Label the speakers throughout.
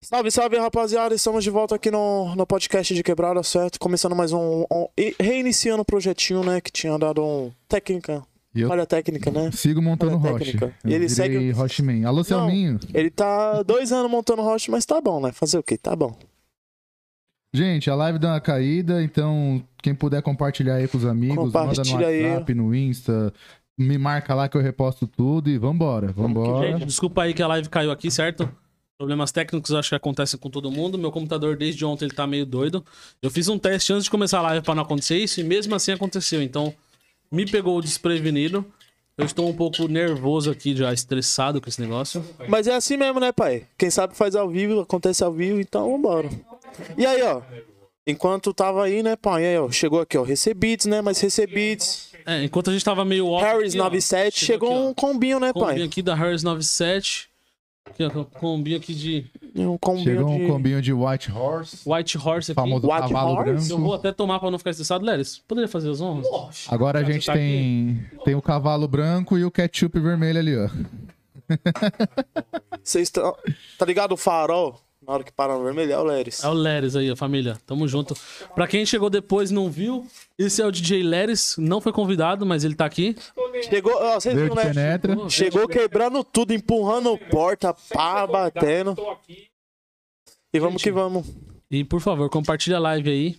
Speaker 1: Salve, salve, rapaziada! Estamos de volta aqui no, no podcast de Quebrada, certo? Começando mais um, um- e Reiniciando o projetinho, né? Que tinha dado um. Técnica.
Speaker 2: E eu
Speaker 1: Olha a técnica, né?
Speaker 2: sigo montando
Speaker 1: Olha a
Speaker 2: roche.
Speaker 1: técnica.
Speaker 2: Eu
Speaker 1: E ele
Speaker 2: virei
Speaker 1: segue-
Speaker 2: Rocheman. Alô, Selminho.
Speaker 1: Ele tá dois anos montando rocha, mas tá bom, né? Fazer o quê? Tá bom.
Speaker 2: Gente, a live deu uma caída, então quem puder compartilhar aí com os amigos, manda no
Speaker 1: Compartilha aí.
Speaker 2: WhatsApp, no Insta, me marca lá que eu reposto tudo e vambora, vambora.
Speaker 3: Gente, desculpa aí que a live caiu aqui, certo? Problemas técnicos acho que acontecem com todo mundo. Meu computador desde ontem ele tá meio doido. Eu fiz um teste antes de começar a live pra não acontecer isso e mesmo assim aconteceu. Então me pegou desprevenido. Eu estou um pouco nervoso aqui, já estressado com esse negócio.
Speaker 1: Mas é assim mesmo, né, pai? Quem sabe faz ao vivo, acontece ao vivo, então vambora. E aí, ó. Enquanto tava aí, né, pai? E aí, ó. Chegou aqui, ó. Recebidos, né? Mas recebidos.
Speaker 3: É, enquanto a gente tava meio off.
Speaker 1: Harris
Speaker 3: aqui, ó,
Speaker 1: 97. Chegou
Speaker 3: aqui, ó.
Speaker 1: um combinho, né,
Speaker 3: combinho
Speaker 1: pai?
Speaker 3: aqui da Harris 97. Aqui, ó, combinho aqui de
Speaker 1: Um combinho.
Speaker 2: Chegou um
Speaker 1: de-
Speaker 2: combinho de White Horse,
Speaker 3: White Horse aqui.
Speaker 2: famoso
Speaker 1: White
Speaker 2: cavalo
Speaker 1: Horse?
Speaker 3: Eu vou
Speaker 2: branco.
Speaker 3: até tomar pra não ficar estressado, Leris. Poderia fazer as honras?
Speaker 2: Agora a
Speaker 3: tá
Speaker 2: gente tem, tem o cavalo branco e o ketchup vermelho ali, ó.
Speaker 1: Vocês estão. Tá ligado o farol? Na hora que para no vermelho, é o Leris.
Speaker 3: É o Leris aí, a família. Tamo junto. Pra quem chegou depois e não viu, esse é o DJ Leris. Não foi convidado, mas ele tá aqui.
Speaker 1: Chegou, ó, vocês viram,
Speaker 2: Verde
Speaker 1: né?
Speaker 2: penetra.
Speaker 1: Chegou quebrando tudo, empurrando porta, pá, batendo. E vamos que vamos.
Speaker 3: E, por favor, compartilha a live aí,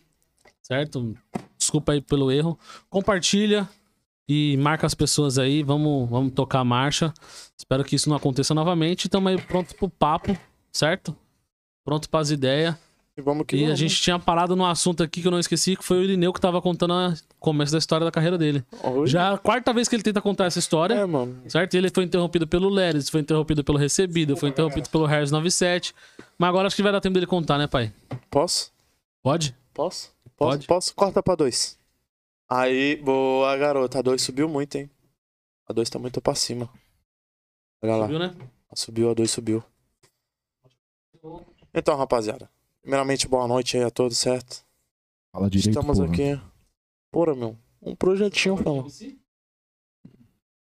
Speaker 3: certo? Desculpa aí pelo erro. Compartilha e marca as pessoas aí. Vamos, vamos tocar a marcha. Espero que isso não aconteça novamente. Tamo aí pronto pro papo, certo? Pronto pras ideias.
Speaker 1: E vamos que
Speaker 3: E a
Speaker 1: vamos.
Speaker 3: gente tinha parado num assunto aqui que eu não esqueci, que foi o Irineu que tava contando o começo da história da carreira dele.
Speaker 1: Oi?
Speaker 3: Já é a quarta vez que ele tenta contar essa história.
Speaker 1: É, mano.
Speaker 3: Certo? E Ele foi interrompido pelo Leris, foi interrompido pelo Recebido, foi interrompido pelo Harris 97. Mas agora acho que vai dar tempo dele contar, né, pai?
Speaker 1: Posso?
Speaker 3: Pode?
Speaker 1: Posso? Posso?
Speaker 3: Pode.
Speaker 1: Posso? Corta pra dois. Aí, boa, garota. A dois subiu muito, hein? A dois tá muito pra cima. Olha lá.
Speaker 3: Viu, né?
Speaker 1: Subiu, a 2 subiu. Então, rapaziada. Primeiramente, boa noite aí a todos, certo?
Speaker 2: Fala direito,
Speaker 1: Estamos
Speaker 2: porra.
Speaker 1: aqui. Porra, meu. Um projetinho falando.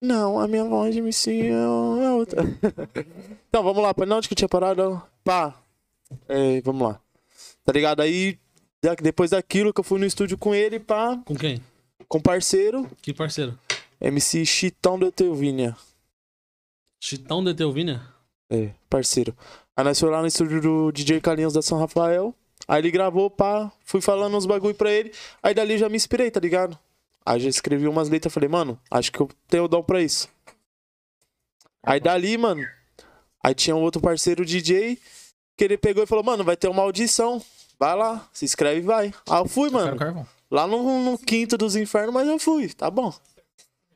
Speaker 1: Não, a minha voz de MC é o- é outra. então, vamos lá. Pra não onde que eu tinha parado? Pá. É, vamos lá. Tá ligado? Aí, da- depois daquilo que eu fui no estúdio com ele, pá,
Speaker 3: Com quem?
Speaker 1: com parceiro,
Speaker 3: Que parceiro?
Speaker 1: MC Chitão do Etelvinha.
Speaker 3: Chitão de Teovinha?
Speaker 1: É, parceiro. Aí nós fomos lá no estúdio do DJ Carlinhos da São Rafael. Aí ele gravou, pá, fui falando uns bagulho pra ele. Aí dali já me inspirei, tá ligado? Aí já escrevi umas letras, falei, mano, acho que eu tenho dom pra isso. Aí dali, mano, aí tinha um outro parceiro DJ que ele pegou e falou, mano, vai ter uma audição. Vai lá, se inscreve e vai. Aí eu fui, mano.
Speaker 2: Carvão.
Speaker 1: Lá no, no quinto dos infernos, mas eu fui, tá bom.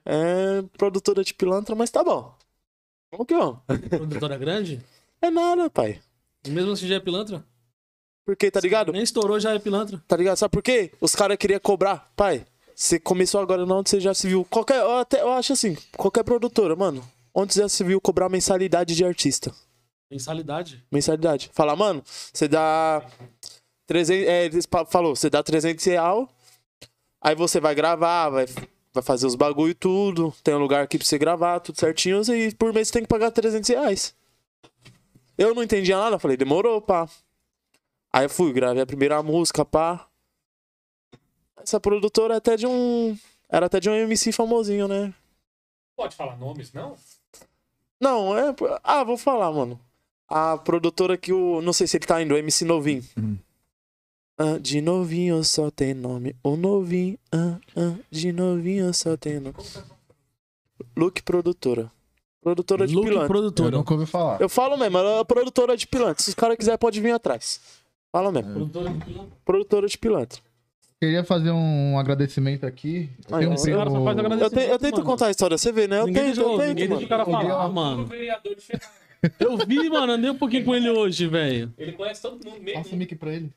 Speaker 1: É produtora de pilantra, mas tá bom. Vamos que vamos.
Speaker 3: Produtora grande?
Speaker 1: É nada, pai.
Speaker 3: E mesmo assim já é pilantra?
Speaker 1: Porque, tá ligado?
Speaker 3: Nem estourou, já é pilantra.
Speaker 1: Tá ligado? Sabe por quê? Os caras queriam cobrar. Pai, você começou agora não, onde você já se viu. Qualquer. Eu, até, eu acho assim, qualquer produtora, mano. Onde você já se viu cobrar mensalidade de artista?
Speaker 3: Mensalidade.
Speaker 1: Mensalidade. Fala, mano, você dá. 300, é, eles pa- falou, você dá 300 real. Aí você vai gravar, vai, vai fazer os bagulho e tudo. Tem um lugar aqui pra você gravar, tudo certinho. E por mês você tem que pagar 300 reais. Eu não entendia nada, falei, demorou, pá. Aí eu fui, gravei a primeira música, pá. Essa produtora é até de um. Era até de um MC famosinho, né?
Speaker 4: Pode falar nomes, não?
Speaker 1: Não, é. Ah, vou falar, mano. A produtora que o. Não sei se ele tá indo, o MC Novinho.
Speaker 2: Hum.
Speaker 1: Ah, de novinho só tem nome. O novinho. Ah, ah, de novinho só tem nome. Luke Produtora. Produtora de
Speaker 3: Look
Speaker 1: pilantra.
Speaker 2: Eu
Speaker 3: produtora.
Speaker 2: nunca ouvi falar.
Speaker 1: Eu falo mesmo, ela é produtora de pilantra. Se os caras quiserem, pode vir atrás. Fala mesmo.
Speaker 3: Produtora de pilantra.
Speaker 1: Produtora de pilantra.
Speaker 2: Queria fazer um agradecimento aqui. Eu
Speaker 1: Ai,
Speaker 2: tenho um
Speaker 1: nossa, agora
Speaker 3: só faz
Speaker 2: primo-
Speaker 3: agradecer.
Speaker 1: Eu, te- eu tento
Speaker 3: Mano.
Speaker 1: contar a história, você vê, né? Eu
Speaker 3: Ninguém
Speaker 1: tento, eu
Speaker 3: deixou,
Speaker 1: tento,
Speaker 3: ninguém
Speaker 1: mano.
Speaker 3: deixa o cara falar, mano.
Speaker 4: é um vereador de Fernando.
Speaker 3: Eu vi, mano, andei um pouquinho com ele hoje, velho.
Speaker 4: Ele conhece todo mundo
Speaker 2: Passa o mic pra ele.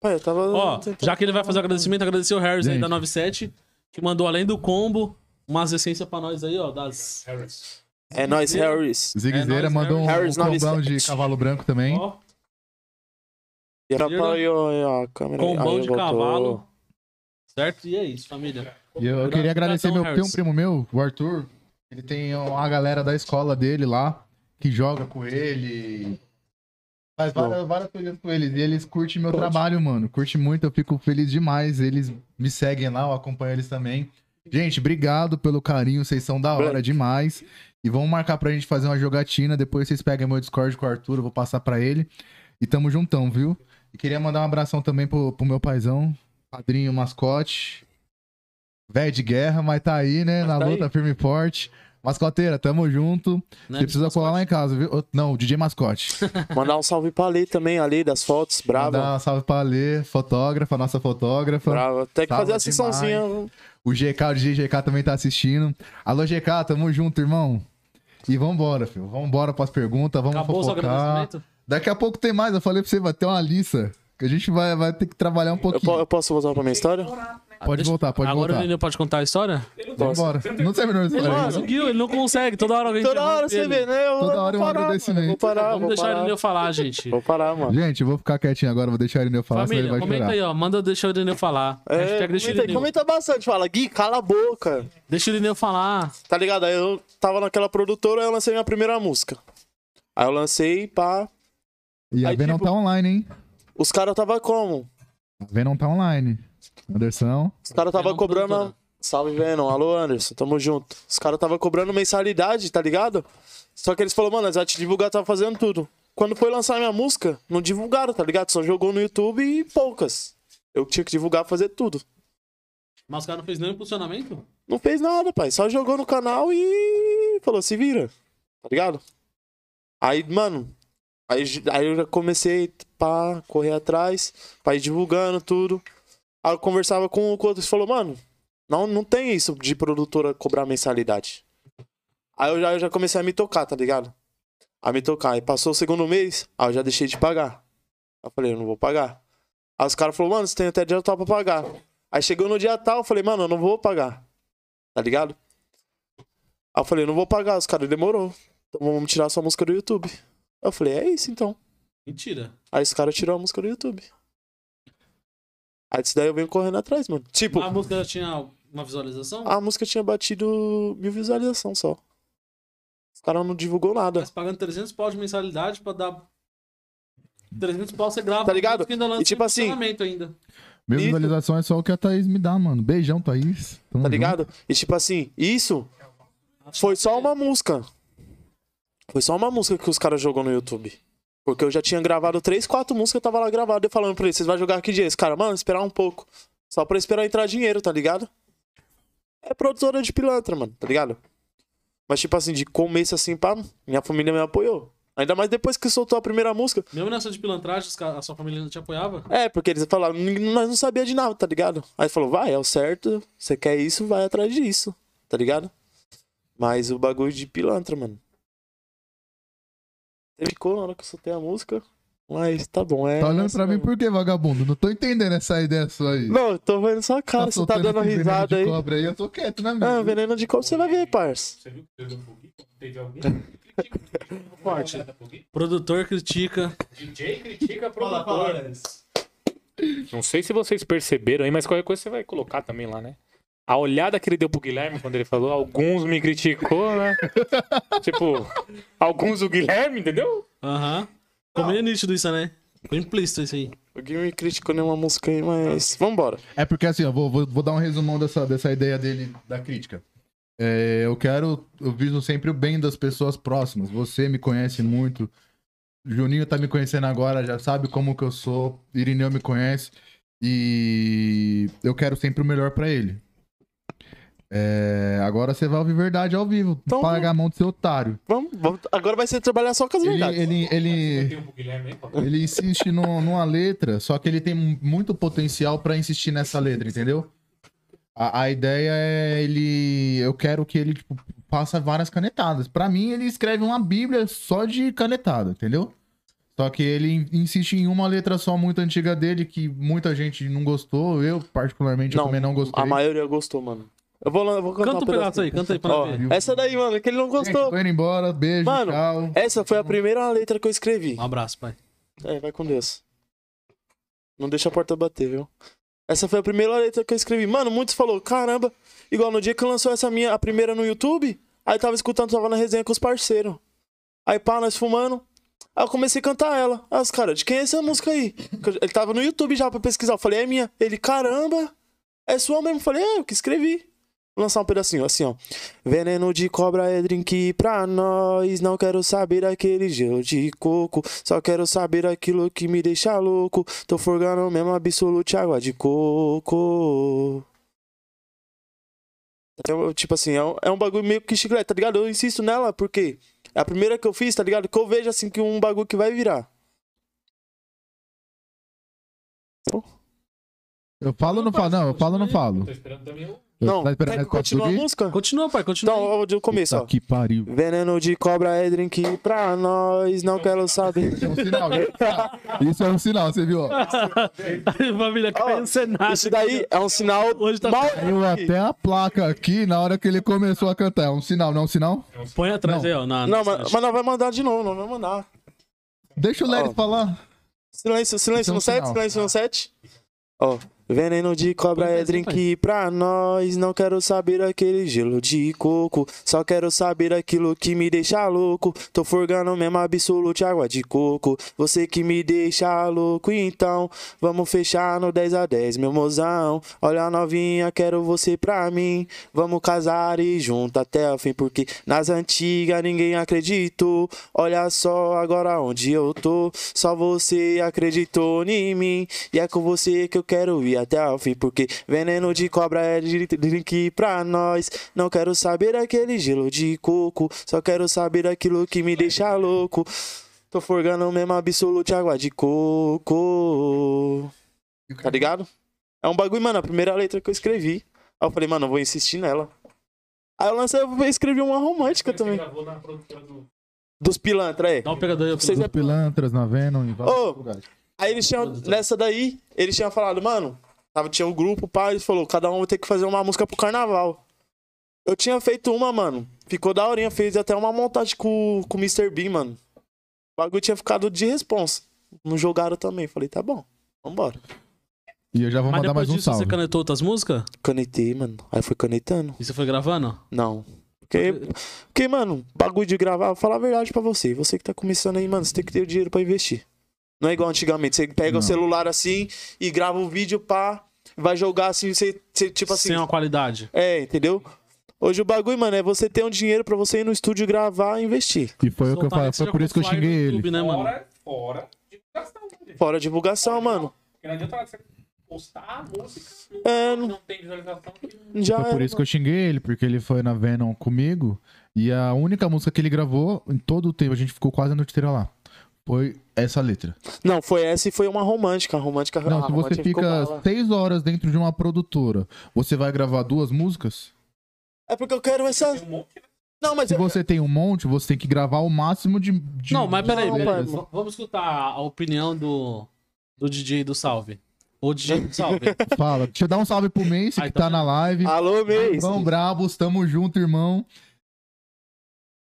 Speaker 1: Pai, eu tava.
Speaker 3: Ó,
Speaker 1: tentando-
Speaker 3: já que ele vai fazer o agradecimento, agradecer o Harris aí
Speaker 2: Gente.
Speaker 3: da 97, que mandou além do combo umas essências pra nós aí, ó, das
Speaker 4: Harris.
Speaker 1: É nóis, Harris.
Speaker 2: Ziguezeira
Speaker 3: É nóis,
Speaker 2: mandou um
Speaker 1: Harris. Harris
Speaker 2: combão
Speaker 1: 97.
Speaker 2: de cavalo branco também.
Speaker 3: Ó,
Speaker 1: E era pra aí, ó, aí, ó, a câmera aí.
Speaker 3: combão
Speaker 1: Aí,
Speaker 3: de
Speaker 1: voltou.
Speaker 3: cavalo. Certo? E é isso, família.
Speaker 2: E eu, eu queria agradecer meu
Speaker 3: Harris.
Speaker 2: tem um primo meu, o Arthur. Ele tem uma galera da escola dele lá que joga com ele. Faz várias, várias coisas com eles. E eles curtem meu trabalho, mano. Curte muito, eu fico feliz demais. Eles me seguem lá, eu acompanho eles também. Gente, obrigado pelo carinho, vocês são da hora
Speaker 1: Obrigado.
Speaker 2: demais. E vamos marcar pra gente fazer uma jogatina. Depois vocês pegam meu Discord com o Arthur, eu vou passar pra ele. E tamo juntão, viu? E queria mandar um abração também pro, pro meu paizão, padrinho, mascote. Véio de guerra, mas tá aí, né?
Speaker 1: Mas
Speaker 2: na
Speaker 1: tá aí. é
Speaker 2: luta, firme e forte. Mascoteira, tamo junto.
Speaker 3: Né?
Speaker 2: Você precisa colar lá em casa, viu? Ô, Não, DJ Mascote.
Speaker 1: Mandar um salve pra Lei também, a Lei das fotos, brava.
Speaker 2: Mandar um salve pra Lê, fotógrafa, nossa fotógrafa.
Speaker 1: Brava. Tem que
Speaker 2: Salve
Speaker 1: fazer a sessãozinha.
Speaker 2: O GK, o DJ GK também tá assistindo. Alô, GK, tamo junto, irmão. E vambora, filho. Vambora pras perguntas, vamos
Speaker 3: Acabou o seu
Speaker 2: fofocar.
Speaker 3: agradecimento?
Speaker 2: Daqui a pouco tem mais, eu falei pra você, vai ter uma lista. Que a gente vai, vai ter que trabalhar um
Speaker 1: Eu,
Speaker 2: pouquinho.
Speaker 1: po- eu posso voltar pra minha história?
Speaker 4: Chorar, né?
Speaker 2: Pode
Speaker 3: Deixa-
Speaker 2: voltar, pode
Speaker 3: Agora o
Speaker 2: voltar.
Speaker 3: Nenê pode contar a história?
Speaker 4: Ele não gosta.
Speaker 2: Vambora.
Speaker 4: Você não tem-
Speaker 2: Não terminou isso,
Speaker 3: Ele não
Speaker 1: Mano.
Speaker 2: peraí.
Speaker 3: conseguiu, ele não consegue. Toda hora alguém
Speaker 1: Toda
Speaker 3: interrompe
Speaker 1: hora você
Speaker 3: ele.
Speaker 1: vê, né? Eu
Speaker 2: Toda
Speaker 1: vou
Speaker 2: hora é um
Speaker 1: parar, mano.
Speaker 2: agradecimento.
Speaker 1: Vou parar,
Speaker 3: Vamos
Speaker 1: vou
Speaker 3: deixar
Speaker 1: parar.
Speaker 3: o Irineu falar, gente.
Speaker 1: Vou parar, mano.
Speaker 2: Gente, eu vou ficar quietinho agora, vou deixar o Irineu falar, senão
Speaker 3: Família,
Speaker 2: ele vai
Speaker 3: comenta
Speaker 2: chorar.
Speaker 3: aí, ó. Manda deixa o Irineu falar.
Speaker 1: É,
Speaker 3: Hashtag deixa o
Speaker 1: comenta, aí,
Speaker 3: Irineu.
Speaker 1: comenta bastante, fala, Gui, cala a boca.
Speaker 3: Deixa o Irineu falar.
Speaker 1: Tá ligado? Aí eu tava naquela produtora, aí eu lancei minha primeira música. Aí eu lancei, pá.
Speaker 2: E a
Speaker 1: Aí,
Speaker 2: Venom
Speaker 1: tipo-
Speaker 2: tá online, hein?
Speaker 1: Os caras tava como?
Speaker 2: A Venom tá online. Anderson.
Speaker 1: Os caras tava
Speaker 3: Venom
Speaker 1: cobrando.
Speaker 3: produtora.
Speaker 1: Salve, Venom. Alô, Anderson. Tamo junto. Os caras tava cobrando mensalidade, tá ligado? Só que eles falaram, mano, eles já te divulgar, tava fazendo tudo. Quando foi lançar minha música, não divulgaram, tá ligado? Só jogou no YouTube e poucas. Eu tinha que divulgar, fazer tudo.
Speaker 3: Mas o cara não fez nenhum impulsionamento?
Speaker 1: Não fez nada, pai. Só jogou no canal e falou, se vira. Tá ligado? Aí, mano, aí, j- aí eu já comecei pá, correr atrás, pra ir divulgando tudo. Aí eu conversava com o outro e falou, mano, não, não tem isso de produtora cobrar mensalidade. Aí eu já, eu já comecei a me tocar, tá ligado? A me tocar. Aí passou o segundo mês, aí eu já deixei de pagar. Aí eu falei, eu não vou pagar. Aí os caras falaram, mano, você tem até dia tal pra pagar. Aí chegou no dia tal, eu falei, mano, eu não vou pagar. Tá ligado? Aí eu falei, não vou pagar, os caras demorou. Então vamos tirar sua música do YouTube. Eu falei, é isso então.
Speaker 3: Mentira.
Speaker 1: Aí os caras tiraram a música do YouTube. Aí disso daí eu venho correndo atrás, mano. Tipo,
Speaker 3: A música já tinha uma visualização?
Speaker 1: a música tinha batido mil visualizações só. Os caras não divulgou nada.
Speaker 3: Mas pagando 300 pau de mensalidade pra dar... 300 pau você grava.
Speaker 1: Tá ligado?
Speaker 3: música Ainda lança
Speaker 1: E tipo
Speaker 3: um
Speaker 1: assim-
Speaker 3: impulsionamento Ainda.
Speaker 2: Minha
Speaker 1: Isso.
Speaker 2: visualização é só o que a Thaís me dá, mano. Beijão, Thaís. Tamo
Speaker 1: Tá
Speaker 2: junto.
Speaker 1: ligado? E tipo assim, isso foi só uma música. Foi só uma música que os caras jogou no YouTube. Porque eu já tinha gravado três, quatro músicas, eu tava lá gravado, eu falando pra eles, vocês vão jogar que dia? Esse cara, mano, esperar um pouco. Só pra esperar entrar dinheiro, tá ligado? É produtora de pilantra, mano, tá ligado? Mas tipo assim, de começo assim, pá, minha família me apoiou. Ainda mais depois que soltou a primeira música.
Speaker 3: Mesmo nessa de pilantragem, os ca- a sua família não te apoiava?
Speaker 1: É, porque eles falaram, "Nin- nós não sabia de nada, tá ligado? Aí falou, vai, é o certo, você quer isso, vai atrás disso, tá ligado? Mas o bagulho de pilantra, mano. Ele Ficou na hora que eu soltei a música, mas tá bom, é.
Speaker 2: Tá olhando
Speaker 1: essa
Speaker 2: pra mim
Speaker 1: mesmo.
Speaker 2: por que, vagabundo? Não tô entendendo essa ideia sua aí.
Speaker 1: Não, eu tô vendo sua cara, você tá
Speaker 2: soltando
Speaker 1: dando
Speaker 2: esse veneno
Speaker 1: risada
Speaker 2: de
Speaker 1: aí.
Speaker 2: Cobra aí. Eu tô quieto, né,
Speaker 1: Ah,
Speaker 2: meu?
Speaker 1: veneno de copo você vai ver, parça.
Speaker 4: Você viu que teve um pouquinho? Teve algum?
Speaker 3: Forte.
Speaker 4: Forte.
Speaker 3: Produtor critica.
Speaker 4: DJ critica produtor. Não sei se vocês perceberam aí, mas qualquer coisa você vai colocar também lá, né? A olhada que ele deu pro Guilherme quando ele falou, alguns me criticou, né? tipo, alguns o Guilherme, entendeu?
Speaker 3: Aham. Ficou meio nítido isso, né? Ficou implícito isso aí.
Speaker 1: O Gui me criticou nenhuma música aí, mas. Vambora.
Speaker 2: É porque assim, eu vou, vou, vou dar um resumão dessa, dessa ideia dele, da crítica. É, eu quero, eu viso sempre o bem das pessoas próximas. Você me conhece muito. Juninho tá me conhecendo agora, já sabe como que eu sou. Irineu me conhece. E eu quero sempre o melhor pra ele. É, agora você vai ouvir verdade ao vivo.
Speaker 1: Então-
Speaker 2: Paga a mão do seu otário.
Speaker 1: Vamos, vamos- Agora vai ser trabalhar só com as
Speaker 2: Ele,
Speaker 1: verdades.
Speaker 2: ele, ele,
Speaker 4: Tem um pro Guilherme aí, pô.
Speaker 2: Ele insiste no- numa letra, só que ele tem muito potencial pra insistir nessa letra, entendeu? A, a ideia é ele. Eu quero que ele tipo, faça várias canetadas. Pra mim, ele escreve uma bíblia só de canetada, entendeu? Só que ele in- insiste em uma letra só muito antiga dele, que muita gente não gostou. Eu, particularmente, eu também não gostei.
Speaker 1: A maioria gostou, mano. Eu vou, lan- eu vou cantar
Speaker 3: Canta um pedaço aí, canta aí pra
Speaker 1: Ó,
Speaker 3: ver.
Speaker 1: essa daí, mano, que ele não
Speaker 2: Gente,
Speaker 1: gostou.
Speaker 2: tô indo embora, beijo,
Speaker 1: Mano, é
Speaker 2: tchau.
Speaker 1: Essa foi a primeira letra que eu escrevi.
Speaker 3: Um abraço, pai.
Speaker 1: É, vai com Deus. Não deixa a porta bater, viu? Essa foi a primeira letra que eu escrevi. Mano, muitos falou, caramba, igual no dia que lançou essa minha, a primeira no YouTube, aí tava escutando, tava na resenha com os parceiros. Aí pá, nós fumando. Aí eu comecei a cantar ela. Aí os caras, de quem é essa música aí? Ele tava no YouTube já pra pesquisar. Eu falei, é minha. Ele, caramba, é sua mesmo. Eu falei, é, eu que escrevi. Vou lançar um pedacinho, assim, ó. Veneno de cobra é drink pra nós. Não quero saber aquele gelo de coco. Só quero saber aquilo que me deixa louco. Tô forgando mesmo absolute água de coco. Então, eu, tipo assim, é um, é um bagulho meio que chiclete, tá ligado? Eu insisto nela porque é a primeira que eu fiz, tá ligado? Que eu vejo assim que um bagulho que vai virar. Então,
Speaker 2: Eu falo ou não falo? Não, eu falo ou não falo?
Speaker 4: Tô esperando também o.
Speaker 1: Não,
Speaker 2: Tá
Speaker 1: quer
Speaker 2: esperando
Speaker 1: que
Speaker 2: a resposta
Speaker 1: continue a
Speaker 2: do Gui?
Speaker 1: música?
Speaker 3: Continua, pai, continua. aí. Tá.
Speaker 1: Então, do começo, ó.
Speaker 2: Puta que pariu.
Speaker 1: Veneno de cobra é drink pra nós, não quero saber.
Speaker 2: Isso é um sinal.
Speaker 3: né?
Speaker 2: Isso é um sinal, você viu? ó?
Speaker 3: a família caiu no cenário.
Speaker 1: Isso daí é um sinal
Speaker 3: né? Hoje tá
Speaker 1: mal.
Speaker 2: Caiu até a placa aqui na hora que ele começou a cantar. É um sinal, não é um sinal?
Speaker 3: Põe atrás aí, ó. Na,
Speaker 1: Não, mas, mas não vai mandar de novo, não vai mandar.
Speaker 2: Deixa o Lery
Speaker 1: Ó.
Speaker 2: falar.
Speaker 1: Silêncio, silêncio
Speaker 2: Isso é um
Speaker 1: no set,
Speaker 2: sinal.
Speaker 1: silêncio no set. Ó. Veneno de cobra
Speaker 3: Põe
Speaker 1: é
Speaker 3: mais aí,
Speaker 1: drink pra nós. Não quero saber aquele gelo de coco. Só quero saber aquilo que me deixa louco. Tô forgando mesmo absolute água de coco. Você que me deixa louco, então vamos fechar no 10 a 10, meu mozão. Olha novinha, quero você pra mim. Vamos casar e junto até o fim, porque nas antigas ninguém acreditou. Olha só agora onde eu tô. Só você acreditou em mim. E é com você que eu quero ir até o fim, porque veneno de cobra é dri- drink pra nós. Não quero saber aquele gelo de coco. Só quero saber aquilo que me deixa louco. Tô forgando mesmo absolute água de coco. Tá ligado? É um bagulho, mano. A primeira letra que eu escrevi. Aí eu falei, mano, eu vou insistir nela. Aí eu lancei, eu escrevi uma romântica também.
Speaker 4: gravou na produtora do.
Speaker 1: Dos pilantra, é.
Speaker 3: Dá um pegador aí, ó.
Speaker 1: Vocês
Speaker 2: Os pilantras na Venom em vários
Speaker 1: Ô.
Speaker 2: lugares.
Speaker 1: Aí eles tinham, nessa daí, eles tinham falado, mano, tava, tinha um grupo, pá, eles falou, cada um vai ter que fazer uma música pro carnaval. Eu tinha feito uma, mano. Ficou da horinha, fez até uma montagem com, com o Mr. Bean, mano. O bagulho tinha ficado de responsa. Não jogaram também. Falei, tá bom, vambora.
Speaker 2: E eu já vou
Speaker 3: Mas
Speaker 2: mandar
Speaker 3: depois
Speaker 2: mais um
Speaker 3: disso,
Speaker 2: salve.
Speaker 3: você canetou outras músicas?
Speaker 1: Canetei, mano. Aí foi canetando.
Speaker 3: E você foi gravando?
Speaker 1: Não. Porque, porque, mano, bagulho de gravar, vou falar a verdade pra você. Você que tá começando aí, mano, você tem que ter o dinheiro pra investir. Não é igual antigamente. Você pega
Speaker 2: Não.
Speaker 1: o celular assim e grava o vídeo, pá, vai jogar assim, você, você, tipo assim.
Speaker 3: Sem uma qualidade.
Speaker 1: É, entendeu? Hoje o bagulho, mano, é você ter um dinheiro pra você ir no estúdio gravar e investir.
Speaker 2: E foi o que eu
Speaker 3: Soltar né?
Speaker 2: falei,
Speaker 3: esse
Speaker 2: foi por isso que eu
Speaker 3: Flyer
Speaker 2: xinguei
Speaker 3: no
Speaker 2: ele.
Speaker 3: YouTube, né, mano?
Speaker 4: Fora, fora de divulgação, né, gente?
Speaker 1: Fora a divulgação, mano.
Speaker 4: Porque não adianta você postar a música
Speaker 1: É,
Speaker 4: não,
Speaker 1: não-
Speaker 4: não tem visualização. que não-
Speaker 1: já. é.
Speaker 2: Foi por
Speaker 1: era,
Speaker 2: isso que eu xinguei ele, porque ele foi na Venom comigo. E a única música que ele gravou em todo o tempo, a gente ficou quase a noite inteira lá. Foi essa letra.
Speaker 1: mano. Não, foi essa e foi uma romântica. A romântica. Ah, a
Speaker 2: Não, se você
Speaker 1: romântica ficou
Speaker 2: fica
Speaker 1: bala.
Speaker 2: seis horas dentro de uma produtora, você vai gravar duas músicas?
Speaker 1: É porque eu quero
Speaker 4: Tem
Speaker 1: essa.
Speaker 4: um monte de
Speaker 1: Não, mas.
Speaker 2: Se você tem um monte, você tem que gravar o máximo de. de-
Speaker 3: Não, mas peraí,
Speaker 1: Não,
Speaker 3: beleza.
Speaker 1: pai,
Speaker 3: V-
Speaker 1: mano.
Speaker 3: Vamos escutar a opinião do, do DJ do Salve. Ou DJ do Salve.
Speaker 2: Fala. Deixa eu dar um salve pro Mace
Speaker 3: Ah,
Speaker 2: que
Speaker 3: então
Speaker 2: tá na live.
Speaker 1: Alô, mês.
Speaker 2: Vão brabos, tamo junto, irmão.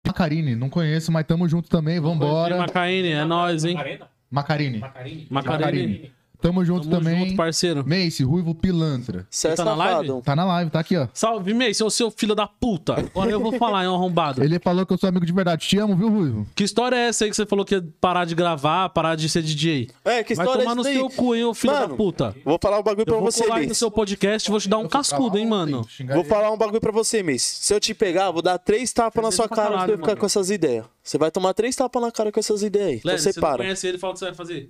Speaker 2: Macarine, não conheço, mas tamo junto também. Vambora.
Speaker 3: Macaíne, é nóis, hein?
Speaker 4: Macarena?
Speaker 2: Macarine,
Speaker 4: Macarine?
Speaker 3: Macarine.
Speaker 2: tamo junto
Speaker 3: Tamo
Speaker 2: também.
Speaker 3: junto, parceiro.
Speaker 2: Mace, Ruivo Pilantra.
Speaker 1: Cê é
Speaker 3: Tá na live?
Speaker 1: safado.
Speaker 2: Tá na live, tá aqui, ó.
Speaker 3: Salve, Mei, seu seu filho da puta. Agora eu vou falar, é um arrombado.
Speaker 2: Ele falou que eu sou amigo de verdade. Te amo, viu, Ruivo?
Speaker 3: Que história é essa aí que você falou que ia parar de gravar, parar de ser DJ?
Speaker 1: É, que
Speaker 3: Vai
Speaker 1: história é
Speaker 3: tomar
Speaker 1: essa
Speaker 3: no
Speaker 1: daí?
Speaker 3: seu cu, hein, ô filho da
Speaker 1: Mano,
Speaker 3: puta.
Speaker 1: Vou falar um bagulho pra
Speaker 3: Eu vou
Speaker 1: você,
Speaker 3: colar aí no
Speaker 1: Mês.
Speaker 3: seu podcast e vou te dar um cascudo, hein, mano.
Speaker 1: Vou falar um bagulho pra você, Mês. Se eu te pegar, eu vou dar três tapas na
Speaker 3: Presente
Speaker 1: sua
Speaker 3: pra
Speaker 1: cara pra
Speaker 3: caralho,
Speaker 1: você ficar
Speaker 3: mano.
Speaker 1: com essas ideias. Você vai tomar três tapas na cara com essas ideias aí. Então
Speaker 3: Lélio,
Speaker 1: você
Speaker 3: você não
Speaker 1: para.
Speaker 3: conhece ele, fala o que você vai fazer.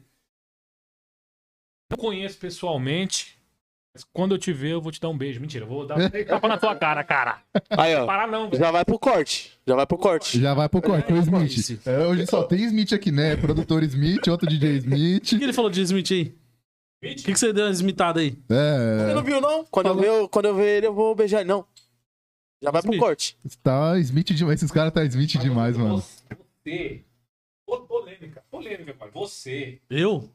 Speaker 4: Eu conheço pessoalmente, mas quando eu te ver, eu vou te dar um beijo. Mentira, eu vou dar um tapa na tua cara, cara.
Speaker 1: Aí, ó.
Speaker 4: Parar não, velho.
Speaker 1: Já vai pro corte. Já vai pro corte.
Speaker 2: Já vai pro corte, o Smith. É, hoje só tem Smith aqui, né? Produtor Smith, outro DJ Smith. né?
Speaker 3: O que ele falou de Smith aí? O que, que você deu uma smitada aí?
Speaker 1: Você não
Speaker 2: É,
Speaker 1: viu, não? Quando eu, ver, eu- quando eu ver ele, eu vou beijar ele. Não. Já vai pro
Speaker 3: Smith.
Speaker 1: corte.
Speaker 2: tá Smith demais. Esses caras tá Smith demais, mano.
Speaker 4: Você. Ô, Polêmica, polêmica, pai. Você
Speaker 3: Eu?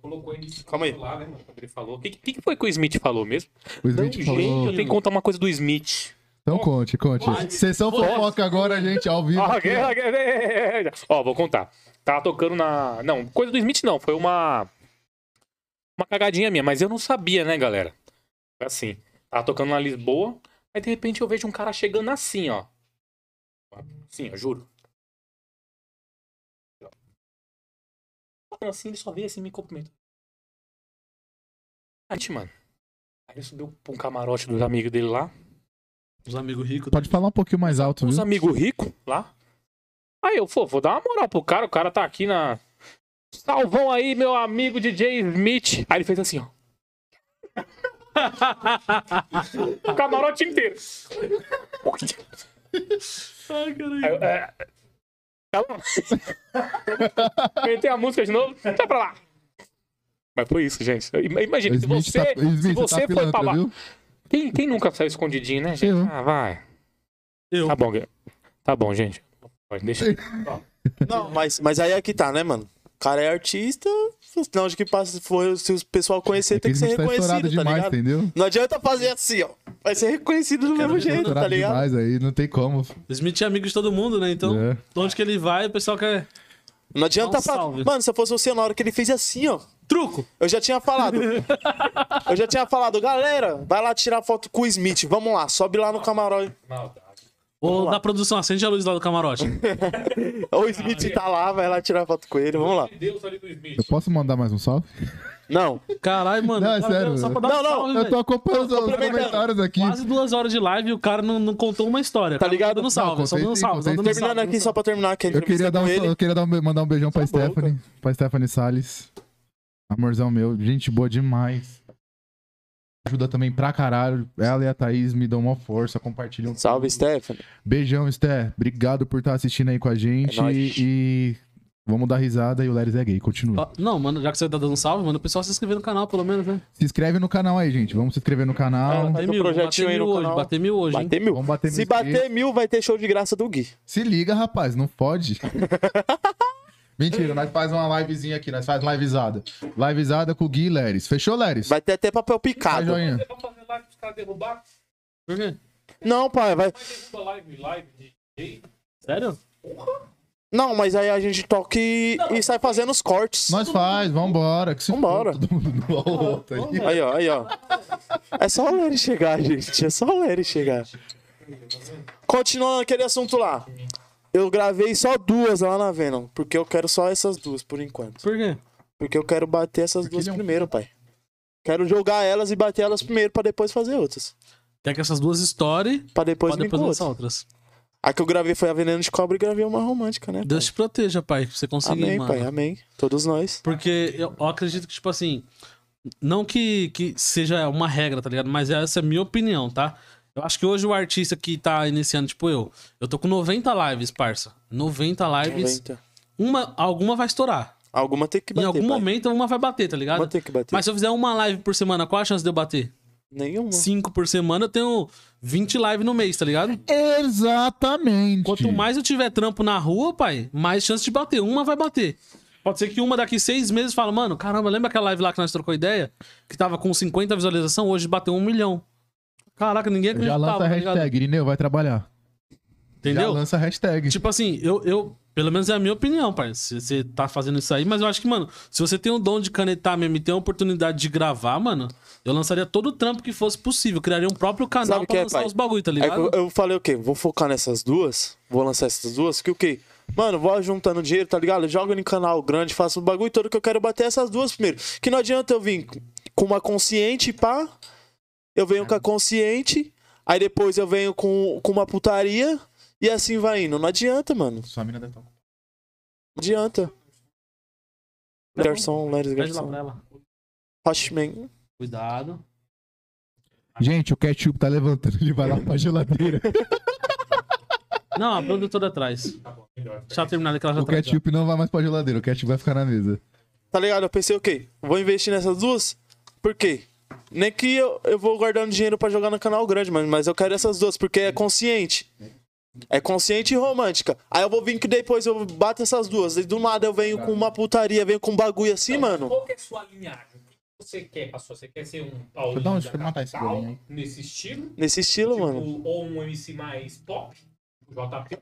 Speaker 4: colocou ele
Speaker 1: Calma aí.
Speaker 4: lá, né, mano? Quando ele falou. O que, que, que foi que o Smith falou mesmo?
Speaker 2: O
Speaker 4: Gente,
Speaker 2: Smith falou.
Speaker 4: eu tenho que contar uma coisa do Smith.
Speaker 2: Então conte, conte. Sessão fofoca agora, gente, ao vivo.
Speaker 4: Ah, ok, ok, ok, ok. é, Ó, vou contar. Tava tocando na. Não, coisa do Smith não. Foi uma. Uma cagadinha minha, mas eu não sabia, né, galera? Foi assim. Tava tocando na Lisboa, aí de repente eu vejo um cara chegando assim, ó. Assim, ó, juro. falando assim, ele só veio assim, me cumprimentou. A gente, mano. Aí ele subiu pra um camarote dos amigos dele lá.
Speaker 3: Os amigos ricos. né?
Speaker 2: Pode falar um pouquinho mais alto,
Speaker 4: Uns
Speaker 2: viu?
Speaker 4: amigos ricos lá. Aí eu, pô, vou dar uma moral pro cara, o cara tá aqui na. Salvão aí, meu amigo DJ Smith. Aí ele fez assim, ó. o camarote inteiro.
Speaker 3: Ai, caralho.
Speaker 4: Aí eu, é, tá bom. Inventei a música de novo, tá pra lá. Mas foi isso, gente. Ima- Imagina, se
Speaker 2: Smith
Speaker 4: você,
Speaker 2: tá-
Speaker 4: se
Speaker 2: Smith, tá
Speaker 4: você foi pra
Speaker 2: pilantra,
Speaker 4: lá.
Speaker 2: viu?
Speaker 4: Quem, quem nunca saiu escondidinho, né, gente?
Speaker 2: Eu.
Speaker 4: Ah, vai.
Speaker 3: Eu.
Speaker 4: Tá bom, Guilherme. tá bom, gente. Pode deixar.
Speaker 1: Não, mas, mas aí é que tá, né, mano? O cara é artista, não, de que passa, for, se o pessoal conhecer,
Speaker 2: É que
Speaker 1: tem que ser
Speaker 2: Smith tá estourado
Speaker 1: reconhecido, tá
Speaker 2: demais,
Speaker 1: ligado?
Speaker 2: entendeu?
Speaker 1: Não adianta fazer assim, ó. Vai ser reconhecido do mesmo jeito, tá
Speaker 2: Estourado
Speaker 1: ligado?
Speaker 2: demais aí, não tem como.
Speaker 3: Smith é amigo de todo mundo, né? Então,
Speaker 2: É.
Speaker 3: onde que ele vai, o pessoal quer.
Speaker 1: Não adianta
Speaker 3: Dá um
Speaker 1: pra...
Speaker 3: salve.
Speaker 1: Mano, se eu fosse você, na hora que ele fez assim, ó.
Speaker 3: Truco!
Speaker 1: Eu já tinha falado. eu já tinha falado, galera, vai lá tirar foto com o Smith. Vamos lá, sobe lá no camarote.
Speaker 3: Ou da produção, acende a luz lá do camarote.
Speaker 1: O Smith tá lá, vai lá tirar foto com ele, vamos lá.
Speaker 4: Deus ali do Smith.
Speaker 2: Eu posso mandar mais um salve?
Speaker 1: Não,
Speaker 3: Caralho, mano.
Speaker 2: Não, é
Speaker 3: o cara
Speaker 2: sério,
Speaker 3: veio Só pra
Speaker 2: velho.
Speaker 3: dar
Speaker 1: Não, não,
Speaker 3: um
Speaker 1: eu
Speaker 3: salve,
Speaker 2: Eu
Speaker 3: velho.
Speaker 2: tô acompanhando os
Speaker 1: complementando.
Speaker 2: comentários aqui.
Speaker 3: Quase duas horas de live e o cara não, não contou uma história. Tá
Speaker 1: ligado?
Speaker 3: Só
Speaker 2: Não,
Speaker 3: dando salve, só
Speaker 2: contei
Speaker 3: dando
Speaker 2: sim,
Speaker 3: salve. Só
Speaker 2: contei
Speaker 3: dando um
Speaker 2: sim.
Speaker 3: salve.
Speaker 1: terminando aqui só pra terminar que a
Speaker 2: Eu queria,
Speaker 1: entrevista
Speaker 2: dar um,
Speaker 1: é com ele.
Speaker 2: eu queria dar um be- mandar um beijão pra
Speaker 1: Tá bom,
Speaker 2: Stephanie. Pra Stephanie Salles. Amorzão meu. Gente boa demais. Ajuda também pra caralho. Ela e a Thaís me dão uma força, compartilham.
Speaker 1: Salve, Stephanie.
Speaker 2: Beijão, Sté. Obrigado por estar assistindo aí com a gente.
Speaker 1: É nóis.
Speaker 2: e vamos dar risada e o Leris é gay. Continua.
Speaker 3: Ó, Não, mano, já que você tá dando salve, mano, o pessoal se inscrever no canal, pelo menos, né?
Speaker 2: Se inscreve no canal aí, gente. Vamos se inscrever no canal.
Speaker 1: Faz um projetinho aí
Speaker 3: mil
Speaker 1: no
Speaker 3: hoje,
Speaker 1: canal.
Speaker 3: bater mil hoje, hein?
Speaker 1: Bater mil.
Speaker 2: Vamos bater
Speaker 1: Se
Speaker 2: mil
Speaker 1: bater mil, vai ter show de graça do Gui.
Speaker 2: Se liga, rapaz, não pode. Mentira, nós faz uma livezinha aqui, nós faz livezada. Livezada com o Gui e Leris. Fechou, Leris?
Speaker 1: Vai ter até papel
Speaker 2: Faz
Speaker 1: picado.
Speaker 2: joinha.
Speaker 4: Vamos fazer live pros caras derrubar?
Speaker 3: Por quê?
Speaker 1: Não, pai, vai.
Speaker 4: Derruba live, live de DJ.
Speaker 3: Sério?
Speaker 1: Não, mas aí a gente toca e, e sai fazendo os cortes.
Speaker 2: Nós
Speaker 3: é
Speaker 2: faz, vambora. Que se
Speaker 1: Vambora.
Speaker 2: foda, Todo mundo do outro aí.
Speaker 1: Aí, ó, aí, ó. É só o Lery chegar, gente. É só o Lery chegar. Continuando aquele assunto lá. Eu gravei só duas lá na Venom, porque eu quero só essas duas por enquanto.
Speaker 3: Por quê?
Speaker 1: Porque eu quero bater essas
Speaker 2: Porque
Speaker 1: duas
Speaker 2: ele é um-
Speaker 1: primeiro, pai. Quero jogar elas e bater elas primeiro pra depois fazer outras.
Speaker 3: Quer que essas duas story
Speaker 1: Pra depois
Speaker 3: pra
Speaker 1: me
Speaker 3: depois lançar
Speaker 1: encontrar.
Speaker 3: outras.
Speaker 1: A que eu gravei foi a Veneno de Cobra e gravei uma romântica, né? pai?
Speaker 3: Deus te proteja, pai, pra você conseguir,
Speaker 1: Amém,
Speaker 3: mano.
Speaker 1: pai, amém. Todos nós.
Speaker 3: Porque eu, eu acredito que, tipo assim, não que, que seja uma regra, tá ligado? Mas essa é a minha opinião, tá? Eu acho que hoje o artista que tá iniciando, tipo eu, eu tô com 90 lives, parça. 90 lives.
Speaker 1: 90.
Speaker 3: Uma, alguma vai estourar.
Speaker 1: então. Alguma tem que bater.
Speaker 3: em algum
Speaker 1: pai.
Speaker 3: momento uma vai bater, tá ligado?
Speaker 1: Alguma tem que bater.
Speaker 3: Mas se eu fizer uma live por semana, qual a chance de eu bater?
Speaker 1: Nenhuma.
Speaker 3: Cinco por semana, eu tenho 20 lives no mês, tá ligado?
Speaker 2: Exatamente.
Speaker 3: Quanto mais eu tiver trampo na rua, pai, mais chance de bater. Uma vai bater. Pode ser que uma daqui seis meses fala, mano, caramba, lembra aquela live lá que nós trocou ideia? Que tava com 50 visualização, hoje bateu um milhão. Caraca, ninguém
Speaker 2: Já
Speaker 3: acreditava,
Speaker 2: lança a
Speaker 3: tá ligado?
Speaker 2: hashtag, Irineu, vai trabalhar. Já
Speaker 3: Entendeu?
Speaker 2: lança a hashtag.
Speaker 3: Tipo assim, eu, eu. Pelo menos é a minha opinião, pai. Se você tá fazendo isso aí, mas eu acho que, mano, se você tem o dom de canetar mesmo e tem a oportunidade de gravar, mano, eu lançaria todo o trampo que fosse possível. Criaria um próprio canal
Speaker 1: Sabe o
Speaker 3: pra
Speaker 1: que é,
Speaker 3: lançar
Speaker 1: pai?
Speaker 3: os bagulho, tá
Speaker 1: É
Speaker 3: ligado?
Speaker 1: que eu, eu falei o quê? Vou focar nessas duas, vou lançar essas duas, que o quê? Mano, vou juntando dinheiro, tá ligado? Jogo em canal grande, faço o bagulho todo que eu quero bater essas duas primeiro. Que não adianta eu vir com uma consciente, pá. Eu venho com a consciente, aí depois eu venho com, com uma putaria e assim vai indo. Não adianta, mano.
Speaker 2: Tipo, Sua mina deve tá estar com-
Speaker 1: Não adianta. Garçom, Leris
Speaker 3: Pede lá
Speaker 1: Garçom.
Speaker 3: pra ela.
Speaker 1: Watchmen.
Speaker 3: Cuidado.
Speaker 2: Gente, o ketchup tá levantando. Ele vai lá pra geladeira.
Speaker 3: Não, a produtora atrás. Deixa ela terminar que ela já
Speaker 2: o
Speaker 3: tá aqui, ó.
Speaker 2: ketchup não vai mais pra geladeira. O ketchup vai ficar na mesa.
Speaker 1: Tá ligado? Eu pensei, ok, vou investir nessas duas. Por quê? Nem que eu, eu vou guardando dinheiro pra jogar no canal grande, mano. Mas eu quero essas duas, porque é consciente. É consciente e romântica. Aí eu vou vir que depois eu bato essas duas. E do nada eu venho com uma putaria, venho com um bagulho assim, mano.
Speaker 4: Qual que é a sua linhagem? O que você quer, pastor? Você quer ser um Paulinho
Speaker 2: Não, deixa
Speaker 4: da
Speaker 2: eu matar esse
Speaker 4: capital,
Speaker 2: bolinho
Speaker 4: Nesse estilo?
Speaker 1: Nesse estilo,
Speaker 4: Tipo,
Speaker 1: mano.
Speaker 4: Ou um MC mais pop? JP?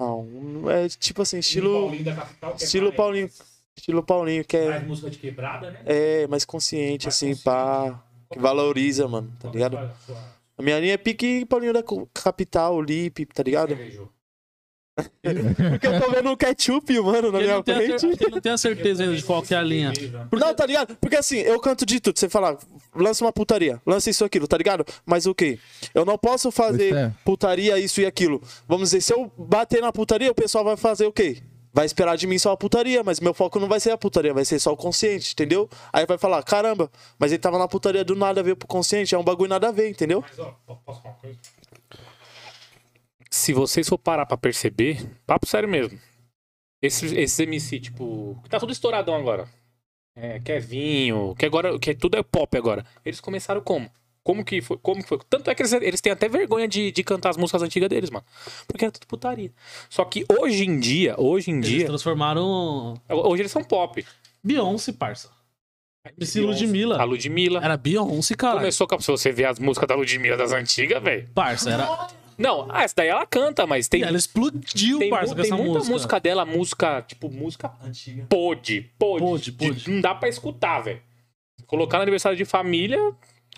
Speaker 1: Não, é tipo assim,
Speaker 4: um
Speaker 1: estilo.
Speaker 4: Paulinho da capital, que é
Speaker 1: estilo
Speaker 4: mais-
Speaker 1: Paulinho. Estilo Paulinho, que
Speaker 4: Mais
Speaker 1: é,
Speaker 4: música de quebrada, né?
Speaker 1: é mais consciente, assim, pá. Que valoriza, mano, tá ligado?
Speaker 4: Olha só,
Speaker 1: é A minha linha é pique Paulinho da Capital, Lip, tá ligado?
Speaker 4: cervejou.
Speaker 1: Porque eu tô vendo um ketchup, mano, na
Speaker 3: Ele
Speaker 1: minha
Speaker 3: não, tem a
Speaker 1: frente.
Speaker 3: cer- ele não tem a certeza ainda de qual que é a linha.
Speaker 1: Não, tá ligado? Porque assim, eu canto de tudo. Você fala, lança uma putaria, lança isso aquilo, tá ligado? Mas o quê? Eu não posso fazer
Speaker 2: Pois é.
Speaker 1: putaria, isso e aquilo. Vamos dizer, se eu bater na putaria, o pessoal vai fazer o quê? Vai esperar de mim só a putaria, mas meu foco não vai ser a putaria, vai ser só o consciente, entendeu? Aí vai falar, caramba, mas ele tava na putaria do nada, veio pro consciente, é um bagulho nada a ver, entendeu?
Speaker 4: Mas, ó, po- posso falar uma coisa? Se vocês for parar pra perceber, papo sério mesmo. Esses, esses MC, tipo, que tá tudo estouradão agora. É, que é vinho, que agora, que é- tudo é pop agora. Eles começaram como? Como que foi? Como que foi? Tanto é que eles, eles têm até vergonha de, de cantar as músicas antigas deles, mano. Porque era tudo putaria. Só que hoje em dia, hoje em
Speaker 3: Eles
Speaker 4: dia,
Speaker 3: transformaram
Speaker 4: hoje eles são pop.
Speaker 3: Beyoncé, parça. MC Ludmilla.
Speaker 4: A Ludmilla.
Speaker 3: Era Beyoncé, cara.
Speaker 4: Começou com, se você ver as músicas da Ludmilla das antigas, velho.
Speaker 3: Parça, era...
Speaker 4: Não, ah, essa daí ela canta, mas tem,
Speaker 3: E ela explodiu,
Speaker 4: tem, mu-
Speaker 3: parça, com
Speaker 4: tem
Speaker 3: essa
Speaker 4: muita música.
Speaker 3: música.
Speaker 4: dela, música, tipo, música
Speaker 5: Antiga.
Speaker 4: pode, pode.
Speaker 3: Pode, pode.
Speaker 4: Não dá pra escutar, velho. Colocar no aniversário de família,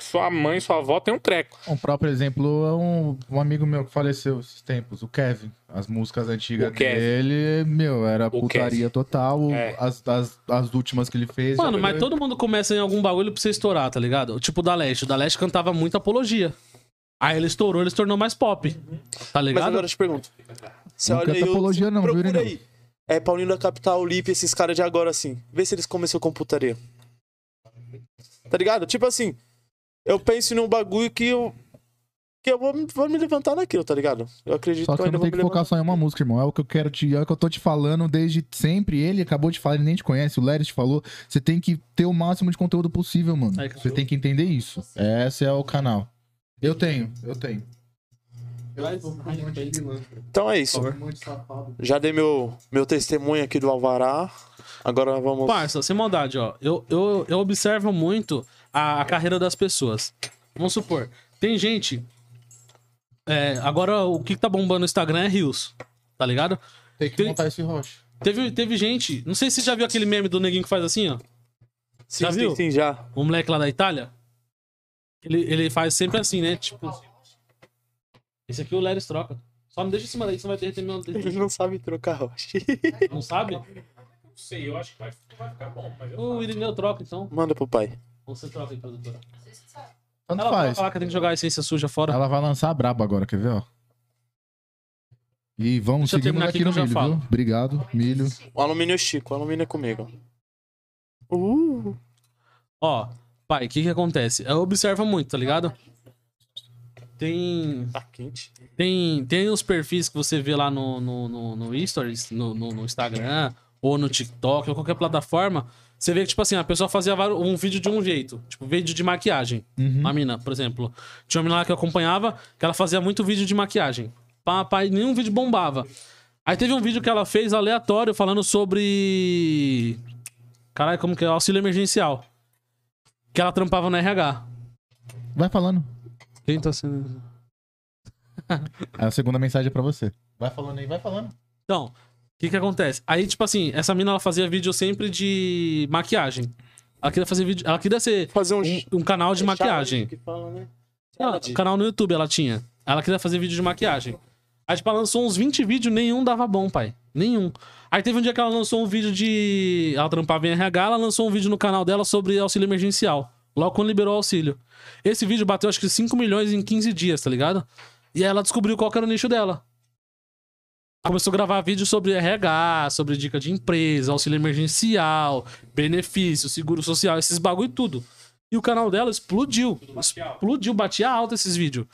Speaker 4: sua mãe, sua avó tem um treco.
Speaker 2: Um próprio exemplo é um, um amigo meu que faleceu esses tempos, o Kevin. As músicas antigas
Speaker 4: O Kevin.
Speaker 2: dele, meu, era putaria
Speaker 4: Kevin.
Speaker 2: total.
Speaker 4: É.
Speaker 2: As, as, as últimas que ele fez.
Speaker 3: Mano,
Speaker 2: já-
Speaker 3: mas todo mundo começa em algum bagulho pra você estourar, tá ligado? Tipo o da Leste. O da Leste cantava muito apologia. Aí ele estourou, ele se tornou mais pop. Tá
Speaker 1: Mas
Speaker 3: ligado?
Speaker 1: agora eu te pergunto. Você
Speaker 2: Não
Speaker 1: olha
Speaker 2: canta
Speaker 1: aí, eu-
Speaker 2: apologia não, viu,
Speaker 1: procura
Speaker 2: Irineu?
Speaker 1: aí. É Paulinho da Capital, Lipe, esses caras de agora, assim. Vê se eles começam com putaria. Tá ligado? Tipo assim, eu penso num bagulho que eu. Que eu vou, vou me levantar naquilo, tá ligado? Eu acredito
Speaker 2: Só que
Speaker 1: que eu
Speaker 2: eu
Speaker 1: ainda
Speaker 2: não
Speaker 1: vou
Speaker 2: tenho
Speaker 1: me
Speaker 2: que focar
Speaker 1: levantar.
Speaker 2: só em uma música, irmão. É o que eu quero te. É o que eu tô te falando desde sempre. Ele acabou de falar, ele nem te conhece. O Leris te falou. Você tem que ter o máximo de conteúdo possível, mano.
Speaker 3: Aí,
Speaker 2: Você tem que entender isso. Esse é o canal. Eu tenho, eu tenho. um
Speaker 1: Então é isso. Já dei meu, meu testemunho aqui do Alvará. Agora vamos.
Speaker 3: Parça, sem maldade, ó. Eu, eu, eu observo muito a, a carreira das pessoas. Vamos supor, tem gente. é, agora, o que tá bombando no Instagram é Rios, tá ligado?
Speaker 2: Tem que
Speaker 3: Tem-
Speaker 2: montar esse rocha.
Speaker 3: Teve, teve gente. Não sei se você já viu aquele meme do neguinho que faz assim, ó.
Speaker 1: sim,
Speaker 3: já
Speaker 1: sim,
Speaker 3: viu?
Speaker 1: sim, já.
Speaker 3: O moleque lá da Itália. Ele, ele faz sempre assim, né? Tipo. Esse aqui o Leris troca. Só me deixa em cima daí, você vai derreter meu
Speaker 1: Ele
Speaker 3: dedo.
Speaker 1: não sabe trocar rocha.
Speaker 3: Não sabe?
Speaker 4: Não sei, eu acho que vai, ficar bom, mas
Speaker 3: O Irineu troca, então.
Speaker 1: Manda pro pai.
Speaker 3: Ou você troca aí, produtora.
Speaker 2: Tanto
Speaker 3: Ela vai
Speaker 2: faz.
Speaker 3: falar que tem que jogar a essência suja fora.
Speaker 2: Ela vai lançar a braba agora, quer ver, ó? E vamos
Speaker 3: Deixa eu
Speaker 2: seguindo
Speaker 3: terminar
Speaker 2: aqui
Speaker 3: aqui
Speaker 2: no
Speaker 3: que eu já
Speaker 2: milho, viu?
Speaker 3: falo.
Speaker 2: Obrigado, milho.
Speaker 1: O alumínio é Chico, o alumínio é comigo. Uh!
Speaker 3: Ó, pai, o que que acontece? Eu observo muito, tá ligado? Tem,
Speaker 1: Tá quente.
Speaker 3: tem, tem os perfis que você vê lá no, no, no, no Stories, no, no, no Instagram, ou no TikTok, ou qualquer plataforma. Você vê que, tipo assim, a pessoa fazia vários- um vídeo de um jeito. Tipo, vídeo de maquiagem. Uma mina, por exemplo. Tinha uma mina lá que eu acompanhava, que ela fazia muito vídeo de maquiagem. Pá, pá, e nenhum vídeo bombava. Aí teve um vídeo que ela fez aleatório, falando sobre... Caralho, como que é? Auxílio emergencial. Que ela trampava no RH.
Speaker 2: Vai falando.
Speaker 3: Quem tá sendo...
Speaker 2: A segunda mensagem é pra você. Vai falando aí, vai falando.
Speaker 3: Então, o que que acontece? Aí, tipo assim, essa mina, ela fazia vídeo sempre de maquiagem. Ela queria fazer vídeo... Ela queria ser
Speaker 1: Fazer um.
Speaker 3: um, um canal de maquiagem. Ah,
Speaker 1: Que fala, né?
Speaker 3: Ela,
Speaker 1: Challenge.
Speaker 3: canal no YouTube ela tinha. Ela queria fazer vídeo de maquiagem. Aí, tipo, ela lançou uns 20 vídeos, nenhum dava bom, pai. Nenhum. Aí teve um dia que ela lançou um vídeo de... Ela trampava em RH, ela lançou um vídeo no canal dela sobre auxílio emergencial. Logo quando liberou o auxílio. Esse vídeo bateu, acho que 5 milhões em 15 dias, tá ligado? E aí ela descobriu qual que era o nicho dela. Começou a gravar vídeo sobre RH, sobre dica de empresa, auxílio emergencial, benefício, seguro social, esses bagulho e tudo. E o canal dela explodiu. Explodiu, batia alta esses vídeos.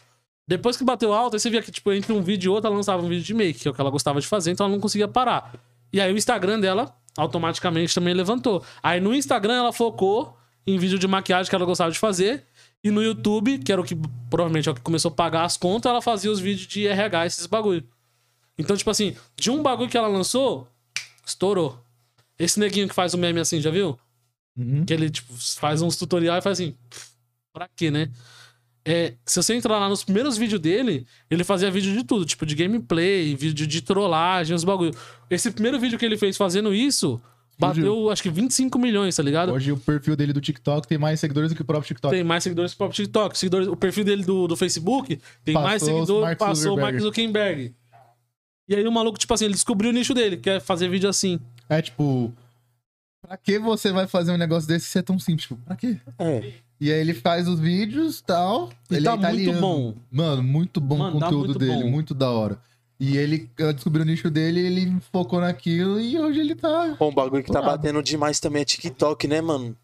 Speaker 3: Depois que bateu alta, aí você via que, tipo, entre um vídeo e outro, ela lançava um vídeo de make, que é o que ela gostava de fazer, então ela não conseguia parar. E aí o Instagram dela automaticamente também levantou. Aí no Instagram ela focou em vídeo de maquiagem que ela gostava de fazer. E no YouTube, que era o que provavelmente é o que começou a pagar as contas, ela fazia os vídeos de RH, esses bagulho. Então, tipo assim, de um bagulho que ela lançou, estourou. Esse neguinho que faz o meme assim, já viu?
Speaker 2: Uhum.
Speaker 3: Que ele, tipo, faz uns tutoriais e faz assim. "Pff, Pra quê, né? É, se você entrar lá nos primeiros vídeos dele, ele fazia vídeo de tudo, tipo de gameplay, vídeo de trollagem, uns bagulho. Esse primeiro vídeo que ele fez fazendo isso, bateu acho que 25 milhões, tá ligado?
Speaker 2: Hoje o perfil dele do TikTok tem mais seguidores do que o próprio TikTok.
Speaker 3: Tem mais seguidores que o próprio TikTok. Seguidores, o perfil dele do, do Facebook tem mais
Speaker 2: Passou os
Speaker 3: seguidores,
Speaker 2: Mark
Speaker 3: passou o Mark
Speaker 2: Zuckerberg.
Speaker 3: Zuckerberg. E aí o maluco, tipo assim, ele descobriu o nicho dele, que é fazer vídeo assim.
Speaker 2: É tipo. Pra que você vai fazer um negócio desse se é tão simples? Tipo, pra quê?
Speaker 1: É.
Speaker 2: E aí ele faz os vídeos tal.
Speaker 3: E
Speaker 2: ele
Speaker 3: tá
Speaker 2: é italiano.
Speaker 3: muito bom.
Speaker 2: Mano, muito bom
Speaker 3: Mano,
Speaker 2: o
Speaker 3: tá
Speaker 2: conteúdo
Speaker 3: muito
Speaker 2: dele,
Speaker 3: bom.
Speaker 2: muito da hora. E ele eh, descobriu o nicho dele, ele focou naquilo e hoje ele tá.
Speaker 1: Bom, um bagulho que tá
Speaker 2: Claro.
Speaker 1: batendo demais também é TikTok, né, mano?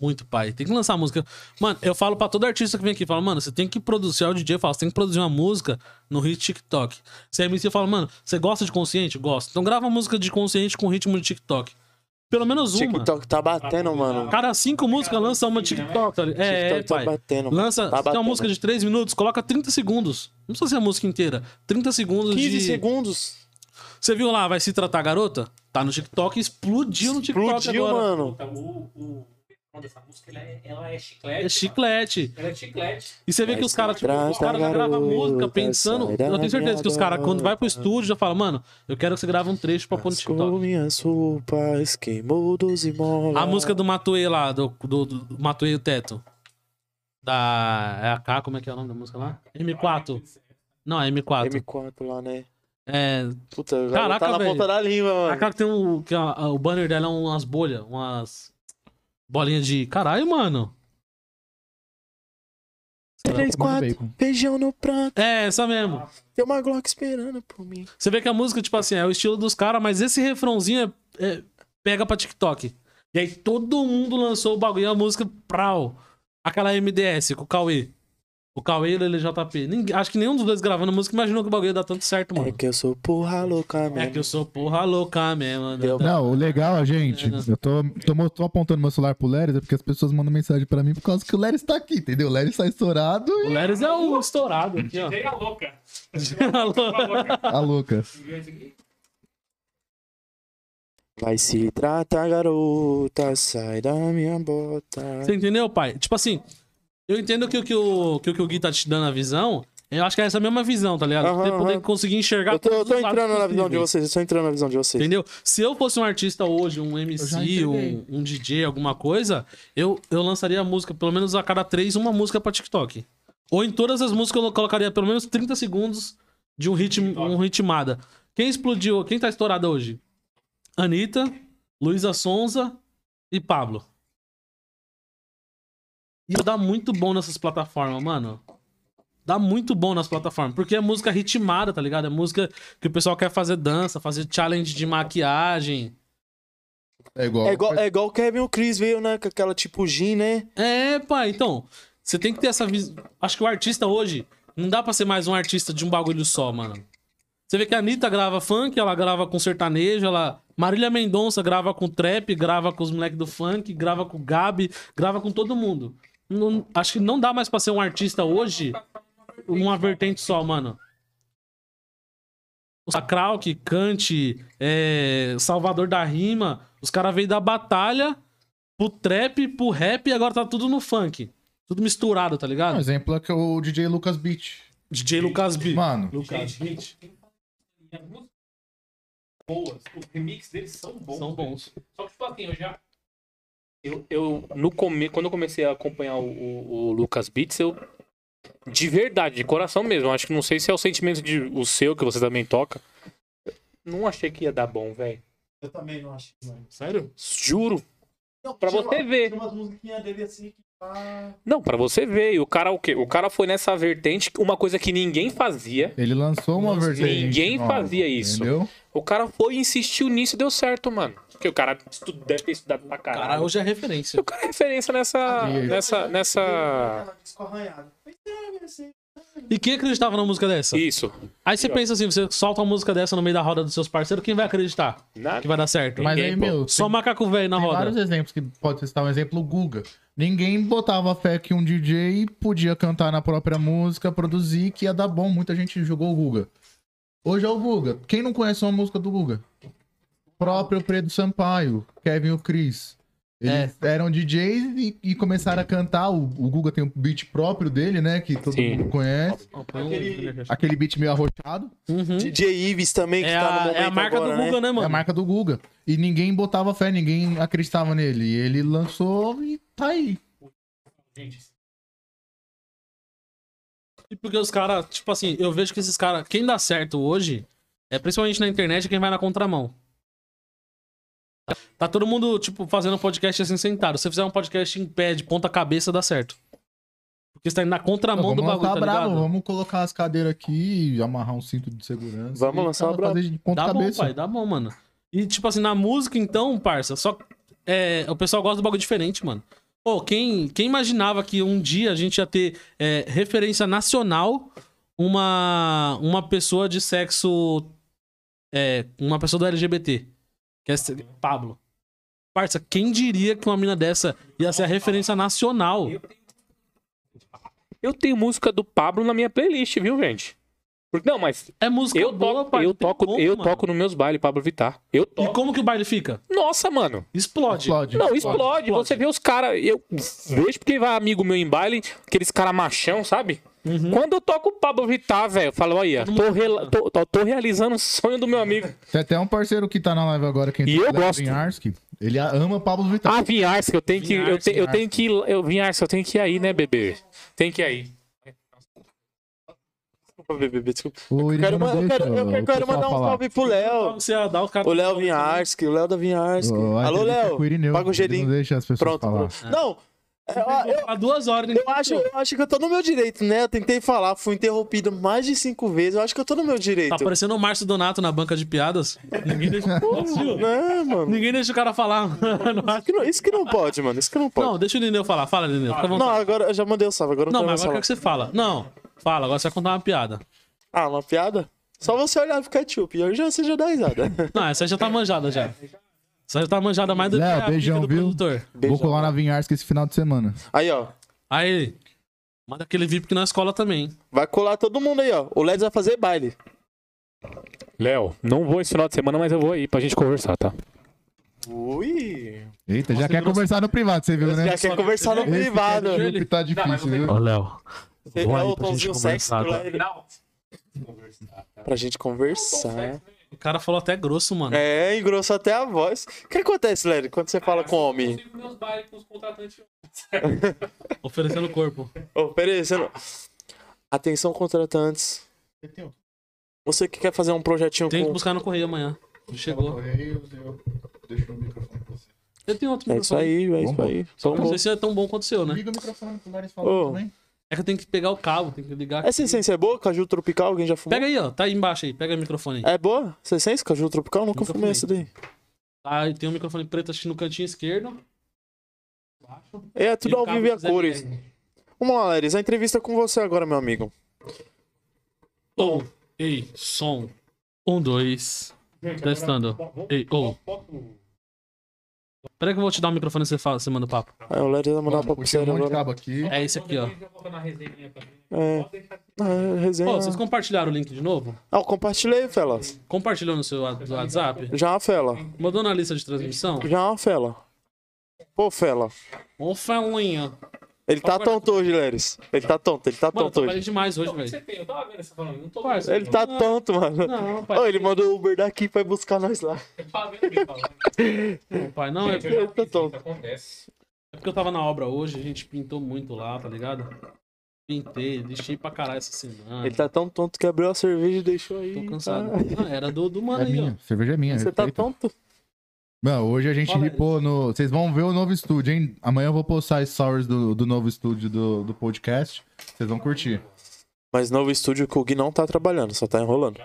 Speaker 3: Muito pai. Tem que lançar música. Mano, eu falo pra todo artista que vem aqui, falo, mano, você tem que produzir o DJ, fala, você tem que produzir uma música no hit TikTok. Você é MC, eu falo, mano, você gosta de consciente? Gosto. Então grava uma música de consciente com ritmo de TikTok. Pelo menos uma.
Speaker 1: TikTok tá batendo, mano.
Speaker 3: Cada cinco músicas lança uma TikTok. tá ligado? É, é,
Speaker 1: TikTok tá
Speaker 3: pai.
Speaker 1: batendo. mano.
Speaker 3: Lança,
Speaker 1: Tá
Speaker 3: se tem uma
Speaker 1: batendo.
Speaker 3: música de 3 minutos, coloca 30 segundos. Não precisa ser a música inteira. 30 segundos
Speaker 1: 15
Speaker 3: de...
Speaker 1: segundos.
Speaker 3: Você viu lá, vai se tratar garota? Tá no TikTok, explodiu no TikTok
Speaker 1: Explodiu,
Speaker 3: agora.
Speaker 1: mano.
Speaker 4: Então, o, o... Essa música ela é, ela é chiclete.
Speaker 3: É chiclete.
Speaker 4: Ela é chiclete.
Speaker 3: E você vê que os caras, tipo,
Speaker 1: Atrás
Speaker 3: os caras
Speaker 1: da
Speaker 3: já gravam
Speaker 1: garota,
Speaker 3: música pensando.
Speaker 1: sai da
Speaker 3: Eu tenho certeza que os caras,
Speaker 1: minha
Speaker 3: quando vai pro estúdio, já falam, mano, eu quero que você grave um trecho pra pôr no
Speaker 1: Com
Speaker 3: TikTok.
Speaker 1: minhas roupas, queimou 12 molas.
Speaker 3: A música do Matuê lá, do, do, do Matuê e o Teto. Da. É a K, como é que é o nome da música lá? M4. Não, é M4.
Speaker 1: M4 lá, né?
Speaker 3: É.
Speaker 1: Puta, já
Speaker 3: Caraca,
Speaker 1: tá na
Speaker 3: velho.
Speaker 1: ponta da língua,
Speaker 3: A
Speaker 1: mano.
Speaker 3: K que tem um. Que a- a- o banner dela é umas bolhas, umas. Bolinhas de. Caralho, mano.
Speaker 1: 3,
Speaker 2: Comendo
Speaker 1: 4,
Speaker 2: bacon.
Speaker 1: feijão no prato.
Speaker 3: É, essa mesmo.
Speaker 1: Tem uma Glock esperando por mim.
Speaker 3: Você vê que a música, tipo assim, é o estilo dos caras, mas esse refrãozinho é, é- pega pra TikTok. E aí todo mundo lançou o bagulho, e a música prau. Aquela MDS com o Cauê. O Cauê e o LJP. Ninguém, acho que nenhum dos dois gravando a música imaginou que o bagulho ia dar tanto certo,
Speaker 1: É
Speaker 3: mano.
Speaker 1: que eu sou porra louca,
Speaker 3: É
Speaker 1: mesmo.
Speaker 3: que eu sou porra louca mesmo.
Speaker 1: Deu.
Speaker 3: né?
Speaker 2: Não, o legal, gente,
Speaker 3: É, né?
Speaker 2: eu tô, tô, mo- tô apontando meu celular pro Leris, é porque as pessoas mandam mensagem pra mim por causa que o Leris tá aqui, entendeu? O Leris tá estourado
Speaker 3: O
Speaker 2: e
Speaker 3: Leris é o estourado aqui, ó.
Speaker 4: Chega louca.
Speaker 2: a tá louca.
Speaker 1: Vai se tratar, garota, sai da minha bota.
Speaker 3: Você entendeu, pai? Tipo assim, eu entendo que o que o, que o, que o Gui tá te dando a visão. Eu acho que é essa mesma visão, tá ligado?
Speaker 1: Aham,
Speaker 3: Você poder
Speaker 1: aham.
Speaker 3: conseguir enxergar
Speaker 1: Eu tô, eu
Speaker 3: todos
Speaker 1: tô
Speaker 3: os lados
Speaker 1: entrando na visão de
Speaker 3: possíveis.
Speaker 1: vocês, eu tô entrando na visão de vocês.
Speaker 3: Entendeu? Se eu fosse um artista hoje, um
Speaker 2: já
Speaker 3: MC,
Speaker 2: entreguei.
Speaker 3: um, um DJ, alguma coisa, eu, eu lançaria a música, pelo menos a cada três, uma música pra TikTok. Ou em todas as músicas eu colocaria pelo menos 30 segundos de um, ritmo, um ritmada. Quem explodiu, quem tá estourada hoje? Anitta, Luísa Sonza e Pablo. E dá muito bom nessas plataformas, mano. Dá muito bom nas plataformas. Porque é música ritmada, tá ligado? É música que o pessoal quer fazer dança, fazer challenge de maquiagem.
Speaker 2: É igual.
Speaker 1: É igual, é igual o Kevin e o Chris veio, né? Com aquela tipo Jean, né?
Speaker 3: É, pai, então. Você tem que ter essa visão. Acho que o artista hoje não dá pra ser mais um artista de um bagulho só, mano. Você vê que a Anitta grava funk, ela grava com sertanejo, ela. Marília Mendonça grava com trap, grava com os moleques do funk, grava com o Gabi, grava com todo mundo. Não- acho que não dá mais pra ser um artista hoje uma vertente só, mano. O Sacralk, Kant, é, Salvador da Rima, os caras veio da batalha pro trap, pro rap e agora tá tudo no funk. Tudo misturado, tá
Speaker 2: Um
Speaker 3: ligado?
Speaker 2: exemplo é que é o DJ Lucas Beach.
Speaker 3: DJ Lucas B.
Speaker 2: Mano,
Speaker 3: Lucas Beat
Speaker 4: E as músicas boas, os remixes deles são bons.
Speaker 3: são
Speaker 4: velho.
Speaker 3: bons.
Speaker 4: Só que, tipo assim, eu já. Eu, eu no come... quando eu comecei a acompanhar o, o- o Lucas Beats, eu. De verdade, de coração mesmo. eu Acho que não sei se é o sentimento de o seu, que você também toca. Não achei que ia dar bom, velho.
Speaker 5: Eu também não acho. Mano.
Speaker 4: Sério? Juro.
Speaker 5: Não,
Speaker 4: Pra
Speaker 5: tinha
Speaker 4: você
Speaker 5: uma-
Speaker 4: ver.
Speaker 5: Tinha umas musiquinhas dele assim que. Ah,
Speaker 4: Não, pra você ver. E o cara o quê? O cara foi nessa vertente, uma coisa que ninguém fazia.
Speaker 2: ele lançou uma vertente.
Speaker 4: Ninguém
Speaker 2: nova,
Speaker 4: fazia isso.
Speaker 2: Entendeu?
Speaker 4: O cara foi e insistiu nisso e deu certo, mano. Porque o cara estu- deve ter estudado pra caralho.
Speaker 3: Cara, hoje é
Speaker 4: E
Speaker 3: referência.
Speaker 4: o cara é referência nessa.
Speaker 2: Ah, e aí?
Speaker 4: nessa. nessa.
Speaker 5: Ela ficou arranhada. Mas é, mas assim.
Speaker 3: E quem acreditava na música dessa?
Speaker 4: Isso.
Speaker 3: Aí você pensa assim, você solta uma música dessa no meio da roda dos seus parceiros, quem vai acreditar
Speaker 4: Nada.
Speaker 3: que vai dar certo?
Speaker 2: Mas
Speaker 4: Ninguém,
Speaker 2: aí,
Speaker 4: pô.
Speaker 2: meu,
Speaker 3: Só macaco velho na
Speaker 2: Tem
Speaker 3: roda.
Speaker 2: vários exemplos que pode citar. Um exemplo, o Guga. Ninguém botava fé que um DJ podia cantar na própria música, produzir, que ia dar bom. Muita gente jogou o Guga. Hoje é o Guga. Quem não conhece uma música do Guga? Próprio Pedro Sampaio, Kevin e o Chris. Eles eram DJs e, e começaram a cantar. O, o Guga tem um beat próprio dele, né? Que todo
Speaker 4: Sim.
Speaker 2: mundo conhece.
Speaker 3: Ó, põe um-
Speaker 5: Aquele-
Speaker 2: Aquele beat meio arrochado.
Speaker 3: Uhum.
Speaker 1: DJ Hum? Ives também, que tá
Speaker 3: É,
Speaker 1: no
Speaker 3: a,
Speaker 1: momento
Speaker 3: é a marca
Speaker 1: agora,
Speaker 3: do Google,
Speaker 1: né?
Speaker 3: né,
Speaker 2: É
Speaker 3: mano?
Speaker 2: a marca do Guga. E ninguém botava fé, ninguém acreditava nele. E ele lançou e tá aí.
Speaker 3: E porque os caras, tipo assim, eu vejo que esses caras, quem dá certo hoje, É, principalmente na internet, quem vai na contramão. Tá- Tá todo mundo, tipo, fazendo podcast assim sentado. Se você fizer um podcast em pé, de ponta cabeça, dá certo. Porque você tá indo na
Speaker 2: Não,
Speaker 3: contramão do
Speaker 2: vamos
Speaker 3: bagulho,
Speaker 2: lançar
Speaker 3: tá
Speaker 2: a brava,
Speaker 3: ligado?
Speaker 2: vamos colocar as cadeiras aqui e amarrar um cinto de segurança.
Speaker 1: Vamos
Speaker 2: e
Speaker 1: lançar a
Speaker 2: fazer
Speaker 1: brava.
Speaker 2: de ponta
Speaker 3: Dá bom,
Speaker 2: cabeça.
Speaker 3: pai, dá bom, mano. E, tipo assim, na música, então, parça, só. é, o pessoal gosta do bagulho diferente, mano. Pô, quem, quem imaginava que um dia a gente ia ter é, referência nacional uma, uma pessoa de sexo. É, uma pessoa do LGBT? Que é esse- Pablo. Parça, quem diria que uma mina dessa ia ser a referência nacional?
Speaker 4: Eu tenho música do Pablo na minha playlist, viu, gente? Porque, não, mas
Speaker 3: É música
Speaker 4: eu
Speaker 3: boa,
Speaker 4: toco,
Speaker 3: parça,
Speaker 4: eu
Speaker 3: não tem
Speaker 4: toco,
Speaker 3: como,
Speaker 4: eu
Speaker 3: mano.
Speaker 4: toco nos meus bailes, Pablo Vittar. Eu
Speaker 3: E
Speaker 4: toco.
Speaker 3: como que o baile fica?
Speaker 4: Nossa, mano.
Speaker 3: Explode.
Speaker 2: Explode.
Speaker 4: Não, explode. Você vê os caras. Eu vejo porque vai amigo meu em baile, aqueles caras machão, sabe? Quando eu toco o Pablo Vittar, velho, eu falo, olha,
Speaker 3: Uhum. Todo
Speaker 4: tô, rela- tô- tô- tô realizando o sonho do meu amigo.
Speaker 2: Tem até um parceiro que tá na live agora, que
Speaker 4: E eu gosto.
Speaker 2: Vinharsky. Ele ama Pablo Vittar.
Speaker 4: Ah, Vinharski, eu tenho que. Eu, te- eu tenho que. ir- Eu, Vinharski, eu tenho que ir aí, né, bebê? Tem que ir aí. Desculpa, bebê, desculpa.
Speaker 2: Ô,
Speaker 1: Eu
Speaker 2: Irene,
Speaker 1: quero,
Speaker 2: não
Speaker 1: ma- eu
Speaker 2: deixa
Speaker 1: quero- eu
Speaker 2: o
Speaker 1: quero
Speaker 2: pessoal
Speaker 1: mandar um
Speaker 2: falar.
Speaker 1: salve pro Léo.
Speaker 3: Você ia dar o cara.
Speaker 1: O Léo Vinharski, o Léo da Vinharski.
Speaker 2: Ô, a
Speaker 1: Alô,
Speaker 2: entrevista
Speaker 1: Léo.
Speaker 2: com o Irineu,
Speaker 1: Paga o
Speaker 2: ele Não
Speaker 1: gelinho.
Speaker 2: deixa as pessoas
Speaker 1: Pronto,
Speaker 2: falar.
Speaker 1: pronto. Não, é, eu, eu-
Speaker 3: Há duas horas, né?
Speaker 1: eu acho, eu acho que eu tô no meu direito, né? Eu tentei falar, fui interrompido mais de cinco vezes. Eu acho que eu tô no meu direito.
Speaker 3: Tá parecendo o Márcio Donato na banca de piadas.
Speaker 1: Então-
Speaker 3: Ninguém deixa, Pô,
Speaker 1: Não,
Speaker 3: tio,
Speaker 1: Né, mano.
Speaker 3: ninguém deixa o cara falar.
Speaker 1: Isso que, não, isso que não pode, mano. Isso que não pode.
Speaker 3: Não, deixa o Lineu falar. Fala, Lineu. Fica à
Speaker 1: Não,
Speaker 3: vontade.
Speaker 1: agora eu já mandei o salve. Agora eu
Speaker 3: Não,
Speaker 1: não mais
Speaker 3: mas agora eu
Speaker 1: falar.
Speaker 3: quero que você fala. Não, fala. Agora você vai contar uma piada.
Speaker 1: Ah, uma piada? Só você olhar e ficar tio. Pior já você já dá risada.
Speaker 3: Não, essa já tá manjada já. Essa já tá manjada mais do
Speaker 2: Léo,
Speaker 3: que a
Speaker 2: beijão,
Speaker 3: pica do
Speaker 2: viu?
Speaker 3: produtor.
Speaker 2: Vou colar na Vinharsky esse final de semana.
Speaker 1: Aí, ó.
Speaker 3: Aí, manda aquele VIP que na escola também. hein?
Speaker 1: Vai colar todo mundo aí, ó. O Leds vai fazer baile.
Speaker 4: Léo, não vou esse final de semana, mas eu vou aí pra gente conversar, tá?
Speaker 1: Ui.
Speaker 2: Eita, já quer conversar no privado, você viu, né?
Speaker 1: Já quer conversar no
Speaker 3: Esse
Speaker 1: privado.
Speaker 3: quer ver-
Speaker 2: Esse tá difícil, viu?
Speaker 3: um
Speaker 4: Ô,
Speaker 3: Léo.
Speaker 1: Você é o tomzinho sexy pro Leds. Pra gente conversar.
Speaker 3: O cara falou até grosso, mano.
Speaker 1: É, engrossa até a voz. O que acontece, Led, quando você fala com homem?
Speaker 3: Oferecendo o corpo.
Speaker 1: Oferecendo. Atenção, contratantes.
Speaker 2: um
Speaker 1: Você que quer fazer um projetinho
Speaker 3: Tem que
Speaker 1: com.
Speaker 3: buscar no correio amanhã. Chegou.
Speaker 2: Deixa o microfone pra você.
Speaker 3: Eu tenho outro
Speaker 1: É isso aí, é isso
Speaker 2: Vamos.
Speaker 1: aí. Só
Speaker 3: Não
Speaker 1: um
Speaker 3: sei se é tão bom quanto o seu, né?
Speaker 2: Liga o microfone pro Lares
Speaker 1: Ô.
Speaker 2: falar também.
Speaker 3: É que eu tenho que pegar o cabo, tem que ligar.
Speaker 1: Essa essência é boa? Caju tropical? Alguém já fumou?
Speaker 3: Pega aí, ó. Tá aí embaixo aí. Pega o microfone aí.
Speaker 1: É boa? Essa essência? Caju tropical? Nunca,
Speaker 3: Nunca
Speaker 1: fumei
Speaker 3: fumei.
Speaker 1: essa daí.
Speaker 3: Tá, e tem um microfone preto acho que no cantinho esquerdo.
Speaker 1: É,
Speaker 3: E
Speaker 1: tudo
Speaker 3: o
Speaker 1: ao
Speaker 3: cabo
Speaker 1: vivo e a
Speaker 3: quiser
Speaker 1: cores.
Speaker 3: ligar.
Speaker 1: Vamos lá, Leris. A entrevista é com você agora, meu amigo.
Speaker 3: Ou, ei, som. Um, dois. Testando. Ei, ou. Peraí que eu vou te dar o microfone e você, fala, você manda o papo.
Speaker 1: Aí É, o Leris vai mandar
Speaker 2: Vamos,
Speaker 1: uma papo
Speaker 2: puxei um
Speaker 1: sério
Speaker 2: monte de
Speaker 1: agora.
Speaker 2: cabo aqui.
Speaker 3: É esse aqui, ó.
Speaker 1: É. Ah, resenha.
Speaker 3: Pô, vocês compartilharam o link de novo?
Speaker 1: Ah, eu compartilhei, fela.
Speaker 3: Compartilhou no seu wa- do WhatsApp?
Speaker 1: Já, fela.
Speaker 3: Mandou na lista de transmissão?
Speaker 1: Já, fela. Pô, fela.
Speaker 3: Ô, felinha.
Speaker 1: Ele tá tonto hoje, Leris. Ele tá tonto, ele tá
Speaker 3: Mano, eu
Speaker 1: tonto
Speaker 3: trabalhei
Speaker 1: hoje.
Speaker 3: demais hoje, velho.
Speaker 4: Eu tava vendo você falando, não tô
Speaker 3: Parça,
Speaker 1: Ele tá tonto, mano.
Speaker 3: Não, pai.
Speaker 1: Ô, ele mandou o Uber daqui pra ir buscar nós lá.
Speaker 3: Não, pai, não. É porque
Speaker 1: Ele tá tonto.
Speaker 4: acontece.
Speaker 3: É porque eu tava na obra hoje, a gente pintou muito lá, tá ligado? Pintei, deixei pra caralho essa semana.
Speaker 1: Ele tá tão tonto que abriu a cerveja e deixou aí.
Speaker 3: Tô
Speaker 1: Ah,
Speaker 3: cansado. Não, era do, do mano
Speaker 2: É
Speaker 3: aí, ó.
Speaker 2: minha, cerveja é minha.
Speaker 1: Você tá
Speaker 2: respeita.
Speaker 1: tonto?
Speaker 2: Mano, hoje a gente
Speaker 3: Fala aí.
Speaker 2: ripou no. Vocês vão ver o novo estúdio, hein? Amanhã eu vou postar as stories do, do novo estúdio do, do podcast. Vocês vão curtir. Tá,
Speaker 1: Mas novo estúdio que o Gui não tá trabalhando, só tá enrolando.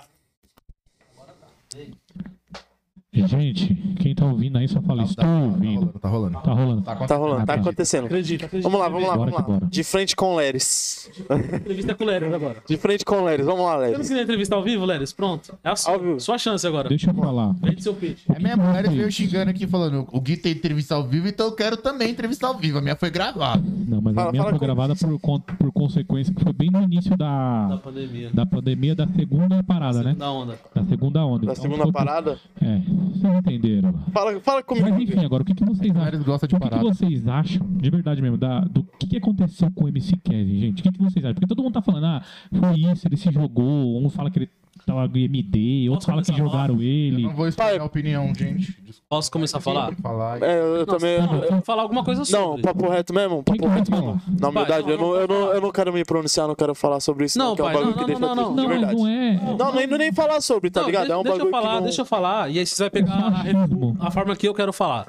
Speaker 6: Gente, quem tá ouvindo aí só fala, estou ouvindo.
Speaker 2: Tá rolando, tá
Speaker 6: Tá
Speaker 2: rolando.
Speaker 6: rolando.
Speaker 1: Tá
Speaker 2: Tá acontecendo.
Speaker 1: rolando, tá
Speaker 6: Rapidinho.
Speaker 1: acontecendo.
Speaker 3: Acredita, acredita.
Speaker 1: Vamos lá, vamos lá,
Speaker 6: Bora que
Speaker 1: vamos lá.
Speaker 6: bora.
Speaker 1: De frente com o Leris.
Speaker 3: Entrevista é com o Leris agora.
Speaker 1: De frente com o Leris, vamos lá,
Speaker 3: Você não
Speaker 1: Leris.
Speaker 3: queria entrevista ao vivo, Leris? Pronto. É a sua,
Speaker 1: Ao vivo.
Speaker 3: sua chance agora.
Speaker 6: Deixa eu falar. tá
Speaker 3: Vende seu pitch.
Speaker 2: É minha mulher veio xingando aqui falando: o Gui tem entrevista ao vivo, então eu quero também entrevista ao vivo. A minha foi gravada.
Speaker 6: Não, mas
Speaker 1: Fala-
Speaker 6: a minha
Speaker 1: fala
Speaker 6: foi
Speaker 1: com-
Speaker 6: gravada por, con- por consequência que foi bem no início
Speaker 3: Da
Speaker 6: da,
Speaker 3: pandemia.
Speaker 6: da pandemia da segunda parada, né?
Speaker 3: Da onda.
Speaker 6: Da segunda onda.
Speaker 1: Na
Speaker 6: Então,
Speaker 1: segunda
Speaker 6: foi-
Speaker 1: parada.
Speaker 6: É, vocês entenderam.
Speaker 1: Fala, fala comigo.
Speaker 6: Mas enfim, agora, o que, que vocês
Speaker 2: O
Speaker 6: acham?
Speaker 2: Lares gosta de
Speaker 6: O que, que
Speaker 2: parada.
Speaker 6: vocês acham, de verdade mesmo, da- do que, que aconteceu com o MC Kevin, gente? O que, que vocês acham? Porque todo mundo tá falando, ah, foi isso, ele se jogou, um fala que ele tal MD,
Speaker 3: Posso
Speaker 6: outros falam que
Speaker 3: começar a falar?
Speaker 6: jogaram
Speaker 2: Eu
Speaker 6: ele.
Speaker 2: não vou explicar a opinião, gente. Desculpa
Speaker 3: Posso começar a falar?
Speaker 2: falar.
Speaker 1: É, eu também.
Speaker 3: Não, eu vou falar alguma coisa
Speaker 1: Não,
Speaker 3: sobre.
Speaker 1: papo reto mesmo,
Speaker 6: Quem
Speaker 1: papo reto
Speaker 6: começa a
Speaker 1: mesmo.
Speaker 6: falar?
Speaker 1: Na verdade,
Speaker 3: Pai,
Speaker 1: eu, não, eu, não, eu não quero me pronunciar, não quero falar sobre isso, não,
Speaker 3: Não,
Speaker 1: que é um
Speaker 3: pai,
Speaker 1: bagulho
Speaker 3: não,
Speaker 1: que
Speaker 3: não,
Speaker 1: deixa
Speaker 3: não,
Speaker 1: eu triste,
Speaker 3: não. um
Speaker 1: de
Speaker 6: Não,
Speaker 1: verdade.
Speaker 6: não é.
Speaker 1: Não, nem, nem falar sobre, tá
Speaker 3: Não,
Speaker 1: ligado?
Speaker 3: de-
Speaker 1: É um
Speaker 3: deixa eu
Speaker 1: bagulho
Speaker 3: falar,
Speaker 1: que não...
Speaker 3: deixa eu falar. E aí você vai pegar a,
Speaker 6: Fascismo.
Speaker 3: a forma que eu quero falar.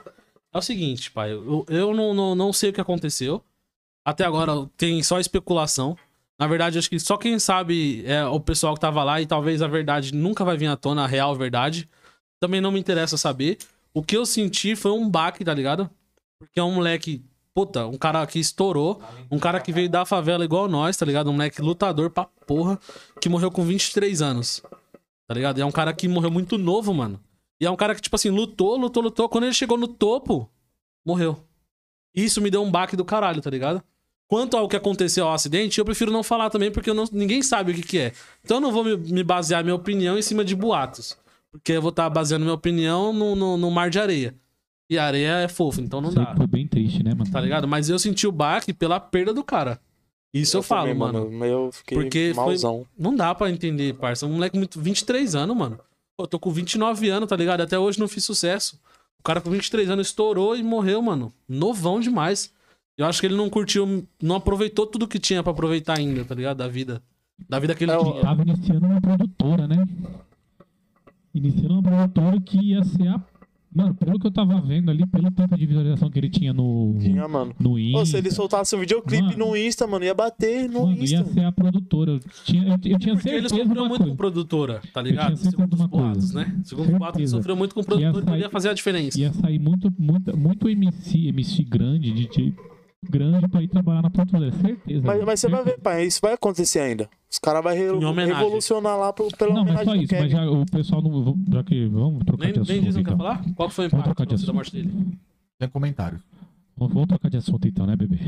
Speaker 3: É o seguinte, pai. Eu, eu não, não, não sei o que aconteceu. Até agora tem só especulação. Na verdade, acho que só quem sabe é o pessoal que tava lá e talvez a verdade nunca vai vir à tona, a real verdade. Também não me interessa saber. O que eu senti foi um baque, tá ligado? Porque é um moleque, puta, um cara que estourou, um cara que veio da favela igual nós, tá ligado? Um moleque lutador pra porra, que morreu com 23 anos tá ligado? E é um cara que morreu muito novo, mano. E é um cara que, tipo assim, lutou, lutou, lutou. Quando ele chegou no topo, morreu. Isso me deu um baque do caralho, tá ligado? Quanto ao que aconteceu ao acidente, eu prefiro não falar também, porque eu não- ninguém sabe o que, que é. Então eu não vou me, me basear minha opinião em cima de boatos. Porque eu vou estar baseando minha opinião no, no, no mar de areia. E areia é fofo, então não
Speaker 6: Sei
Speaker 3: dá.
Speaker 6: que Foi bem triste, né, mano?
Speaker 3: Tá ligado? Mas eu senti o baque pela perda do cara. Isso eu, falo,
Speaker 1: também,
Speaker 3: mano.
Speaker 1: Eu fiquei
Speaker 3: Porque foi-
Speaker 1: malzão.
Speaker 3: Não dá pra entender, parça. Um moleque muito. 23 anos, mano. Pô, eu tô com 29 anos, tá ligado? Até hoje não fiz sucesso. O cara com 23 anos estourou e morreu, mano. Novão demais. Eu acho que ele não curtiu, não aproveitou tudo que tinha pra aproveitar ainda, tá ligado? Da vida. Da vida que ele
Speaker 1: É,
Speaker 3: tinha.
Speaker 1: eu-
Speaker 6: Tava iniciando uma produtora, né? Iniciando uma produtora que ia ser a. Mano, pelo que eu tava vendo ali, pelo tanto de visualização que ele tinha no.
Speaker 1: Tinha, mano.
Speaker 6: No
Speaker 1: Pô,
Speaker 6: Insta.
Speaker 1: se ele soltasse um videoclipe
Speaker 6: Mano.
Speaker 1: no Insta, mano, ia bater no
Speaker 6: Mano,
Speaker 1: Insta.
Speaker 6: ia ser a produtora. Eu tinha, eu, eu tinha
Speaker 3: Porque ele
Speaker 6: certeza de
Speaker 3: sofreu
Speaker 6: uma
Speaker 3: muito
Speaker 6: coisa.
Speaker 3: com produtora, tá ligado?
Speaker 6: tinha certeza
Speaker 3: Segundo
Speaker 6: de
Speaker 3: os
Speaker 6: uma coisa.
Speaker 3: boatos, né? Segundo os boatos, ele
Speaker 6: Certeza.
Speaker 3: sofreu muito com
Speaker 6: Ia
Speaker 3: produtora e
Speaker 6: sair-
Speaker 3: ele ia fazer a diferença.
Speaker 6: Ia sair muito, muito, muito MC, MC grande, DJ grande pra ir trabalhar na produtora. é Certeza.
Speaker 1: Mas,
Speaker 6: mano,
Speaker 1: mas você vai ver,
Speaker 6: certeza.
Speaker 1: pai, isso vai acontecer ainda. Os caras vão re-
Speaker 3: Em homenagem.
Speaker 1: revolucionar lá pro, pela
Speaker 6: Não, mas
Speaker 1: homenagem
Speaker 6: só
Speaker 1: do
Speaker 6: isso. Mas
Speaker 1: Kevin.
Speaker 6: já, o pessoal não. vamos- Já que vamos trocar
Speaker 3: Nem,
Speaker 6: de assunto.
Speaker 3: nem diz o que
Speaker 6: então.
Speaker 3: quer falar? Qual que foi o
Speaker 6: Vamos
Speaker 3: impacto
Speaker 6: trocar de
Speaker 3: pra você da morte
Speaker 6: assunto.
Speaker 3: dele?
Speaker 2: Tem comentário.
Speaker 6: Vamos, vamos trocar de assunto então, né, bebê?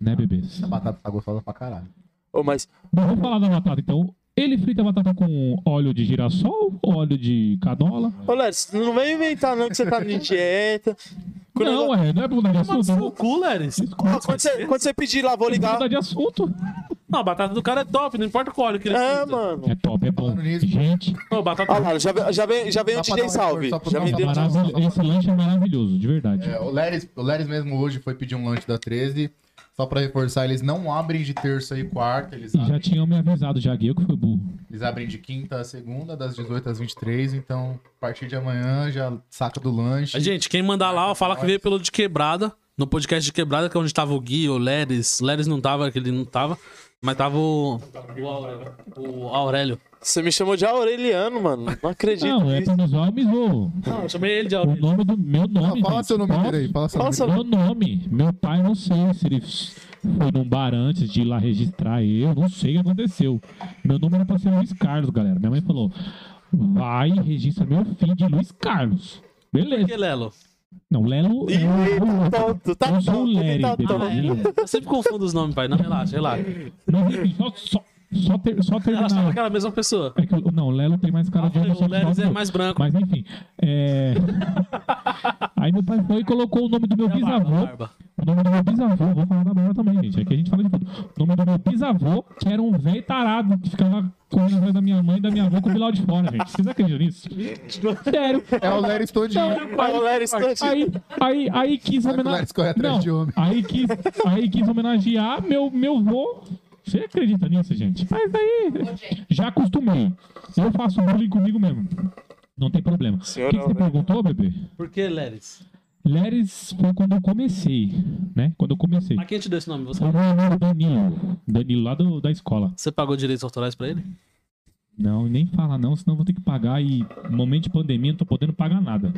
Speaker 6: Né, bebês?
Speaker 2: Essa batata tá gostosa pra caralho.
Speaker 1: Ô, mas
Speaker 6: Bom, vamos falar da batata então. Ele frita a batata com óleo de girassol, óleo de canola.
Speaker 1: Ô, Leris, não vem inventar não que você tá de dieta. Quando,
Speaker 6: não, é, não é pra mudar de
Speaker 3: Mano,
Speaker 6: assunto.
Speaker 3: seu
Speaker 6: Não
Speaker 3: cu, Leris.
Speaker 1: Ó, quando, você, quando você pedir lá, vou
Speaker 6: é
Speaker 1: ligar.
Speaker 6: mudar de assunto.
Speaker 3: Não, a batata do cara é top, não importa qual óleo que ele
Speaker 1: É,
Speaker 3: frita.
Speaker 1: mano.
Speaker 6: É top, é bom.
Speaker 2: Falando nisso-
Speaker 6: Gente,
Speaker 3: Pô, batata
Speaker 1: Olha lá, já, ve- já vem, já vem
Speaker 2: Dá
Speaker 1: o
Speaker 2: pra
Speaker 1: DJ
Speaker 2: dar um
Speaker 1: Salve.
Speaker 2: esforço só pra
Speaker 1: Já
Speaker 2: dar
Speaker 1: vem o
Speaker 2: uma
Speaker 1: DJ
Speaker 2: parada.
Speaker 1: Salve.
Speaker 6: maravilhoso. esse lanche é maravilhoso, de verdade.
Speaker 2: É, o, Leris, o Leris mesmo hoje foi pedir um lanche da 13. Só pra reforçar, eles não abrem de terça e quarta, eles
Speaker 6: E já
Speaker 2: abrem,
Speaker 6: tinham me avisado, já que eu que fui burro.
Speaker 2: eles abrem de quinta a segunda, das 18 às 23. Então, a partir de amanhã já saca do lanche.
Speaker 3: Aí, Gente, quem mandar lá, ó, fala que veio pelo de quebrada. No podcast de quebrada, que é onde tava o Gui, o Leris. Leris não tava, que ele não tava. Mas tava o. O Aurélio. O Aurélio.
Speaker 1: Você me chamou de Aureliano, mano. Não acredito
Speaker 6: Não, é
Speaker 1: nisso.
Speaker 6: pra nos zoar, eu me zoou.
Speaker 3: Não, eu chamei ele de
Speaker 6: O
Speaker 3: Aurélio.
Speaker 6: nome do meu
Speaker 2: Não,
Speaker 6: nome.
Speaker 2: fala
Speaker 6: gente.
Speaker 2: seu nome
Speaker 6: Posso?
Speaker 2: direito, fala seu nome.
Speaker 1: Nossa,
Speaker 2: direito.
Speaker 6: Meu nome. Meu pai, não sei se ele foi num bar antes de ir lá registrar eu. Não sei o que aconteceu. Meu nome era pra ser Luiz Carlos, galera. Minha mãe falou: vai e registra meu filho de Luiz Carlos. Beleza.
Speaker 3: Que Lelo?
Speaker 6: Não, Lelo.
Speaker 1: Ih, tá tonto, tá
Speaker 6: eu sou o
Speaker 1: tonto,
Speaker 6: Lery,
Speaker 1: tá tonto.
Speaker 6: bebezinho.
Speaker 3: Eu sempre confundo os nomes, pai. Não, relaxa, relaxa.
Speaker 6: Não, enfim, só, só, só, ter, só
Speaker 3: Ela achava
Speaker 6: terminar.
Speaker 3: aquela mesma pessoa.
Speaker 6: É que eu- não, o Lelo tem mais cara de
Speaker 3: O
Speaker 6: homossexual
Speaker 3: Leris
Speaker 6: que
Speaker 3: é
Speaker 6: eu.
Speaker 3: mais branco.
Speaker 6: Mas enfim. É... Aí meu pai foi e colocou o nome do meu
Speaker 3: É a barba, a
Speaker 6: bisavô.
Speaker 3: barba.
Speaker 6: O nome do meu bisavô, vou falar da Bárbara também, gente. Aqui a gente fala de tudo. O nome do meu bisavô, que era um velho tarado, que ficava correndo atrás da minha mãe e da minha avó com o bilhão de fora, gente. Vocês acreditam nisso? Sério. Então,
Speaker 2: É o Leris todinho.
Speaker 1: Ô, Leris, tá-
Speaker 6: Aí, aí, aí quis
Speaker 2: Vai que o Leris corre
Speaker 6: homenagear.
Speaker 2: atrás de homem.
Speaker 6: aí, quis, aí quis homenagear meu, meu vô. Você acredita nisso, gente? Mas aí. Já acostumei. Eu faço bullying comigo mesmo. Não tem problema.
Speaker 1: Senhor
Speaker 6: o que que você
Speaker 1: Aurélio.
Speaker 6: perguntou, bebê?
Speaker 3: Por que Leris?
Speaker 6: Leris foi quando eu comecei, né? Quando eu comecei.
Speaker 3: Mas quem te deu esse nome? Você,
Speaker 6: Foi meu amigo é Danilo. Danilo lá do- da escola.
Speaker 3: você pagou direitos autorais pra ele?
Speaker 6: Não, nem fala não, senão eu vou ter que pagar e momento de pandemia não tô podendo pagar nada.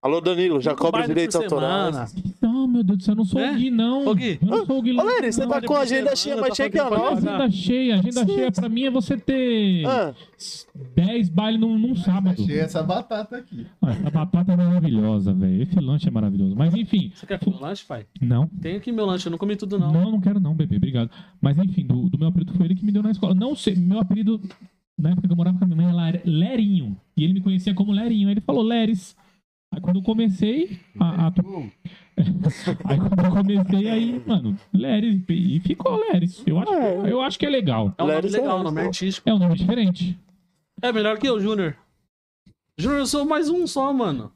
Speaker 1: Alô, Danilo, já cobra
Speaker 3: Baile
Speaker 1: direitos
Speaker 3: por
Speaker 1: autorais.
Speaker 3: semana.
Speaker 6: Não, meu Deus do céu, eu não sou
Speaker 3: É?
Speaker 6: o Gui, não.
Speaker 3: Ô, Gui.
Speaker 6: Eu não sou o Gui,
Speaker 1: Ô,
Speaker 6: não.
Speaker 1: Leris, você
Speaker 6: Não,
Speaker 1: tá
Speaker 3: Vale
Speaker 1: com a
Speaker 3: por
Speaker 1: agenda
Speaker 3: semana,
Speaker 1: cheia,
Speaker 3: tá
Speaker 1: mas tinha que
Speaker 3: fazendo
Speaker 1: ó,
Speaker 3: pode-
Speaker 6: Agenda cheia, agenda cheia pra mim é você ter
Speaker 1: Ah,
Speaker 6: 10 bailes num, num sábado.
Speaker 2: Achei essa batata aqui.
Speaker 6: Ah, Essa batata é maravilhosa, velho. Esse lanche é maravilhoso. Mas enfim,
Speaker 3: Você quer comer um lanche, pai?
Speaker 6: não.
Speaker 3: Tem aqui meu lanche, eu não comi tudo, não.
Speaker 6: Não, não quero não, bebê, obrigado. Mas enfim, do, do meu apelido foi ele que me deu na escola. Não sei, meu apelido, na época que eu morava com a minha mãe, ela era Lerinho. E ele me conhecia como Lerinho. Aí ele falou Leris. Aí quando eu comecei a, a to- Aí quando eu comecei, aí, mano, Leris. E ficou Leris. Eu acho, que- eu acho que é legal.
Speaker 3: É um nome
Speaker 1: Leris é
Speaker 3: legal, um
Speaker 1: Leris,
Speaker 3: nome
Speaker 1: pô.
Speaker 3: artístico.
Speaker 6: É um nome diferente.
Speaker 3: É melhor que eu, Júnior. Júnior, eu sou mais um só, mano.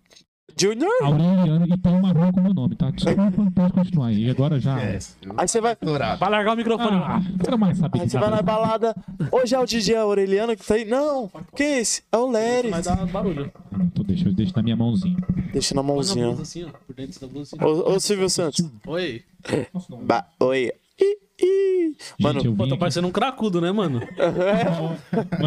Speaker 1: Junior?
Speaker 6: Aureliano e tem uma rua com o meu nome, tá? Desculpa, pode continuar aí. E agora já.
Speaker 2: É,
Speaker 1: Aí você vai.
Speaker 2: dourado.
Speaker 3: Vai largar o microfone.
Speaker 6: Ah, não quero mais saber
Speaker 1: Aí você vai na balada. Hoje é o DJ Aureliano que tá aí. Não, quem é esse? É o Lery.
Speaker 3: Vai dar barulho.
Speaker 6: Tô, Então, deixa, deixa na minha mãozinha.
Speaker 1: Deixa na
Speaker 3: Põe na
Speaker 1: mãozinha.
Speaker 3: blusa assim, ó. Por dentro da blusa assim.
Speaker 1: Ô, ô Silvio Santos.
Speaker 3: Oi.
Speaker 1: Ba- Oi. Ih, ih. Mano,
Speaker 6: Gente, eu
Speaker 3: Pô,
Speaker 6: vim
Speaker 3: tá
Speaker 6: aqui-
Speaker 3: parecendo um cracudo, né, mano?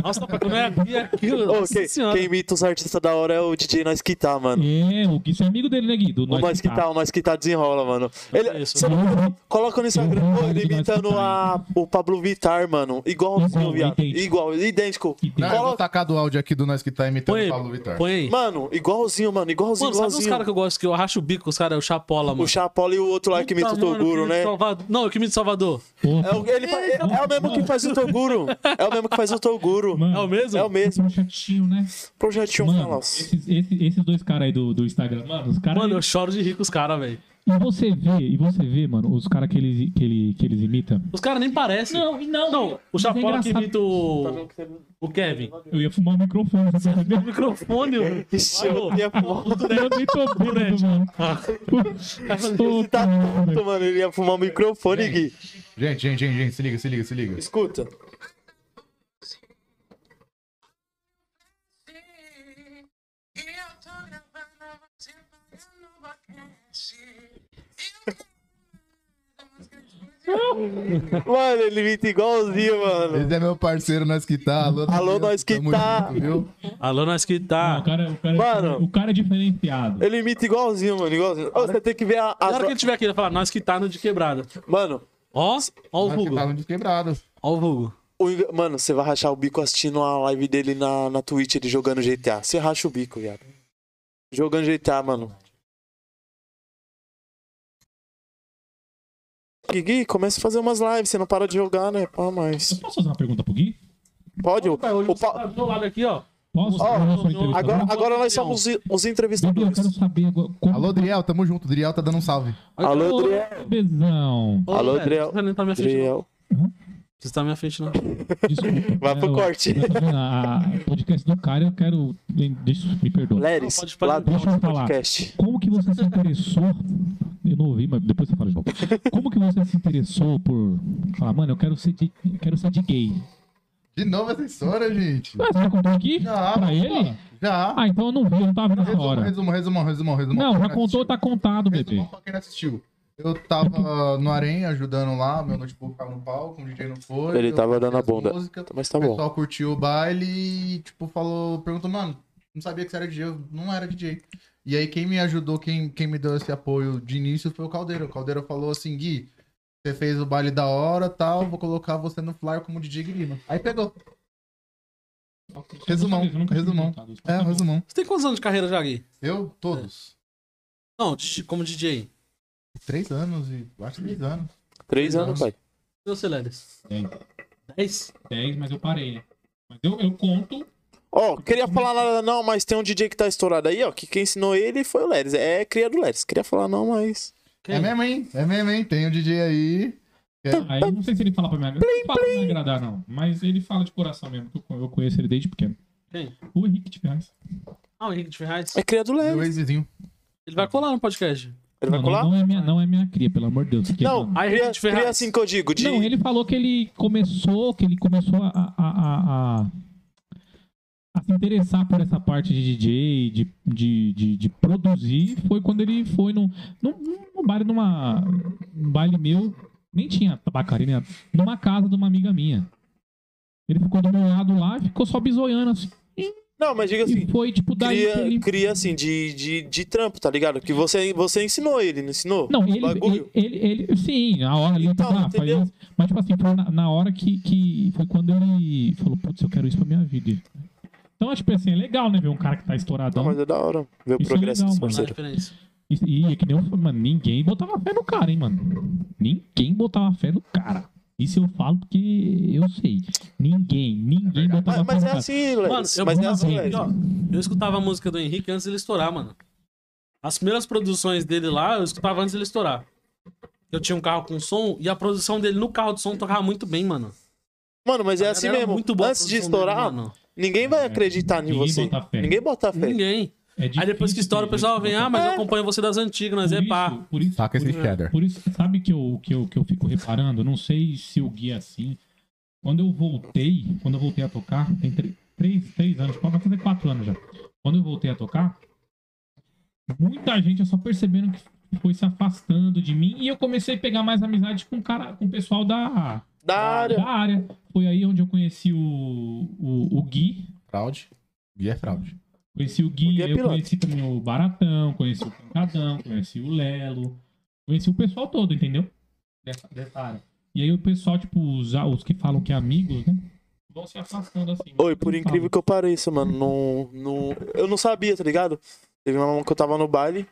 Speaker 3: Nossa, tá pra comer aqui, aquilo.
Speaker 1: ô,
Speaker 3: Nossa
Speaker 1: quem,
Speaker 3: senhora.
Speaker 1: quem imita os artistas da hora é o DJ Nós Quitar, mano.
Speaker 6: É, o Gui, você é amigo dele, né, Gui? Do Tá.
Speaker 1: O Nós Quitar, o Nós Quitar desenrola, mano. Ele,
Speaker 3: conheço.
Speaker 1: cê não-
Speaker 6: Eu-
Speaker 1: coloca no Instagram,
Speaker 6: eu-
Speaker 1: pô, ele
Speaker 6: eu- eu-
Speaker 1: imitando
Speaker 6: eu-
Speaker 1: a, o Pablo Vittar, mano. Igual o
Speaker 6: Igual,
Speaker 1: viado.
Speaker 6: idêntico.
Speaker 1: Igual, idêntico.
Speaker 6: Idêntico.
Speaker 2: Não, eu vou
Speaker 1: Coloca,
Speaker 2: tacar do áudio aqui do nós que tá imitando
Speaker 3: Põe
Speaker 2: o Pablo Vittar.
Speaker 3: aí. Põe aí.
Speaker 1: mano, igualzinho, mano. Igualzinho,
Speaker 3: Mano, sabe uns
Speaker 1: igualzinho.
Speaker 3: caras que eu gosto, que eu racho o bico, os caras, é o Chapola, mano.
Speaker 1: O Chapola e o outro lá que imita o
Speaker 3: Puta, mano,
Speaker 1: Toguro,
Speaker 3: que
Speaker 1: né?
Speaker 3: de Salvador- Não, o que me de Salvador.
Speaker 6: Pô,
Speaker 1: É o, ele fa- é- é o mesmo que faz o Toguro. É o mesmo que faz o Toguro.
Speaker 6: Mano,
Speaker 3: É o mesmo?
Speaker 1: É o mesmo.
Speaker 6: são chatinho, né?
Speaker 1: Projetinho
Speaker 6: Mano,
Speaker 1: Falas.
Speaker 6: esses, esses- esses dois caras aí do, do Instagram, mano, os caras.
Speaker 3: Mano, eu choro de rir com os caras, velho.
Speaker 6: E você vê, e você vê, mano, os caras que eles, que, ele, que eles imitam.
Speaker 3: Os caras nem parecem.
Speaker 6: Não, e não,
Speaker 3: Não, o
Speaker 6: mas é
Speaker 3: Chapola que
Speaker 6: engraçado.
Speaker 3: imita
Speaker 1: Tá
Speaker 3: o... o Kevin.
Speaker 6: Eu ia fumar o microfone, você percebeu?
Speaker 3: O microfone, mano.
Speaker 1: Ixi, eu
Speaker 3: Alô?
Speaker 1: ia fumar um
Speaker 6: Eu nem tô bêbado, mano. Ô,
Speaker 1: tá
Speaker 6: cara.
Speaker 1: puto, mano. Ele ia fumar o microfone, Gui.
Speaker 2: Gente, gente, gente, gente, se liga, se liga, se liga.
Speaker 1: Escuta.
Speaker 7: Eu tô gravando você fazendo boquete. Eu quero música de
Speaker 1: Mano, ele imita igualzinho, mano.
Speaker 2: Esse é meu parceiro nós que tá. Alô,
Speaker 1: Alô, nós que
Speaker 2: tamo
Speaker 1: tá.
Speaker 2: junto, viu?
Speaker 3: Alô, nós que
Speaker 6: O
Speaker 3: tá.
Speaker 6: cara, o cara,
Speaker 1: Mano.
Speaker 6: o cara é diferenciado.
Speaker 1: Ele imita igualzinho, mano. Igualzinho. Ô, você tem que ver a.
Speaker 3: A
Speaker 1: as-
Speaker 3: hora que ele tiver aqui, ele vai falar, nós que tá no de quebrada.
Speaker 1: Mano,
Speaker 3: Ó, ó o
Speaker 2: Nós que
Speaker 3: vulgo.
Speaker 2: tá no desquebrado.
Speaker 3: Ó o vulgo.
Speaker 1: o Inga- mano, você vai rachar o bico assistindo a live dele na, na Twitch, ele jogando GTA. Você racha o bico, viado. Jogando GTA, mano. Gui, Gui, começa a fazer umas lives, você não para de jogar, né? Pá,
Speaker 6: Eu
Speaker 1: mas.
Speaker 6: posso fazer uma pergunta pro Gui?
Speaker 1: Pode? O,
Speaker 3: Pai, hoje
Speaker 1: o
Speaker 3: você
Speaker 1: pa-
Speaker 3: tá do meu lado aqui, ó.
Speaker 6: Posso?
Speaker 3: Ó,
Speaker 6: Eu não sou
Speaker 3: eu-
Speaker 6: entrevistador.
Speaker 1: Agora,
Speaker 3: Não,
Speaker 1: agora nós
Speaker 3: não.
Speaker 1: somos i- os
Speaker 6: Gui, eu
Speaker 1: entrevistadores.
Speaker 6: quero saber agora. Como... é
Speaker 2: Alô, Driel, tamo junto. Driel tá dando um salve.
Speaker 1: Alô,
Speaker 6: Ô,
Speaker 1: Adriel.
Speaker 6: Bezão.
Speaker 3: Ô,
Speaker 1: Alô,
Speaker 3: velho,
Speaker 1: Adriel.
Speaker 3: Você não tá na minha frente, não.
Speaker 1: Adriel.
Speaker 3: Você tá na minha frente, não.
Speaker 6: Desculpa.
Speaker 1: Vai pro
Speaker 6: É, eu-
Speaker 1: corte.
Speaker 6: eu tô vendo a- a podcast do cara, eu quero. Deixa, me perdoa.
Speaker 1: Leris,
Speaker 3: Não, pode- pode-
Speaker 1: ladrão
Speaker 6: deixa eu
Speaker 1: de
Speaker 6: falar.
Speaker 1: podcast.
Speaker 6: Como que você se interessou? Eu não ouvi, mas depois você fala de novo. Como que você se interessou por falar, mano, eu quero ser de, quero ser de gay?
Speaker 2: De novo essa história, gente.
Speaker 6: Mas você já contou aqui?
Speaker 2: Já,
Speaker 6: pra
Speaker 2: pô.
Speaker 6: ele?
Speaker 2: Já.
Speaker 6: Ah, então eu não vi, eu não tava vendo essa
Speaker 2: Resumo,
Speaker 6: hora.
Speaker 2: resumo, resumo, resumo, resumo.
Speaker 6: Não,
Speaker 2: Pra
Speaker 6: já
Speaker 2: quem
Speaker 6: contou, tá contado, bebê.
Speaker 2: Resumão pra quem não assistiu. Eu tava no Arém ajudando lá, meu notebook tava no palco, o DJ não foi.
Speaker 1: Ele
Speaker 2: eu
Speaker 1: tava
Speaker 2: cantei
Speaker 1: dando a
Speaker 2: as
Speaker 1: bunda.
Speaker 2: músicas,
Speaker 1: Mas tá
Speaker 2: o
Speaker 1: bom.
Speaker 2: pessoal curtiu o baile e, tipo, falou, perguntou, mano, não sabia que você era DJ, eu não era DJ. E aí quem me ajudou, quem, quem me deu esse apoio de início foi o Caldeiro. O Caldeiro falou assim, Gui, você fez o baile da hora tal, vou colocar você no flyer como DJ Grima. Aí pegou. Resumão, resumão. É, resumão.
Speaker 3: Você tem quantos anos de carreira já, Gui?
Speaker 2: Eu, todos.
Speaker 3: Não, de- como DJ.
Speaker 2: Três anos e acho que três anos.
Speaker 1: Três anos, pai.
Speaker 3: E você, Leris?
Speaker 6: Dez.
Speaker 3: Dez?
Speaker 6: 10, mas eu parei, né? Mas eu, eu conto.
Speaker 1: Ó, queria falar nada não, mas tem um DJ que tá estourado aí, ó, que quem ensinou ele foi o Leris. É cria do Leris. Queria falar não, mas...
Speaker 3: Quem?
Speaker 2: É mesmo, hein? É mesmo, hein? Tem o DJ aí.
Speaker 6: Aí eu não sei se ele fala pra me agradar. Não fala pra me agradar, não. Mas ele fala de coração mesmo, que eu con- eu conheço ele desde pequeno.
Speaker 3: Quem?
Speaker 6: O Henrique de Ferraz.
Speaker 3: Ah, o Henrique de Ferraz.
Speaker 1: É cria do
Speaker 2: Meu
Speaker 1: Leris.
Speaker 2: ex-vizinho.
Speaker 3: Ele vai colar no podcast.
Speaker 1: Ele vai
Speaker 6: não,
Speaker 1: colar?
Speaker 6: Não, não é minha, não é minha cria, pelo amor de Deus. Fiquei-
Speaker 1: Não,
Speaker 3: Aí,
Speaker 1: cria,
Speaker 3: Henrique Ferraz.
Speaker 1: cria assim que eu digo. De...
Speaker 6: Não, ele falou que ele começou, que ele começou a, a, a, a- a se interessar por essa parte de DJ, de, de, de, de produzir, foi quando ele foi num, num, num baile, numa, num baile meu, nem tinha tabacaria, né? numa casa de uma amiga minha. Ele ficou do meu lado lá e ficou só bizoiando assim.
Speaker 1: Não, mas diga assim,
Speaker 6: e foi tipo daí que ele...
Speaker 1: cria, cria assim, de, de, de trampo, tá ligado? Que você, você ensinou ele, não ensinou?
Speaker 6: Não, ele,
Speaker 1: um Bagulho.
Speaker 6: ele, ele, ele- Sim, na hora ali.
Speaker 1: Então,
Speaker 6: tá,
Speaker 1: entendeu?
Speaker 6: fazia- mas, tipo assim, foi na, na hora que, que. Foi quando ele falou: Putz, eu quero isso pra minha vida. Então, tipo assim, é legal, né? Ver um cara que tá estouradão.
Speaker 1: Não, mas é da hora ver o
Speaker 6: Isso é
Speaker 1: progresso
Speaker 6: legal,
Speaker 1: dos
Speaker 6: mano.
Speaker 3: Dá a
Speaker 1: parceiros.
Speaker 3: diferença.
Speaker 6: E, e é que nem eu falei, mano, ninguém botava fé no cara, hein, mano. Ninguém botava fé no cara. Isso eu falo porque eu sei. Ninguém, ninguém botava
Speaker 1: Mas, mas
Speaker 6: fé no
Speaker 1: é
Speaker 6: cara.
Speaker 1: assim, Leris.
Speaker 3: Mano, eu,
Speaker 1: Mas é
Speaker 3: eu-
Speaker 1: assim,
Speaker 6: assim,
Speaker 1: Leris.
Speaker 3: ó, eu escutava a música do Henrique antes dele estourar, mano. As primeiras produções dele lá, eu escutava antes dele estourar. Eu tinha um carro com som e a produção dele no carro de som tocava muito bem, mano.
Speaker 1: Mano, mas é
Speaker 3: Era
Speaker 1: assim mesmo.
Speaker 3: muito boa a
Speaker 1: Antes de
Speaker 3: produção dele,
Speaker 1: estourar,
Speaker 3: mano.
Speaker 1: Ninguém vai acreditar em
Speaker 6: É, Ninguém
Speaker 1: você.
Speaker 6: bota fé.
Speaker 1: Ninguém bota fé.
Speaker 3: Ninguém.
Speaker 6: É
Speaker 3: Aí depois
Speaker 6: difícil
Speaker 3: que estoura, o pessoal
Speaker 6: mesmo.
Speaker 3: vem, ah, mas eu acompanho você das antigas, nós é pá.
Speaker 6: Por isso,
Speaker 2: Saca
Speaker 6: por
Speaker 2: esse
Speaker 6: isso,
Speaker 2: cheddar.
Speaker 6: por isso, sabe que eu, que, eu, que eu fico reparando? Não sei se o guia é assim. Quando eu voltei, quando eu voltei a tocar, tem tre- três, três anos, vai fazer quatro anos já. Quando eu voltei a tocar, muita gente eu só percebendo que foi se afastando de mim e eu comecei a pegar mais amizade com, o cara, com o pessoal da,
Speaker 1: Da área.
Speaker 6: da área. Foi aí onde eu conheci o, o, o Gui,
Speaker 2: Fraude. Gui é fraude.
Speaker 6: Conheci o
Speaker 1: O
Speaker 6: Gui,
Speaker 1: Gui é
Speaker 6: eu
Speaker 1: piloto.
Speaker 6: conheci também o Baratão, conheci o Pancadão, conheci o Lelo, conheci o pessoal todo, entendeu? Dessa, dessa área. E aí o pessoal, tipo, os, os que falam que é amigos, né? Vão se afastando assim.
Speaker 1: Oi, por incrível que eu pareça, mano, não, não, eu não sabia, tá ligado? Teve uma mão que eu tava no baile,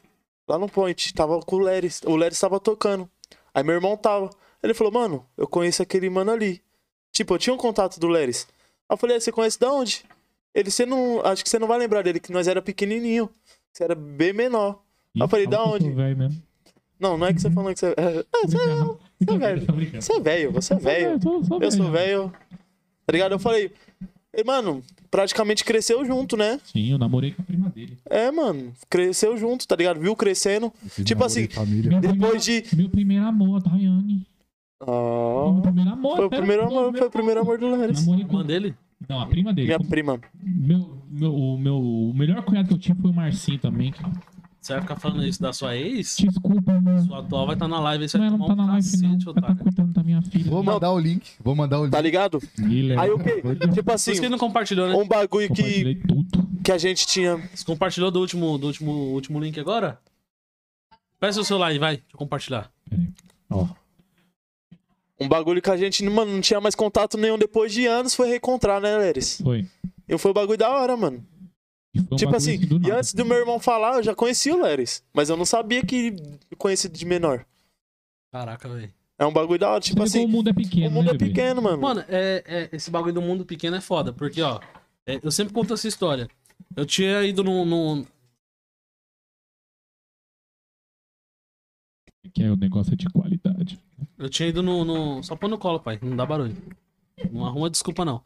Speaker 1: lá no Point, tava com o Leris, o Leris tava tocando. Aí meu irmão tava. Ele falou, mano, eu conheço aquele mano ali. Tipo, eu tinha um contato do Leris. Aí eu falei, "Ah, você conhece da onde? Ele, você não, acho que você não vai lembrar dele, que nós era pequenininho, você era bem menor.
Speaker 6: Ih,
Speaker 1: eu falei, da
Speaker 6: fala que eu
Speaker 1: onde?
Speaker 6: sou velho mesmo.
Speaker 1: Não, não é que você falou que você é... Ah, você é
Speaker 6: Obrigado.
Speaker 1: velho.
Speaker 6: Tô brincando.
Speaker 1: você é velho, você é velho.
Speaker 6: Eu sou- sou
Speaker 1: Eu sou
Speaker 6: já.
Speaker 1: velho. Tá ligado? Eu falei, "E, mano, praticamente cresceu junto, né?
Speaker 6: Sim, eu namorei com a prima dele.
Speaker 1: É, mano, cresceu junto, tá ligado? Viu crescendo.
Speaker 2: Esse
Speaker 1: Tipo
Speaker 2: namoro
Speaker 1: assim,
Speaker 2: de família.
Speaker 6: Minha
Speaker 1: Depois
Speaker 6: primeira-
Speaker 1: de-
Speaker 6: Meu primeiro amor, a Daiane.
Speaker 1: Ah,
Speaker 6: Foi Meu primeiro amor.
Speaker 1: foi o
Speaker 6: pera-
Speaker 1: primeiro amor, foi o primeiro amor do Lares.
Speaker 6: Namorei
Speaker 3: Irmã
Speaker 6: com...
Speaker 3: dele?
Speaker 6: Não, a prima dele.
Speaker 1: Minha prima.
Speaker 6: Meu, meu, o meu, o melhor cunhado que eu tinha foi o Marcinho também. que-
Speaker 3: Você vai ficar falando isso da sua ex?
Speaker 6: Desculpa, mano.
Speaker 3: Sua atual vai estar na live aí, você
Speaker 6: Não,
Speaker 3: vai
Speaker 6: ela não tá
Speaker 3: tomar um
Speaker 6: na live, não.
Speaker 3: cacete,
Speaker 6: Ela tá
Speaker 3: otário.
Speaker 6: cuidando da minha filha.
Speaker 2: Vou mandar o link. Vou mandar o link.
Speaker 1: Tá ligado?
Speaker 6: Guilherme.
Speaker 1: Aí o quê? Tipo
Speaker 3: Por isso que
Speaker 1: assim,
Speaker 3: ele não compartilhou, né?
Speaker 1: um bagulho que,
Speaker 6: Compartilhei tudo.
Speaker 1: que a gente tinha.
Speaker 3: Você compartilhou do último, do último, último link agora? Peça o celular aí, vai. Deixa eu compartilhar.
Speaker 1: Um bagulho que a gente, mano, não tinha mais contato nenhum depois de anos, foi reencontrar, né, Leres?
Speaker 6: Foi.
Speaker 1: E foi um bagulho da hora, mano.
Speaker 6: E foi um
Speaker 1: Tipo
Speaker 6: bagulho
Speaker 1: assim,
Speaker 6: do
Speaker 1: e
Speaker 6: nada.
Speaker 1: antes do meu irmão falar, eu já conhecia o Leres. Mas eu não sabia que conhecido de menor.
Speaker 3: Caraca, velho.
Speaker 1: É um bagulho da hora, tipo
Speaker 6: Você vê
Speaker 1: assim.
Speaker 6: como o mundo é pequeno,
Speaker 1: O mundo
Speaker 6: né,
Speaker 1: é pequeno, mano.
Speaker 3: Mano, é, é- esse bagulho do mundo pequeno é foda, porque, ó, é, eu sempre conto essa história. Eu tinha ido num. num-
Speaker 6: bebê? Que é o negócio de qualidade.
Speaker 3: eu tinha ido no, no- Só põe no colo, pai. Não dá barulho. Não arruma desculpa, não.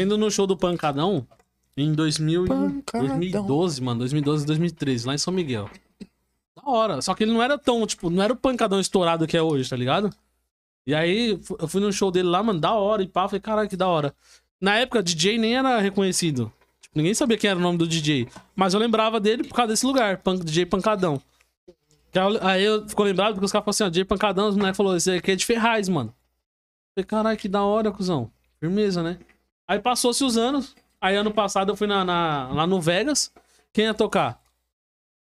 Speaker 3: Indo no show do Pancadão em 2000 e-
Speaker 1: Pancadão.
Speaker 3: 2012, mano. 2012, 2013, lá em São Miguel. Da hora. Só que ele não era tão, tipo, não era o pancadão estourado que é hoje, tá ligado? E aí fu- eu fui no show dele lá, mano, da hora e pá. Falei, caralho, que da hora. Na época, DJ nem era reconhecido. Tipo, ninguém sabia quem era o nome do DJ. Mas eu lembrava dele por causa desse lugar, pan- DJ Pancadão. Que Aí eu- aí eu ficou lembrado porque os caras falaram assim, ó, DJ Pancadão, os moleques falaram, esse aqui é de Ferraz, mano. Falei, caralho, que da hora, cuzão. Firmeza, né? Aí passou-se os anos. Aí ano passado eu fui na, na- lá no Vegas. Quem ia tocar?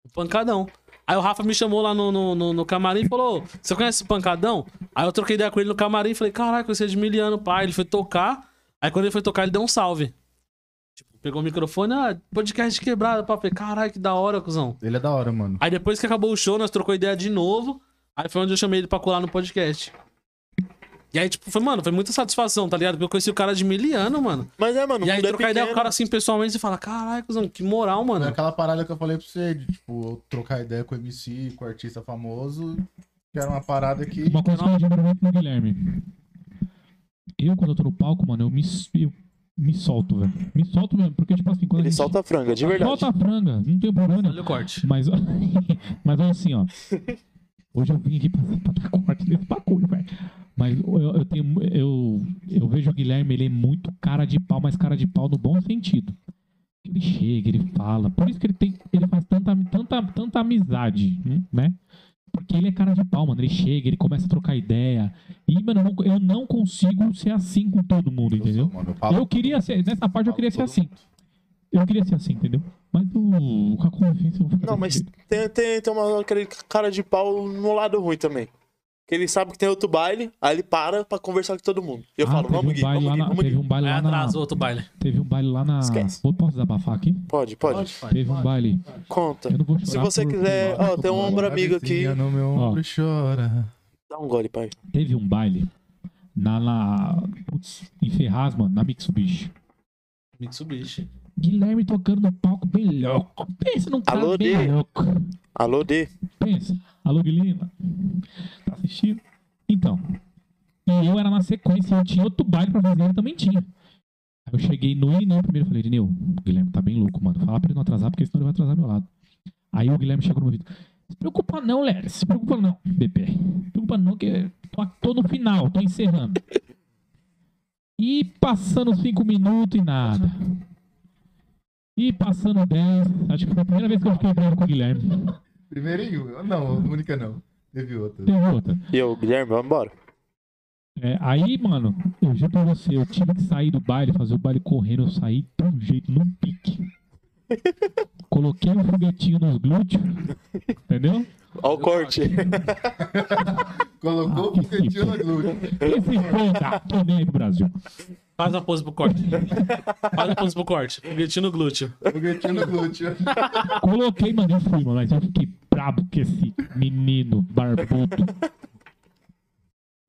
Speaker 3: O Pancadão. Aí o Rafa me chamou lá no, no, no- no camarim e falou: "Ô, Você conhece o Pancadão? Aí eu troquei ideia com ele no camarim e falei: Caraca, você é de miliano, pai. Ele foi tocar. Aí quando ele foi tocar, ele deu um salve. Tipo, pegou o microfone, ah, podcast quebrado, papo. Caralho, que da hora, cuzão.
Speaker 2: Ele é da hora, mano.
Speaker 3: Aí depois que acabou o show, nós trocou ideia de novo. Aí foi onde eu chamei ele pra colar no podcast. E aí, tipo, foi, mano, foi muita satisfação, tá ligado? Porque eu conheci o cara de miliano, mano.
Speaker 1: Mas é, mano,
Speaker 3: E
Speaker 1: o
Speaker 3: aí
Speaker 1: mundo é
Speaker 3: trocar ideia com o
Speaker 1: pequeno.
Speaker 3: cara assim pessoalmente e fala, caralho, cuzão, que moral,
Speaker 2: É
Speaker 3: mano.
Speaker 2: aquela parada que eu falei pra você, de, tipo, eu trocar ideia com o MC, com o artista famoso, que era uma parada que.
Speaker 6: Uma coisa que eu admiro muito no Guilherme. Eu, quando eu tô no palco, mano, eu me, eu me solto, velho. Me solto mesmo, porque, tipo assim, quando a
Speaker 1: Ele
Speaker 6: gente
Speaker 1: solta a franga, de verdade.
Speaker 6: solta a franga, não tem problema. nenhum.
Speaker 3: Olha o corte.
Speaker 6: Mas, mas olha assim, ó. Hoje eu vim aqui pra, pra dar corte nesse bagulho, velho. Mas eu, eu tenho. Eu, eu vejo o Guilherme, ele é muito cara de pau, mas cara de pau no bom sentido. Ele chega, ele fala. Por isso que ele tem. Ele faz tanta, tanta, tanta amizade, né? Porque ele é cara de pau, mano. Ele chega, ele começa a trocar ideia. E, mano, eu não, eu não consigo ser assim com todo mundo,
Speaker 2: Eu
Speaker 6: entendeu?
Speaker 2: sou, mano, eu falo-
Speaker 6: Eu queria ser, nessa parte eu
Speaker 2: falo
Speaker 6: queria ser
Speaker 2: todo
Speaker 6: assim.
Speaker 2: mundo.
Speaker 6: Eu queria ser assim, entendeu? Mas o, com a convivência eu vou fazer
Speaker 1: Não, mas
Speaker 6: desse
Speaker 1: tem, tem, tem uma aquele cara de pau no lado ruim também. Que ele sabe que tem outro baile, aí ele para pra conversar com todo mundo. E eu
Speaker 6: Ah,
Speaker 1: falo,
Speaker 6: teve
Speaker 1: vamos,
Speaker 6: um
Speaker 1: Gui,
Speaker 6: baile
Speaker 1: vamos,
Speaker 6: lá
Speaker 1: Gui,
Speaker 6: na-
Speaker 1: vamos,
Speaker 6: Teve
Speaker 1: Gui.
Speaker 6: um baile
Speaker 3: Aí
Speaker 6: lá na.
Speaker 3: atrasa outro baile.
Speaker 6: Teve um baile lá na.
Speaker 1: Esquece.
Speaker 6: Pô, Posso desabafar aqui?
Speaker 1: Pode, pode.
Speaker 6: Teve um baile.
Speaker 1: Conta.
Speaker 6: um Eu não vou chorar.
Speaker 1: Se você
Speaker 6: por-
Speaker 1: quiser. Ó, tem um ombro amigo aqui.
Speaker 2: Cabecinha No meu
Speaker 6: Ó.
Speaker 2: ombro chora.
Speaker 1: Dá um gole, pai.
Speaker 6: Teve um baile na. na putz, em Ferraz, mano, na Mitsubishi.
Speaker 3: Mitsubishi.
Speaker 6: Guilherme tocando no palco bem louco. Pensa num cara
Speaker 1: Alô,
Speaker 6: bem
Speaker 1: Dê.
Speaker 6: louco.
Speaker 1: Alô, D.
Speaker 6: Pensa. Alô, Guilherme. Tá assistindo? Então. E eu era na sequência, eu tinha outro baile pra fazer, ele também tinha. Aí Eu cheguei no Irineu primeiro e falei, Irineu, o Guilherme tá bem louco, mano. Fala pra ele não atrasar, porque senão ele vai atrasar meu lado. Aí o Guilherme chegou no meu ouvido. Se preocupa não, Leris. Se preocupa não, BP. Se preocupa não, que tô, tô no final, tô encerrando. E passando os cinco minutos e nada. E passando 10. Acho que foi a primeira vez que eu fiquei bravo com o Guilherme.
Speaker 2: Primeirinho? Não, única não. Teve outra.
Speaker 6: Teve outra.
Speaker 1: E eu, Guilherme, vamos embora.
Speaker 6: É, aí, mano, eu juro pra você, eu tive que sair do baile, fazer o baile correndo, eu saí de um jeito, num pique. Coloquei um foguetinho nos glúteos, entendeu?
Speaker 1: Ó o corte.
Speaker 6: um
Speaker 2: Colocou o
Speaker 6: Ah,
Speaker 2: foguetinho na glúteo.
Speaker 6: Esse foda, tô nem aí pro Brasil.
Speaker 3: Faz a pose pro corte. Faz a pose pro corte. Foguetinho no glúteo.
Speaker 2: Foguetinho no glúteo.
Speaker 6: Coloquei, mano, eu fui, mano, mas eu fiquei brabo com esse menino barbudo.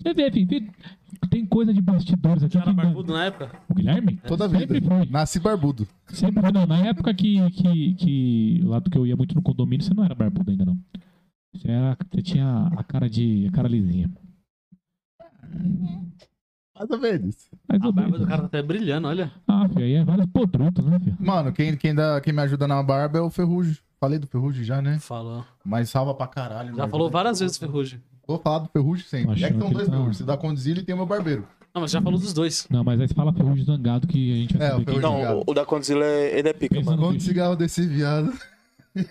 Speaker 6: Você vê, filho, filho, tem coisa de bastidores aqui.
Speaker 3: Cara é
Speaker 6: que-
Speaker 3: barbudo na época.
Speaker 6: O Guilherme?
Speaker 2: Toda vida.
Speaker 6: Sempre foi.
Speaker 2: Nasci barbudo.
Speaker 6: Sempre foi, não. Na época que, que, que. Lá do que eu ia muito no condomínio, você não era barbudo ainda, não. Você, era, você tinha a cara de. a cara lisinha.
Speaker 2: Mais ou menos.
Speaker 6: Mas
Speaker 3: A barba do cara tá até brilhando, olha.
Speaker 6: Ah, filho, aí é vários podrutos, né, filho?
Speaker 2: Mano, quem, quem, dá, quem me ajuda na barba é o Ferrugem. Falei do Ferrugem já, né?
Speaker 3: Falou.
Speaker 2: Mas salva pra caralho.
Speaker 3: Já
Speaker 2: né?
Speaker 3: falou várias vezes, Ferrugem.
Speaker 2: Vou falar do Ferrugem sempre.
Speaker 6: Achando
Speaker 2: é que são
Speaker 6: que
Speaker 2: dois
Speaker 6: tá-
Speaker 2: Ferrugem. Você dá conduzida e tem o meu barbeiro.
Speaker 3: Não, mas já falou dos dois.
Speaker 6: Não, mas aí você fala ferrugem zangado que a gente vai
Speaker 2: É,
Speaker 6: saber
Speaker 2: o Ferrugem.
Speaker 6: quem é.
Speaker 1: Não, o, o da Condzilla, é- ele é pica,
Speaker 6: Pensa
Speaker 1: mano.
Speaker 2: Quanto cigarro desse viado?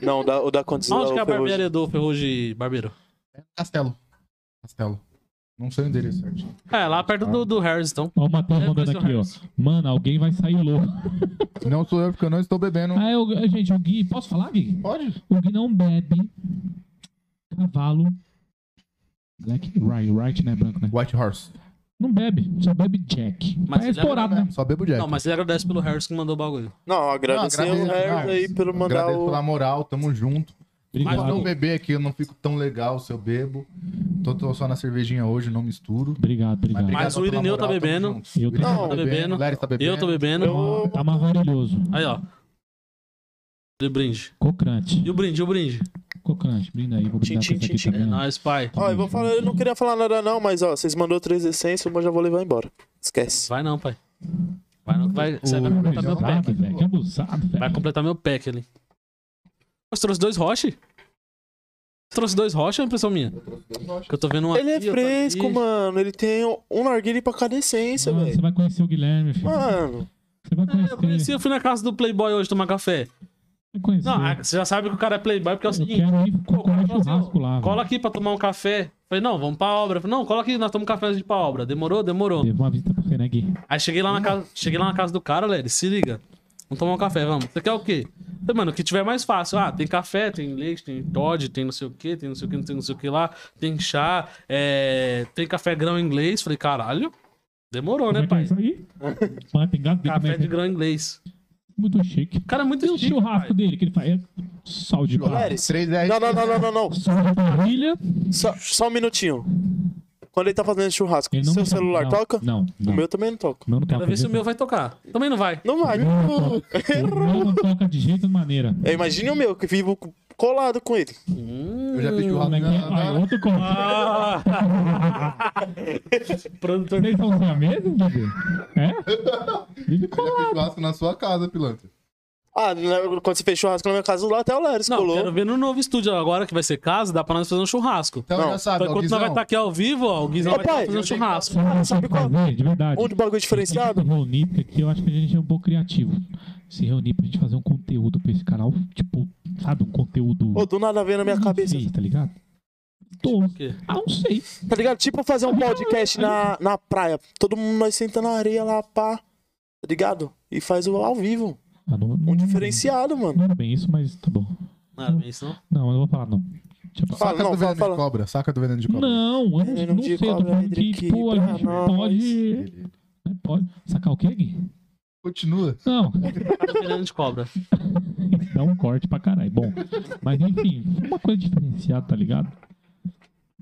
Speaker 1: Não, o da, o da Condzilla
Speaker 3: Onde que
Speaker 1: é
Speaker 3: é a
Speaker 1: o Ferrugem.
Speaker 3: barbearia do Ferrugem Barbeiro?
Speaker 2: Castelo. Castelo. Não sei o endereço certinho.
Speaker 3: É, lá perto do, do Harris, então.
Speaker 6: Ó, o Matheus
Speaker 3: É,
Speaker 6: mandando
Speaker 3: conhece o
Speaker 6: aqui, ó.
Speaker 3: Harris.
Speaker 6: Mano, alguém vai sair louco.
Speaker 2: Não sou eu, porque eu não estou bebendo.
Speaker 6: Ah, eu, gente, o Gui. Posso falar, Gui?
Speaker 2: Pode?
Speaker 6: O Gui não bebe. Cavalo. Black Ryan, right, né? Branco, né?
Speaker 2: White Horse.
Speaker 6: Não bebe, só bebe Jack.
Speaker 3: Mas
Speaker 6: Mas é
Speaker 3: ele é
Speaker 6: estourado, né?
Speaker 2: Só bebo Jack.
Speaker 1: É.
Speaker 3: Não, mas ele agradece pelo Harris que mandou o bagulho.
Speaker 1: Não, agradecer
Speaker 2: Não,
Speaker 1: o
Speaker 2: agradeço,
Speaker 1: Harry aí
Speaker 2: Harris.
Speaker 1: pelo mandar
Speaker 2: Agradeço
Speaker 1: o...
Speaker 2: pela moral, tamo junto.
Speaker 6: Obrigado.
Speaker 3: Tá
Speaker 2: Mas não beber aqui, eu não fico tão legal se eu bebo. Tô, tô só na cervejinha hoje, não misturo.
Speaker 6: Obrigado, obrigado.
Speaker 3: Mas o
Speaker 2: pela
Speaker 3: Irineu tá
Speaker 2: moral, tamo
Speaker 3: bebendo.
Speaker 2: junto.
Speaker 6: Eu
Speaker 2: O
Speaker 1: tô-
Speaker 2: Irineu
Speaker 1: Não,
Speaker 3: tá bebendo.
Speaker 2: O Leris tá bebendo.
Speaker 3: Eu tô bebendo.
Speaker 1: Eu-
Speaker 6: Tá maravilhoso.
Speaker 3: Aí, ó. De brinde.
Speaker 6: Cocrante.
Speaker 3: E o brinde, e o brinde?
Speaker 6: Cocrante, brinda aí. Vou brindar
Speaker 1: Tchim,
Speaker 6: com esse
Speaker 1: tchim,
Speaker 6: aqui
Speaker 1: tchim,
Speaker 3: É
Speaker 6: também. ó.
Speaker 3: nóis, pai.
Speaker 1: Ó, eu vou falar, eu não queria falar nada não, mas ó, vocês mandou três essências, mas já vou levar embora. Esquece.
Speaker 3: Vai não, pai. Vai não, que vai. Você vai
Speaker 2: Ô,
Speaker 3: completar meu
Speaker 2: Jordan.
Speaker 3: pack.
Speaker 6: Abusado, velho. Que abusado,
Speaker 3: Vai
Speaker 6: velho.
Speaker 3: completar meu pack ali. Você trouxe dois roches? Trouxe dois roches, é uma impressão minha? Que eu tô vendo um
Speaker 1: Ele é
Speaker 3: aqui, outro
Speaker 1: fresco,
Speaker 3: aqui.
Speaker 1: mano. Ele tem um narguilé pra cada essência,
Speaker 6: Mano, Ah, Você
Speaker 1: velho.
Speaker 6: vai conhecer o Guilherme, filho.
Speaker 1: Mano,
Speaker 6: Você vai
Speaker 3: É, Eu conheci,
Speaker 6: conhecer.
Speaker 3: eu fui na casa do Playboy hoje tomar café.
Speaker 6: Vai conhecer.
Speaker 3: Não, ah, você já sabe que o cara é Playboy porque é o
Speaker 6: Eu
Speaker 3: seguinte:
Speaker 6: quero ir
Speaker 3: Pô, o cara
Speaker 6: comer
Speaker 3: falou assim,
Speaker 6: churrasco
Speaker 3: ó,
Speaker 6: lá.
Speaker 3: cola
Speaker 6: velho.
Speaker 3: aqui pra tomar um café. Falei, não, vamos pra obra. Falei, não, cola aqui, nós tomamos café antes de ir pra obra. Demorou? Demorou.
Speaker 6: Teve uma visita pra você, né, Gui?
Speaker 3: Aí cheguei lá na casa, cheguei lá na casa do cara, Lery, se liga. Vamos tomar um café, vamos. Você quer o quê? Falei, mano, o que tiver mais fácil. Ah, tem café, tem leite, tem Todd, tem não sei o quê, tem não sei o quê, tem não sei o que lá, tem chá, é, tem café grão inglês. Falei, caralho, demorou,
Speaker 6: Como é
Speaker 3: né,
Speaker 6: que é
Speaker 3: pai?
Speaker 6: isso aí? Mano, tem gato
Speaker 3: Café de grão inglês.
Speaker 6: Muito chique.
Speaker 3: O cara é muito
Speaker 6: E o
Speaker 3: chique,
Speaker 6: churrasco
Speaker 3: pai.
Speaker 6: dele que ele faz? É sal de barro.
Speaker 1: Leris.
Speaker 6: É
Speaker 2: 3R.
Speaker 1: Não, não, não, não, não, não.
Speaker 6: Sal de parrilha.
Speaker 1: Só, só um minutinho. Quando ele tá fazendo churrasco,
Speaker 6: Ele não
Speaker 1: seu
Speaker 6: me chama-
Speaker 1: celular
Speaker 6: não,
Speaker 1: toca?
Speaker 6: Não, não.
Speaker 1: O meu também não toca.
Speaker 6: O meu não toca.
Speaker 3: Quero ver se o meu vai tocar. Também não vai.
Speaker 1: Não vai.
Speaker 6: Não, O meu não toca de jeito de maneira.
Speaker 1: É, Imagine o meu, que vivo co- colado com ele.
Speaker 2: Eu já fiz
Speaker 6: Como
Speaker 2: churrasco
Speaker 6: é que é?
Speaker 2: na- na-
Speaker 6: Ah, outro conto.
Speaker 3: Produtor.
Speaker 6: Vocês estão na mesa, Guilherme? É? Vive
Speaker 2: Eu já
Speaker 6: colado.
Speaker 2: fiz churrasco na sua casa, pilantra.
Speaker 1: Ah, na- quando você fez churrasco na minha casa, lá até o Leris
Speaker 3: Não,
Speaker 1: colou.
Speaker 3: quero ver no novo estúdio agora, que vai ser casa, dá pra nós fazer um churrasco.
Speaker 2: Então
Speaker 1: Ah, Não,
Speaker 2: já sabe,
Speaker 3: Então,
Speaker 2: ó,
Speaker 3: enquanto nós vai
Speaker 2: Guizão,
Speaker 3: estar aqui ao vivo, ó, o Guizão
Speaker 1: Ô,
Speaker 3: vai estar
Speaker 1: pai,
Speaker 3: fazendo
Speaker 1: eu tenho
Speaker 3: churrasco.
Speaker 6: Sabe o que
Speaker 1: sabe
Speaker 6: eu tenho que fazer? De verdade.
Speaker 1: Onde o bagulho é
Speaker 6: Tem
Speaker 1: diferenciado?
Speaker 6: que se reunir, porque aqui eu acho que a gente é um pouco criativo. Se reunir pra gente fazer um conteúdo pra esse canal, tipo, sabe, um conteúdo.
Speaker 1: Ô, do nada veio na minha
Speaker 6: Não
Speaker 1: cabeça.
Speaker 6: sei, tá ligado? Tô.
Speaker 3: Tipo O quê?
Speaker 6: Ah, não sei.
Speaker 1: Tá ligado? Tipo fazer um podcast na, na praia. Todo mundo nós senta na areia lá, pá. Tá ligado? E faz o ao vivo.
Speaker 6: Ah, não,
Speaker 1: Um
Speaker 6: não-
Speaker 1: diferenciado, mano.
Speaker 6: Não era bem isso, mas tá bom.
Speaker 3: Não era bem isso, não?
Speaker 6: Não, eu não vou falar, não. Deixa eu falar.
Speaker 1: Fala,
Speaker 2: Saca
Speaker 1: não,
Speaker 2: do
Speaker 1: fala,
Speaker 2: veneno de
Speaker 1: fala.
Speaker 2: cobra, saca do veneno de cobra.
Speaker 6: Não, eu
Speaker 1: Ele
Speaker 6: não,
Speaker 1: não
Speaker 6: não sei. Eu tô
Speaker 1: cobra,
Speaker 6: falando que,
Speaker 1: Hendrick,
Speaker 6: pô, a
Speaker 1: pra
Speaker 6: gente
Speaker 1: nós.
Speaker 6: pode. né, Pode. Sacar o quê, Gui?
Speaker 2: Continua.
Speaker 6: Não.
Speaker 3: Cara veneno de cobra.
Speaker 6: Dá um corte pra caralho. Bom, mas enfim, uma coisa diferenciada, tá ligado?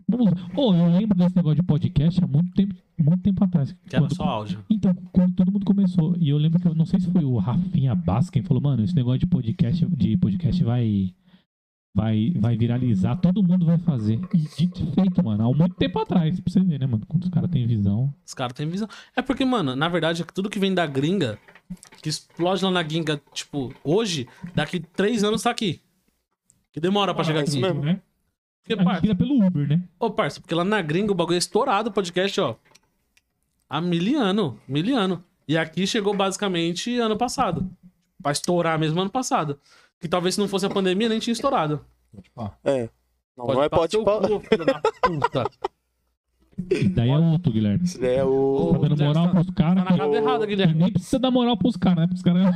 Speaker 6: Vamos lá. Ô, eu lembro desse negócio de podcast há muito tempo, muito tempo atrás.
Speaker 3: Que era
Speaker 6: Quando-
Speaker 3: só áudio.
Speaker 6: Então, quando todo mundo começou, e eu lembro que eu não sei se foi o Rafinha Bass quem falou, mano, esse negócio de podcast, de podcast vai vai, vai viralizar, todo mundo vai fazer. E dito e feito, mano, há muito tempo atrás, pra você ver, né, mano? Quando os caras têm visão.
Speaker 3: Os caras têm visão. É porque, mano, na verdade, é que tudo que vem da gringa, que explode lá na gringa, tipo, hoje, daqui três anos tá aqui. Que demora pra chegar
Speaker 1: é isso
Speaker 3: aqui.
Speaker 1: mesmo.
Speaker 6: Né?
Speaker 3: Porque,
Speaker 6: A gente
Speaker 3: parça,
Speaker 6: tira pelo Uber, né?
Speaker 3: ô, parça, porque lá na gringa o bagulho é estourado o podcast, ó. Há miliano, miliano. E aqui chegou basicamente ano passado. Pra estourar mesmo ano passado. Que talvez se não fosse a pandemia, nem tinha estourado.
Speaker 1: É. Não, não é
Speaker 3: pau
Speaker 1: pode
Speaker 3: seu
Speaker 1: pau.
Speaker 3: cu, filho da puta.
Speaker 6: E daí é outro, Guilherme.
Speaker 1: Isso daí É o.
Speaker 6: Tá dando moral pros caras.
Speaker 3: Tá na
Speaker 6: que-
Speaker 3: casa errada, Guilherme.
Speaker 6: É, Nem precisa dar moral pros caras, né? Pros caras.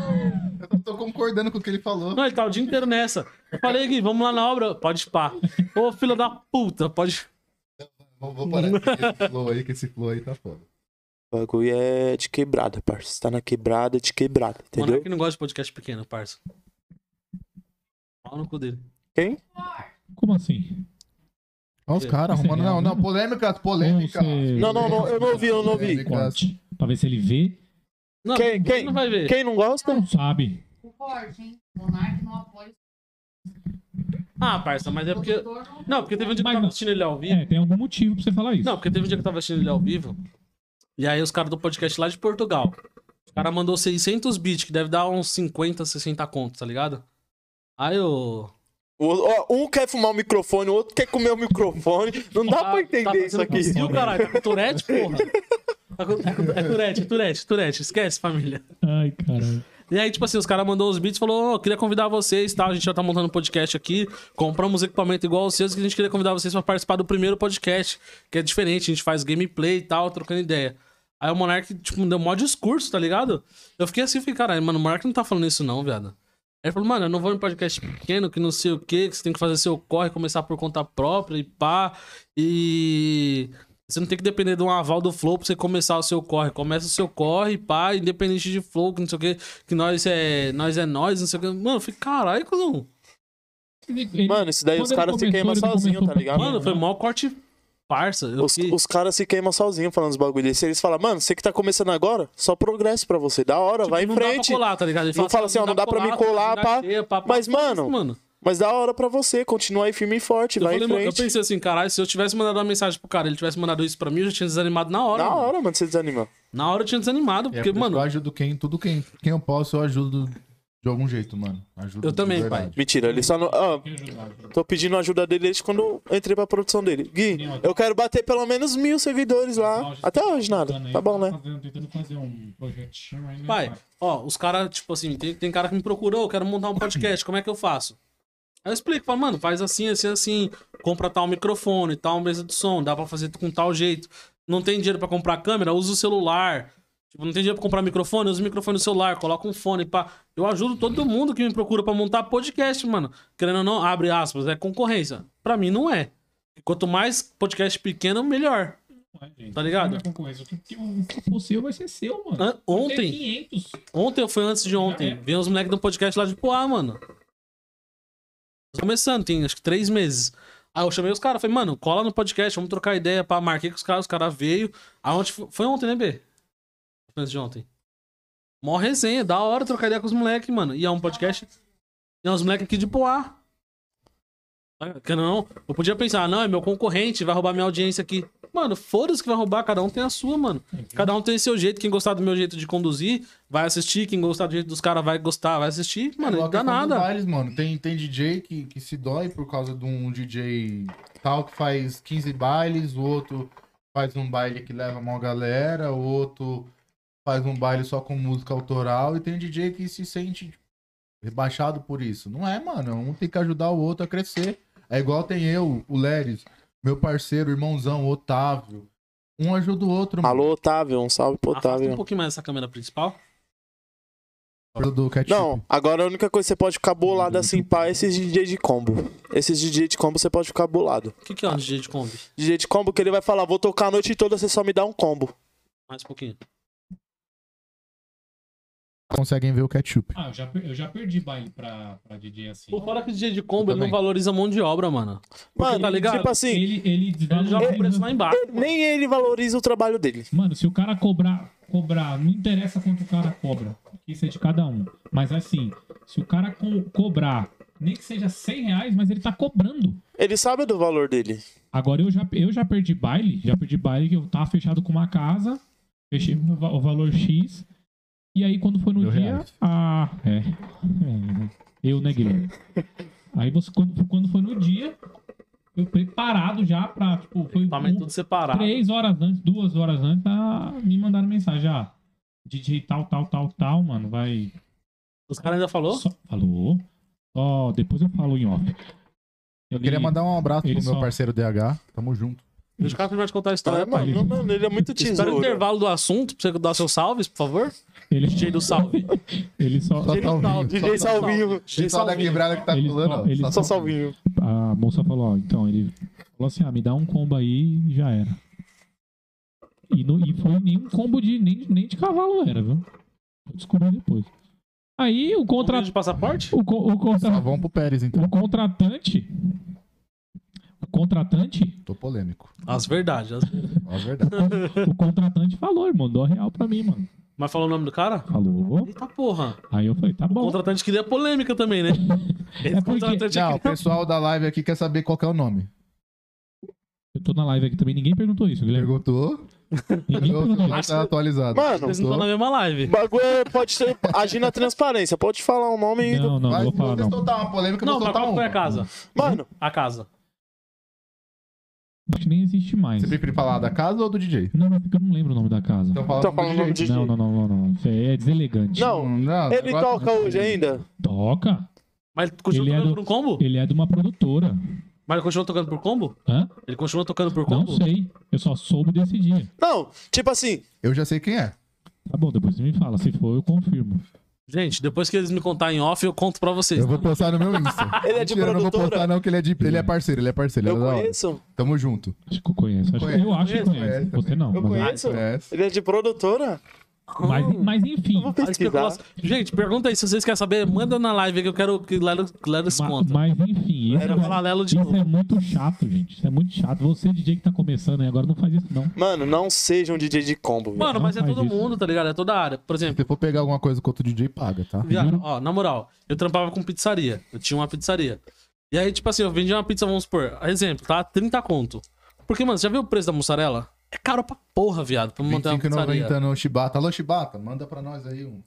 Speaker 2: Eu tô concordando com o que ele falou.
Speaker 3: Não, ele tá o dia inteiro nessa. Eu falei, Gui, vamos lá na obra. Pode pá. Ô, filho da puta, pode.
Speaker 2: Vou, vou parar com esse flow aí, que esse flow aí tá foda.
Speaker 1: O bagulho é de quebrada, parça. Você tá na quebrada, de quebrada,
Speaker 3: Mano, é
Speaker 1: entendeu?
Speaker 3: que não gosta de podcast pequeno, parça. Fala no cu dele.
Speaker 6: Como assim?
Speaker 2: Olha os caras
Speaker 6: Esse
Speaker 2: arrumando.
Speaker 6: é
Speaker 2: Não,
Speaker 6: real,
Speaker 2: não,
Speaker 6: né?
Speaker 2: polêmicas, polêmicas.
Speaker 6: Você-
Speaker 1: Não, não, não, eu não ouvi, eu não ouvi.
Speaker 2: assim. É
Speaker 6: Corte. Pra ver se ele vê.
Speaker 3: Não,
Speaker 1: Quem-
Speaker 3: você
Speaker 1: quem-
Speaker 3: não vai ver.
Speaker 1: Quem não gosta?
Speaker 6: Não sabe.
Speaker 8: O corte, hein? Monark não apoia
Speaker 3: Ah, parça, mas é
Speaker 8: o
Speaker 3: porque.
Speaker 8: produtor, não.
Speaker 3: Não, porque teve um dia que eu
Speaker 6: Mas
Speaker 3: tava
Speaker 6: não.
Speaker 3: assistindo ele ao vivo.
Speaker 6: É, tem algum motivo pra você falar isso.
Speaker 3: Não, porque teve um dia que eu tava assistindo ele ao vivo. E aí os caras do podcast lá de Portugal. O cara mandou 600 bits, que deve dar uns 50, 60 contos, tá ligado? Aí eu.
Speaker 1: O- ó, um quer fumar o microfone, o outro quer comer o microfone. Não dá
Speaker 3: Tá
Speaker 1: pra entender isso aqui.
Speaker 3: E o caralho, tá com Tourette, porra? Tá com- É com- é Tourette, é Tourette, Tourette. Esquece, família.
Speaker 6: Ai, caralho.
Speaker 3: E aí, tipo assim, os caras mandou os beats e falou: "Ô, queria convidar vocês, tá? A gente já tá montando um podcast aqui, compramos equipamento igual aos seus, que a gente queria convidar vocês pra participar do primeiro podcast, que é diferente, a gente faz gameplay e tal, trocando ideia. Aí o Monark, tipo, deu mó discurso, tá ligado? Eu fiquei assim, fiquei, caralho, mano, o Monark não tá falando isso não, viado. Aí ele falou, mano, eu não vou em podcast pequeno, que não sei o quê, que você tem que fazer seu corre, começar por conta própria e pá. E você não tem que depender de um aval do Flow pra você começar o seu corre. Começa o seu corre, pá, independente de Flow, que não sei o quê, que nós é nós, é nós não sei o quê. Mano, eu fiquei, caralho, cuzão.
Speaker 6: Ele-
Speaker 1: Mano, isso daí
Speaker 6: quando
Speaker 1: os
Speaker 6: ele
Speaker 1: caras se
Speaker 6: começou,
Speaker 1: queimam
Speaker 6: ele começou
Speaker 1: sozinhos, tá
Speaker 6: pra-
Speaker 1: ligado?
Speaker 3: Mano, foi mó corte parça. Eu
Speaker 1: Os,
Speaker 3: fiquei-
Speaker 1: os caras se queimam sozinhos falando os bagulho desse. Eles falam, mano, você que tá começando agora, só progresso pra você. Da hora, vai em
Speaker 3: Tipo, não
Speaker 1: frente.
Speaker 3: Dá pra colar, tá ligado? Ele
Speaker 1: Não fala assim, ó, não dá pra me colar,
Speaker 3: dá
Speaker 1: pá.
Speaker 3: cheia, pá, pá.
Speaker 1: Mas, mano,
Speaker 3: mano.
Speaker 1: mas da hora pra você. Continua aí firme e forte,
Speaker 3: Eu,
Speaker 1: vai
Speaker 3: falei,
Speaker 1: em
Speaker 3: mano, eu
Speaker 1: frente.
Speaker 3: pensei assim, caralho, se eu tivesse mandado uma mensagem pro cara, ele tivesse mandado isso pra mim, eu já tinha desanimado na hora.
Speaker 1: Na
Speaker 3: mano.
Speaker 1: hora, mano, você desanima.
Speaker 3: Na hora eu tinha desanimado,
Speaker 2: É, por
Speaker 3: porque,
Speaker 2: isso que
Speaker 3: mano,
Speaker 2: eu ajudo quem, tudo quem, quem eu posso, eu ajudo de algum jeito, mano. Ajudo
Speaker 3: Eu
Speaker 2: de
Speaker 3: também,
Speaker 2: verdade.
Speaker 1: Mentira, ele só não. Ah, ó, tô pedindo ajuda dele desde quando eu entrei pra produção dele. Gui, eu quero bater pelo menos mil seguidores lá. Até hoje, nada. Tá bom, né?
Speaker 6: Tentando fazer um projetinho aí, né,
Speaker 3: pai,
Speaker 2: é
Speaker 6: cara?
Speaker 3: ó, os caras, tipo assim, tem, tem cara que me procurou, eu quero montar um podcast, como é que eu faço? Aí eu explico, falo, mano, faz assim, assim, assim, compra tal microfone, tal mesa de som, dá pra fazer com tal jeito. Não tem dinheiro pra comprar câmera, usa o celular. Tipo, não tem dinheiro pra comprar microfone, usa o microfone no celular, coloca um fone pá. Eu ajudo todo mundo que me procura pra montar podcast, mano. Querendo ou não, abre aspas, é concorrência. Pra mim não é. Quanto mais podcast pequeno, melhor.
Speaker 6: Ué, gente,
Speaker 3: Tá ligado?
Speaker 6: não é concorrência. O que- que o que for seu vai ser seu, mano.
Speaker 3: An-
Speaker 6: Tem
Speaker 3: Ontem,
Speaker 6: 500.
Speaker 3: Ontem ou foi antes de ontem?
Speaker 6: Já é.
Speaker 3: Vem uns moleques do podcast lá de Poá, mano. Tô Começando, tem acho que três meses. Aí eu chamei os caras, falei, mano, cola no podcast, vamos trocar ideia, pá, marquei com os caras, os caras veio. Aí ontem, fo- foi ontem, né, B? Foi antes de ontem. Mó resenha, da hora trocar ideia com os moleques, mano. E é um podcast. E é uns moleques aqui de Poá. Ah, Que não, eu podia pensar, ah, não, é meu concorrente, vai roubar minha audiência aqui. Mano, foda-se que vai roubar, cada um tem a sua, mano. Cada um tem seu jeito, quem gostar do meu jeito de conduzir, vai assistir, quem gostar do jeito dos caras vai gostar, vai assistir. Mano,
Speaker 2: É Igual um
Speaker 3: não
Speaker 2: a
Speaker 3: dá
Speaker 2: questão dos
Speaker 3: nada.
Speaker 2: bailes, mano. Tem, tem DJ que, que se dói por causa de um DJ tal que faz 15 bailes, o outro faz um baile que leva uma galera, o outro faz um baile só com música autoral, e tem DJ que se sente rebaixado por isso. Não é, mano. Um tem que ajudar o outro a crescer. É igual tem eu, o Leris, meu parceiro, irmãozão, o Otávio. Um ajuda o outro, mano.
Speaker 1: Alô, Otávio, um salve pro
Speaker 3: Afasta um
Speaker 1: Otávio.
Speaker 3: pouquinho mais essa câmera principal.
Speaker 2: Por do ketchup.
Speaker 1: Não, agora a única coisa que você pode ficar bolado assim, pá, é esses DJ de combo. Esses DJ de combo você pode ficar bolado.
Speaker 3: O que, que é um DJ de Kombi?
Speaker 1: DJ de combo que ele vai falar, vou tocar a noite toda, você só me dá um combo.
Speaker 3: Mais um pouquinho.
Speaker 2: Conseguem ver o ketchup.
Speaker 6: Ah, eu já, per- eu já perdi baile pra, pra DJ assim.
Speaker 1: Tipo
Speaker 3: Por fora que DJ de combo
Speaker 2: Eu
Speaker 3: ele não
Speaker 2: também.
Speaker 3: valoriza mão de obra, mano.
Speaker 1: Mano,
Speaker 3: tá ligado?
Speaker 1: tipo assim,
Speaker 6: Ele, ele
Speaker 3: Ele joga o preço
Speaker 6: desvaloriza.
Speaker 3: lá embaixo.
Speaker 1: nem ele valoriza o trabalho dele.
Speaker 6: Mano, se o cara cobrar, cobrar, não interessa quanto o cara cobra. Isso é de cada um. Mas assim, se o cara co- cobrar nem que seja 100 reais, mas ele tá cobrando.
Speaker 1: Ele sabe do valor dele.
Speaker 6: Agora eu já, eu já perdi baile, já perdi baile que eu tava fechado com uma casa, fechei o va- o valor X. E aí quando foi no
Speaker 2: Mil
Speaker 6: dia,
Speaker 2: reais.
Speaker 6: a. É. É, Eu, né, Guilherme? Aí você, quando, quando foi no dia, eu preparado já pra, tipo, foi
Speaker 3: Equipamento
Speaker 6: um-
Speaker 3: tudo separado.
Speaker 6: três horas antes, duas horas antes, ah, me mandaram mensagem, ah, DJ tal, tal, tal, tal, mano, vai.
Speaker 3: Os caras ainda falou?
Speaker 6: Só- Falou. Ó, depois eu falo em off. Eu
Speaker 2: Queria
Speaker 6: li-
Speaker 2: mandar um abraço
Speaker 6: ele
Speaker 2: pro meu
Speaker 6: só-
Speaker 2: parceiro DH. Tamo junto.
Speaker 3: Os caras primeiro te contar a história,
Speaker 1: É,
Speaker 3: pai.
Speaker 1: mano, mano, ele é muito
Speaker 3: Espera o
Speaker 1: tesouro.
Speaker 3: intervalo do assunto pra você dar seus salves, por favor.
Speaker 6: Ele,
Speaker 3: DJ do salve.
Speaker 6: ele só.
Speaker 2: Só salvinho.
Speaker 1: DJ Salvinho.
Speaker 2: Só,
Speaker 1: DJ
Speaker 2: só da
Speaker 1: Salvinho.
Speaker 2: quebrada que tá
Speaker 6: Ele-
Speaker 2: pulando, ó.
Speaker 6: ele-
Speaker 1: Só Salvinho.
Speaker 6: A moça falou, ó, então, ele falou assim, ah, me dá um combo aí e já era. E, não, e foi nem um combo de, nem, nem de cavalo era, viu? Eu descobri depois. Aí o,
Speaker 3: Contra...
Speaker 6: contra,
Speaker 3: de passaporte?
Speaker 6: o, co- o,
Speaker 2: Só
Speaker 6: contra,
Speaker 2: vamos pro Pérez, então.
Speaker 6: o contratante, o contratante,
Speaker 2: Tô polêmico.
Speaker 3: As verdades. as-
Speaker 2: Ó, a verdade.
Speaker 6: o contratante falou, irmão, dó real pra mim, mano.
Speaker 3: Mas falou o nome do cara?
Speaker 6: Falou,
Speaker 3: Eita porra.
Speaker 6: aí eu falei, tá
Speaker 3: O
Speaker 6: bom.
Speaker 3: contratante queria polêmica também, né? Esse
Speaker 6: É porque-
Speaker 3: contratante
Speaker 2: Não, o
Speaker 3: aqui.
Speaker 2: pessoal da live aqui quer saber qual que é o nome.
Speaker 6: Eu tô na live aqui também, ninguém perguntou isso, Guilherme.
Speaker 2: Perguntou.
Speaker 6: Ninguém
Speaker 2: Meu
Speaker 6: perguntou
Speaker 2: celular
Speaker 6: isso.
Speaker 2: tá atualizado.
Speaker 1: Mano,
Speaker 3: Vocês não estão na
Speaker 2: Perguntou.
Speaker 3: mesma
Speaker 1: O
Speaker 3: live.
Speaker 1: bagulho é- pode ser, agir na transparência. Pode falar o nome. e-
Speaker 6: Não, não, não
Speaker 2: Vai,
Speaker 6: vou falar
Speaker 2: vocês
Speaker 6: não. tá
Speaker 2: soltar uma polêmica, eu
Speaker 3: Não,
Speaker 2: vou
Speaker 3: mas
Speaker 2: soltar
Speaker 3: qual
Speaker 2: uma.
Speaker 3: foi a casa?
Speaker 1: Mano,
Speaker 3: A casa.
Speaker 6: Acho que nem existe mais.
Speaker 2: Você prefere falar da casa ou do DJ?
Speaker 6: Não, mas porque eu não lembro o nome da casa.
Speaker 2: Então fala
Speaker 1: Então
Speaker 2: do
Speaker 1: fala o
Speaker 2: DJ.
Speaker 1: nome de-
Speaker 6: Não, não, não, não, não. Isso aí é deselegante.
Speaker 1: não.
Speaker 2: não
Speaker 1: Ele
Speaker 2: agora-
Speaker 1: toca hoje ainda?
Speaker 6: Toca.
Speaker 3: Mas continua
Speaker 6: Ele é
Speaker 3: tocando
Speaker 6: do-
Speaker 3: por um combo?
Speaker 6: Ele é de uma produtora.
Speaker 3: Mas ele continua tocando por combo?
Speaker 6: Hã?
Speaker 3: Ele continua tocando por
Speaker 6: Não
Speaker 3: combo?
Speaker 6: sei. Eu só soube desse dia.
Speaker 1: Não, tipo assim,
Speaker 2: Eu já sei quem é.
Speaker 6: Tá bom, depois você me fala. Se for, eu confirmo.
Speaker 3: Gente, depois que eles me contarem em off, eu conto pra vocês.
Speaker 2: Eu vou postar no meu Insta.
Speaker 1: Ele é de
Speaker 2: Mentira, Eu não vou
Speaker 1: produtora?
Speaker 2: postar, não, que ele é, de... ele é parceiro, ele é parceiro.
Speaker 1: eu
Speaker 2: Ele é da hora.
Speaker 1: conheço.
Speaker 2: Tamo junto.
Speaker 6: Acho que eu conheço. Acho que-
Speaker 2: Conhece,
Speaker 6: eu acho que
Speaker 3: conhece,
Speaker 6: conhece.
Speaker 2: conhece
Speaker 6: Você não.
Speaker 1: Eu
Speaker 6: mas-
Speaker 1: conheço.
Speaker 2: Conhece.
Speaker 1: Ele é de produtora?
Speaker 6: Mas, mas enfim.
Speaker 1: Eu vou
Speaker 3: Para de
Speaker 1: pesquisar.
Speaker 3: especulação. Gente, pergunta aí se vocês querem saber. Manda na live que eu quero que Leros Leros
Speaker 6: ma-
Speaker 3: conta.
Speaker 6: Mas enfim. Isso,
Speaker 3: Era
Speaker 6: é-
Speaker 3: paralelo de
Speaker 6: isso
Speaker 3: novo.
Speaker 6: é muito chato, gente. Isso é muito chato. Você, DJ que tá começando aí agora, não faz isso, não.
Speaker 1: Mano, não seja um DJ de combo, velho.
Speaker 3: Mano,
Speaker 6: Não
Speaker 3: mas é
Speaker 6: faz
Speaker 3: todo
Speaker 6: isso.
Speaker 3: mundo, tá ligado? É toda a área. Por exemplo,
Speaker 2: Se for pegar alguma coisa com outro DJ, paga, tá?
Speaker 6: Uhum.
Speaker 3: viado, ó, na moral, eu trampava com pizzaria. Eu tinha uma pizzaria. E aí, tipo assim, eu vendia uma pizza, vamos supor, exemplo, tá? 30 conto. Porque, mano, você já viu o preço da mussarela? É caro pra porra, viado, pra manter uma pizzaria.
Speaker 2: 25,90 no Shibata. né? Alô, Shibata, manda pra nós aí um.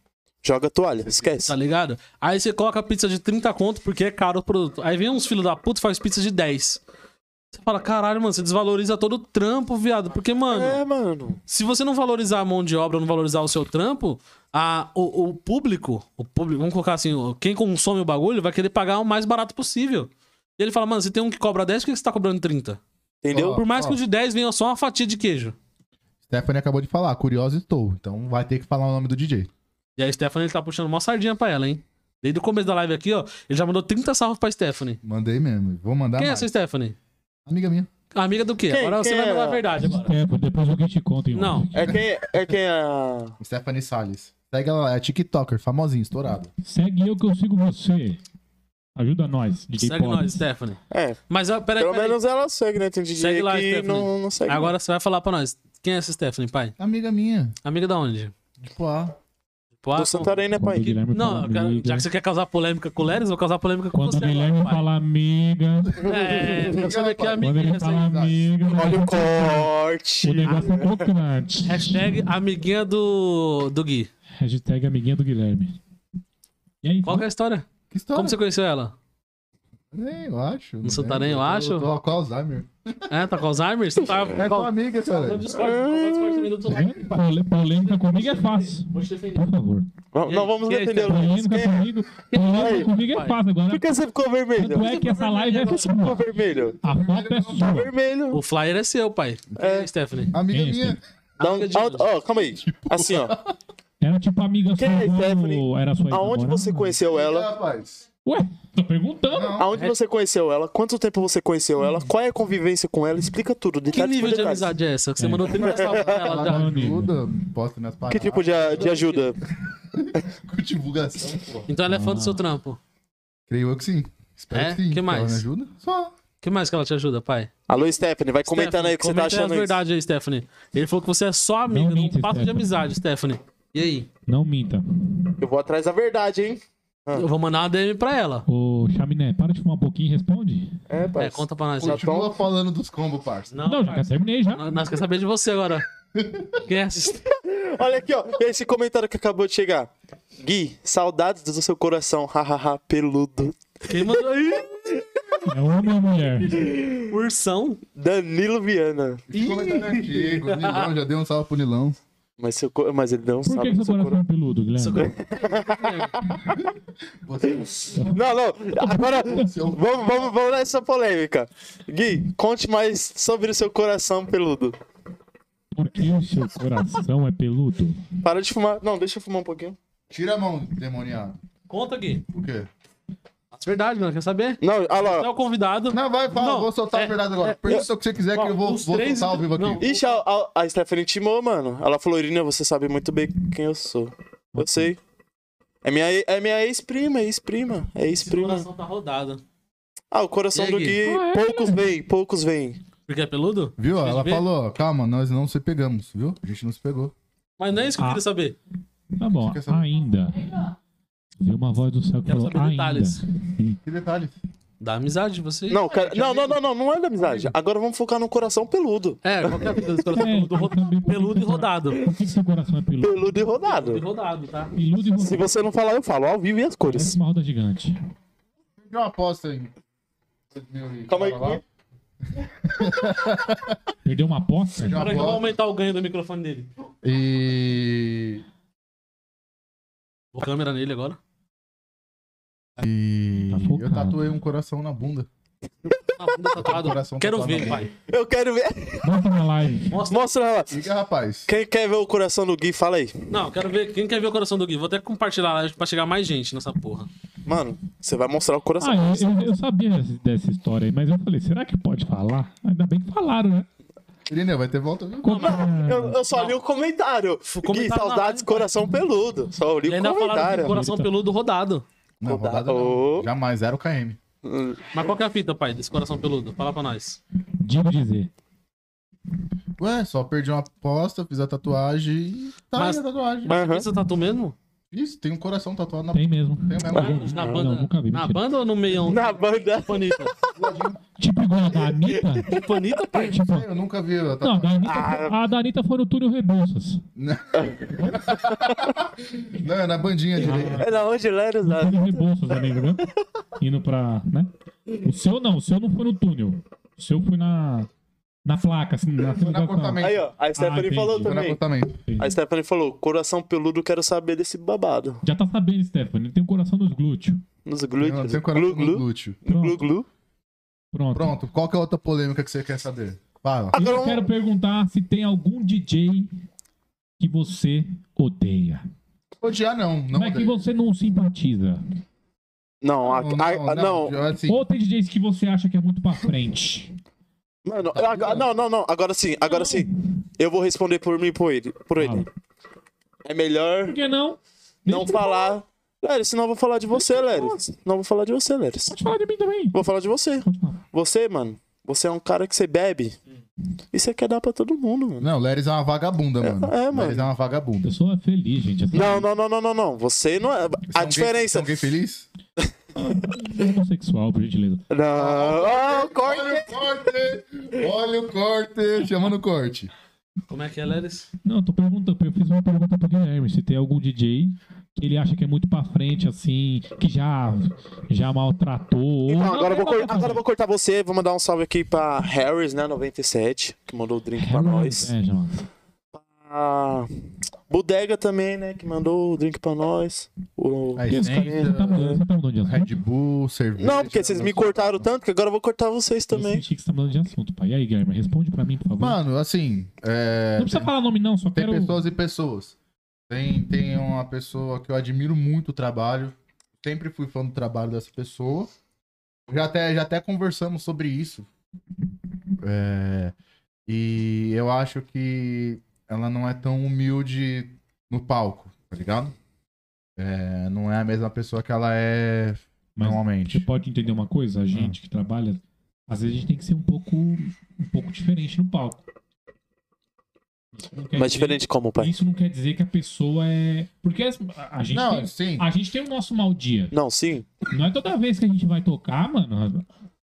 Speaker 1: Joga a toalha, esquece.
Speaker 3: Tá ligado? Aí você coloca a pizza de 30 conto porque é caro o produto. Aí vem uns filhos da puta e faz pizza de 10. Você fala, caralho, mano, você desvaloriza todo o trampo, viado. Porque, mano,
Speaker 1: É, mano.
Speaker 3: se você não valorizar a mão de obra, não valorizar o seu trampo, a, o, o público, o público, vamos colocar assim, o- quem consome o bagulho vai querer pagar o mais barato possível. E ele fala, mano, você tem um que cobra 10, por que você tá cobrando 30?
Speaker 1: Entendeu?
Speaker 2: Ó.
Speaker 3: Por mais
Speaker 2: ó.
Speaker 3: que o de 10 venha só uma fatia de queijo.
Speaker 2: Stephanie acabou de falar, curiosa estou. Então vai ter que falar o nome do DJ.
Speaker 3: E a Stephanie, ele tá puxando uma sardinha pra ela, hein? Desde o começo da live aqui, ó, ele já mandou 30 salvos pra Stephanie.
Speaker 2: Mandei mesmo. Vou mandar
Speaker 3: quem é
Speaker 2: mais.
Speaker 3: essa Stephanie?
Speaker 2: Amiga minha.
Speaker 3: Amiga do quê?
Speaker 1: Quem?
Speaker 3: agora você
Speaker 1: Quem
Speaker 3: vai
Speaker 1: é
Speaker 3: falar a
Speaker 1: ela?
Speaker 3: verdade agora.
Speaker 6: É, depois alguém te conta. Hein,
Speaker 3: Não.
Speaker 1: É quem é, quem é a...
Speaker 2: Stephanie Salles. Segue ela lá, é TikToker, famosinho, estourado.
Speaker 6: Segue eu que eu sigo você. Ajuda nós, DJ
Speaker 3: Segue
Speaker 6: Pobre.
Speaker 3: nós, Stephanie.
Speaker 1: É,
Speaker 3: Mas, ó, peraí,
Speaker 1: pelo
Speaker 3: peraí.
Speaker 1: menos ela segue, né? Tem DJ
Speaker 3: Segue lá,
Speaker 1: que
Speaker 3: Stephanie.
Speaker 1: não, não segue.
Speaker 3: Agora você vai falar pra nós. Quem é essa Stephanie, pai?
Speaker 2: Amiga minha.
Speaker 3: Amiga da onde?
Speaker 2: Tipo, ah.
Speaker 3: Tipo, ah,
Speaker 1: do Santarém, né,
Speaker 6: Quando o
Speaker 1: pai?
Speaker 6: Guilherme
Speaker 3: Não,
Speaker 6: fala
Speaker 3: eu quero-
Speaker 6: amiga-
Speaker 3: já que você quer causar polêmica com o Leris, eu vou causar polêmica com
Speaker 6: Quando o
Speaker 3: você.
Speaker 6: Guilherme
Speaker 3: agora, pai.
Speaker 6: fala amiga,
Speaker 3: É, eu quero saber que é
Speaker 6: quando
Speaker 3: amiguinha
Speaker 6: ele
Speaker 3: essa aí.
Speaker 6: fala amiga, o
Speaker 1: Olha o
Speaker 6: negócio-
Speaker 1: corte.
Speaker 6: o negócio é crocante.
Speaker 3: Hashtag amiguinha do, do Gui.
Speaker 6: Hashtag amiguinha do Guilherme. E aí,
Speaker 3: Qual que é a história?
Speaker 2: Que história?
Speaker 3: Como você conheceu ela?
Speaker 2: Nem, eu acho. Não
Speaker 3: Santarém,
Speaker 2: lembro.
Speaker 3: eu
Speaker 2: tô-
Speaker 3: acho?
Speaker 2: Tô, com Alzheimer.
Speaker 3: É, tá com Alzheimer? Você tá...
Speaker 2: É tua amiga, cara.
Speaker 6: Pole- pole- polêmica comigo é fácil. Por favor.
Speaker 1: Não, não vamos
Speaker 3: E aí,
Speaker 1: defender o Luiz.
Speaker 6: Polêmica
Speaker 1: Quem-
Speaker 6: comigo, polêmica
Speaker 1: Aí,
Speaker 6: comigo é
Speaker 3: pai.
Speaker 6: fácil. Agora,
Speaker 1: Por que você ficou vermelho?
Speaker 6: tanto é que essa live é
Speaker 1: Ficou
Speaker 6: sua.
Speaker 1: vermelho.
Speaker 6: A foto é sua.
Speaker 1: Vermelho.
Speaker 3: O flyer é seu, pai. É, Stephanie.
Speaker 2: Amiga
Speaker 6: Quem é
Speaker 2: minha.
Speaker 1: Dá um-
Speaker 3: Amiga de
Speaker 1: dá um-
Speaker 3: onde?
Speaker 1: Ó, calma aí. Assim, ó.
Speaker 6: Era tipo amiga sua.
Speaker 1: Quem é,
Speaker 6: quando
Speaker 1: Stephanie?
Speaker 6: Era
Speaker 1: Aonde
Speaker 6: sua ex-namorada.
Speaker 1: você conheceu ela?
Speaker 2: é, rapaz.
Speaker 6: Ué, tô perguntando.
Speaker 2: Não.
Speaker 1: Aonde você conheceu ela? Quanto tempo você conheceu ela? Qual é a convivência com ela? Explica tudo.
Speaker 3: Que
Speaker 1: Detalhes
Speaker 3: nível
Speaker 1: por
Speaker 3: de
Speaker 1: detalhes.
Speaker 3: amizade é essa? Que você mandou 30 salvos pra ela tá?
Speaker 2: Ela
Speaker 3: já.
Speaker 2: me ajuda, posta minhas
Speaker 1: Que
Speaker 2: paradas.
Speaker 1: tipo de, a- de ajuda?
Speaker 2: de divulgação, pô?
Speaker 3: Então ela é fã do seu trampo.
Speaker 2: Creio eu que sim. Espero
Speaker 3: É?
Speaker 2: que sim.
Speaker 3: Que mais?
Speaker 2: Ela me ajuda?
Speaker 1: Tá
Speaker 2: Só.
Speaker 3: O que mais que ela te ajuda, pai?
Speaker 1: Alô, Stephanie, vai comentando aí o que você tá
Speaker 3: comenta
Speaker 1: achando
Speaker 3: as
Speaker 1: isso.
Speaker 3: verdades aí, Stephanie. Ele falou que você é só amiga,
Speaker 6: Não
Speaker 3: não,
Speaker 6: minta,
Speaker 3: passa de
Speaker 6: Stephanie.
Speaker 3: amizade, Stephanie. E aí?
Speaker 6: Não minta.
Speaker 1: Eu vou atrás da verdade, hein? Ah.
Speaker 3: Eu vou mandar uma DM pra ela.
Speaker 6: Ô, Chaminé, para de fumar um pouquinho e responde.
Speaker 1: É,
Speaker 3: É,
Speaker 1: parça.
Speaker 3: conta pra nós.
Speaker 1: Tá
Speaker 2: Continua
Speaker 1: bom.
Speaker 2: falando dos combos, parça.
Speaker 3: Não,
Speaker 6: Não, já terminei já.
Speaker 3: nós- nós queremos saber de você agora. Quem é assist-
Speaker 1: Olha aqui, ó. Esse comentário que acabou de chegar. Gui, saudades do seu coração. Hahaha, peludo.
Speaker 3: Quem mandou aí?
Speaker 6: É homem ou mulher?
Speaker 3: Ursão.
Speaker 1: Danilo Viana.
Speaker 2: Esse comentário é antigo. Nilão, já deu um salve pro Nilão.
Speaker 1: Mas, seu, co- mas ele não
Speaker 6: Por
Speaker 1: sabe
Speaker 6: que
Speaker 1: do
Speaker 6: seu
Speaker 1: seu
Speaker 6: coração
Speaker 1: coração.
Speaker 6: é peludo,
Speaker 3: Seu
Speaker 6: Guilherme?
Speaker 1: Não, não. Agora, vamos, vamos, vamos nessa polêmica. Gui, conte mais sobre o seu coração peludo.
Speaker 6: Por que o seu coração é peludo?
Speaker 1: Para de fumar. Não, deixa eu fumar um pouquinho.
Speaker 2: Tira a mão, demoniado.
Speaker 3: Conta aqui.
Speaker 2: Por quê?
Speaker 3: É verdade, mano. Quer saber?
Speaker 1: Não, olha
Speaker 3: Você é
Speaker 1: lá. ó.
Speaker 3: o convidado.
Speaker 2: Não, vai, fala.
Speaker 3: Não,
Speaker 2: vou soltar
Speaker 3: é-
Speaker 2: a verdade agora.
Speaker 3: é-
Speaker 2: Pergunta o que você quiser que
Speaker 3: Ó,
Speaker 2: eu vou,
Speaker 3: os
Speaker 2: vou
Speaker 3: três-
Speaker 2: soltar ao vivo aqui.
Speaker 3: não.
Speaker 1: Ixi, a, a, a Stephanie timou, mano. Ela falou, Irina, você sabe muito bem quem eu sou. Eu sei. É minha, e- é minha ex-prima, ex-prima. É
Speaker 3: O
Speaker 1: ex-prima.
Speaker 3: coração tá rodado.
Speaker 1: Ah, o coração
Speaker 3: E aí,
Speaker 1: do
Speaker 3: Gui?
Speaker 1: Gui,
Speaker 6: Ah, é,
Speaker 1: poucos vêm, poucos vêm.
Speaker 3: Porque é peludo?
Speaker 2: Viu? Ela
Speaker 3: ver?
Speaker 2: falou, ó, calma, nós não se pegamos, viu? A gente não se pegou.
Speaker 3: Mas não é isso que eu
Speaker 6: Ah.
Speaker 3: queria saber.
Speaker 6: Tá bom,
Speaker 2: Fica só-
Speaker 6: ainda. Viu uma voz do céu que
Speaker 3: Quero
Speaker 6: falou,
Speaker 3: saber
Speaker 6: ainda.
Speaker 3: detalhes.
Speaker 2: Que detalhe.
Speaker 3: Da amizade de vocês.
Speaker 1: Não, cara, não, não, não, não, não é da amizade. Agora vamos focar no coração peludo.
Speaker 3: É, qual que é a vida desse coração
Speaker 6: É,
Speaker 3: peludo? Ro-
Speaker 6: também, por que
Speaker 3: Peludo e
Speaker 6: seu cora-
Speaker 3: rodado.
Speaker 6: Por que seu coração é peludo?
Speaker 1: Peludo e
Speaker 3: Peludo e
Speaker 1: rodado.
Speaker 3: rodado, Uhum. tá?
Speaker 6: Peludo e
Speaker 1: Se
Speaker 6: rodado.
Speaker 1: você não falar, eu falo ao vivo e as cores.
Speaker 6: Parece uma roda gigante.
Speaker 2: Deu uma aposta aí.
Speaker 1: Calma aí.
Speaker 6: Perdeu uma aposta?
Speaker 2: Deu uma
Speaker 3: Peraí, que
Speaker 2: aposta.
Speaker 3: eu vou aumentar o ganho do microfone dele.
Speaker 2: E.
Speaker 3: Vou câmera nele agora.
Speaker 2: E.
Speaker 6: Tá focado.
Speaker 2: eu tatuei um coração na bunda.
Speaker 3: A bunda tatuada.
Speaker 2: Coração
Speaker 3: Tá Quero
Speaker 2: tatuado
Speaker 3: ver,
Speaker 2: na
Speaker 3: pai.
Speaker 1: Eu quero ver.
Speaker 6: Bota na live.
Speaker 3: Mostra.
Speaker 1: Mostra ela.
Speaker 2: Liga, rapaz.
Speaker 1: Quem quer ver o coração do Gui, fala aí.
Speaker 3: Não, quero ver. Quem quer ver o coração do Gui? Vou até compartilhar lá pra chegar mais gente nessa porra.
Speaker 1: Mano, você vai mostrar o coração.
Speaker 6: Ah, eu, eu- eu sabia dessa- dessa história aí, mas eu falei, será que pode falar? Ainda bem que falaram, né? é
Speaker 2: Irineu, vai ter volta, viu?
Speaker 6: Conta-
Speaker 1: Eu, eu só li o comentário. Gui,
Speaker 3: comentário na
Speaker 1: saudades,
Speaker 3: live,
Speaker 1: coração peludo. Só li
Speaker 3: E
Speaker 1: o
Speaker 3: ainda falaram
Speaker 1: comentário.
Speaker 3: do coração peludo rodado.
Speaker 2: Não,
Speaker 1: Rodada.
Speaker 2: rodada não.
Speaker 1: Ô.
Speaker 2: Jamais, 0 km.
Speaker 3: Mas qual que é a fita, pai, desse coração peludo? Fala pra nós.
Speaker 6: Digo dizer.
Speaker 2: Ué, só perdi uma aposta, fiz a tatuagem e. Tá
Speaker 3: Mas-
Speaker 2: aí a tatuagem.
Speaker 3: Mas
Speaker 1: Aham.
Speaker 3: uhum. você tatu mesmo?
Speaker 2: Isso, tem um coração tatuado na
Speaker 6: Tem mesmo.
Speaker 2: Tem mesmo.
Speaker 3: Na
Speaker 6: Não,
Speaker 3: banda,
Speaker 6: nunca vi,
Speaker 3: na
Speaker 6: mentira.
Speaker 3: banda ou no meião?
Speaker 1: Na banda.
Speaker 3: Panita.
Speaker 2: um
Speaker 6: Tipo igual a da Anitta.
Speaker 3: Panita, pai.
Speaker 6: Tipo,
Speaker 2: Ah, Eu nunca vi a
Speaker 6: não, a
Speaker 2: tatuagem.
Speaker 6: da Anitta, a da Anitta foi no túnel Rebouças.
Speaker 2: Não, é na bandinha direita.
Speaker 1: É na onde Leros, né?
Speaker 6: Túnel Rebouças, eu lembro, né? Indo pra, né? O seu não, o seu não foi no túnel. O seu foi na, na placa, assim, na
Speaker 2: Na
Speaker 6: sinalização.
Speaker 2: cortamento.
Speaker 1: Aí, ó, a Stephanie
Speaker 6: entendi.
Speaker 1: falou
Speaker 2: Foi na
Speaker 1: também.
Speaker 2: cortamento.
Speaker 1: A Stephanie falou, coração peludo, quero saber desse babado.
Speaker 6: Já tá sabendo, Stephanie, ele tem um coração nos glúteos.
Speaker 1: Nos
Speaker 2: Não,
Speaker 1: glúteos.
Speaker 2: tem um coração
Speaker 1: Glu,
Speaker 2: no
Speaker 1: glu,
Speaker 2: glúteo.
Speaker 1: glu, glu.
Speaker 6: Pronto.
Speaker 2: Pronto, qual que é a outra polêmica que você quer saber? Fala.
Speaker 6: E
Speaker 1: Agora
Speaker 6: eu
Speaker 1: um-
Speaker 6: quero perguntar se tem algum DJ que você odeia.
Speaker 2: Odiar não, não
Speaker 6: Não é que
Speaker 2: odeio.
Speaker 6: você não simpatiza.
Speaker 1: Não, a-
Speaker 2: Não,
Speaker 1: a- a- Ah, não,
Speaker 2: não, assim,
Speaker 6: Ou tem DJs que você acha que é muito pra frente.
Speaker 1: Mano, agora- não, não, não. Agora sim, agora sim. Eu vou responder por mim e por ele. Por ele.
Speaker 6: Fala.
Speaker 1: É melhor
Speaker 6: Por que não?
Speaker 1: não
Speaker 6: Deixa-
Speaker 1: falar. Leris, senão eu vou falar de você, Leris. Não vou falar de você, Leris.
Speaker 6: Pode falar de mim também.
Speaker 1: Vou falar de você.
Speaker 6: Pode falar.
Speaker 1: Você, mano. Você é um cara que você bebe. E você quer dar pra todo mundo, mano.
Speaker 2: Não, Leris é uma vagabunda, mano.
Speaker 1: é, mano.
Speaker 2: Leris é uma vagabunda.
Speaker 6: Eu sou feliz, gente. Assim,
Speaker 1: Não, não, não, não, não, não. Você não é. A diferença.
Speaker 2: Alguém, feliz?
Speaker 6: Eu sou homossexual, por gentileza.
Speaker 1: Não. Ah, corta.
Speaker 2: Olha o corte! Olha o corte! Chamando o corte.
Speaker 3: Como é que é, Leris?
Speaker 6: Não, eu tô perguntando. Eu fiz uma pergunta pro Guilherme. Se tem algum DJ que ele acha que é muito pra frente, assim, que já, já maltratou.
Speaker 1: Não,
Speaker 2: Então,
Speaker 6: ou...
Speaker 1: agora eu vou, cor- agora eu vou cortar você. Vou mandar um salve aqui pra Harris, né? 97, que mandou o drink pra nós.
Speaker 6: É, já.
Speaker 1: a Bodega também, né? Que mandou o drink pra nós. O...
Speaker 2: A
Speaker 1: os
Speaker 2: essência,
Speaker 6: Você tá
Speaker 1: carinha-
Speaker 6: mudando, você tá mudando de assunto.
Speaker 2: Red Bull, cerveja.
Speaker 1: Não, porque vocês me cortaram tanto que agora eu vou cortar vocês
Speaker 6: Eu
Speaker 1: também.
Speaker 6: senti que você tá mudando de assunto, pai. E aí, Guilherme, responde pra mim, por favor.
Speaker 2: Mano, assim. é,
Speaker 6: não precisa falar nome, não, só
Speaker 2: tem
Speaker 6: quero. um.
Speaker 2: pessoas e pessoas. Tem, tem uma pessoa que eu admiro muito o trabalho. Sempre fui fã do trabalho dessa pessoa. Já até, já até conversamos sobre isso. É, e eu acho que ela não é tão humilde no palco, tá ligado? É, não é a mesma pessoa que ela é
Speaker 6: Mas tipo,
Speaker 2: normalmente.
Speaker 6: Você pode entender uma coisa? A gente
Speaker 2: Ah.
Speaker 6: que trabalha, às vezes a gente tem que ser um pouco, um pouco diferente no palco. Não quer
Speaker 1: Mas
Speaker 6: dizer-
Speaker 1: diferente como, pai?
Speaker 6: Isso não quer dizer que a pessoa é. Porque as- a, a gente
Speaker 2: Não, assim.
Speaker 6: tem,
Speaker 2: sim.
Speaker 6: a gente tem o nosso mau dia.
Speaker 1: Não, sim.
Speaker 6: Não é toda vez que a gente vai tocar, mano.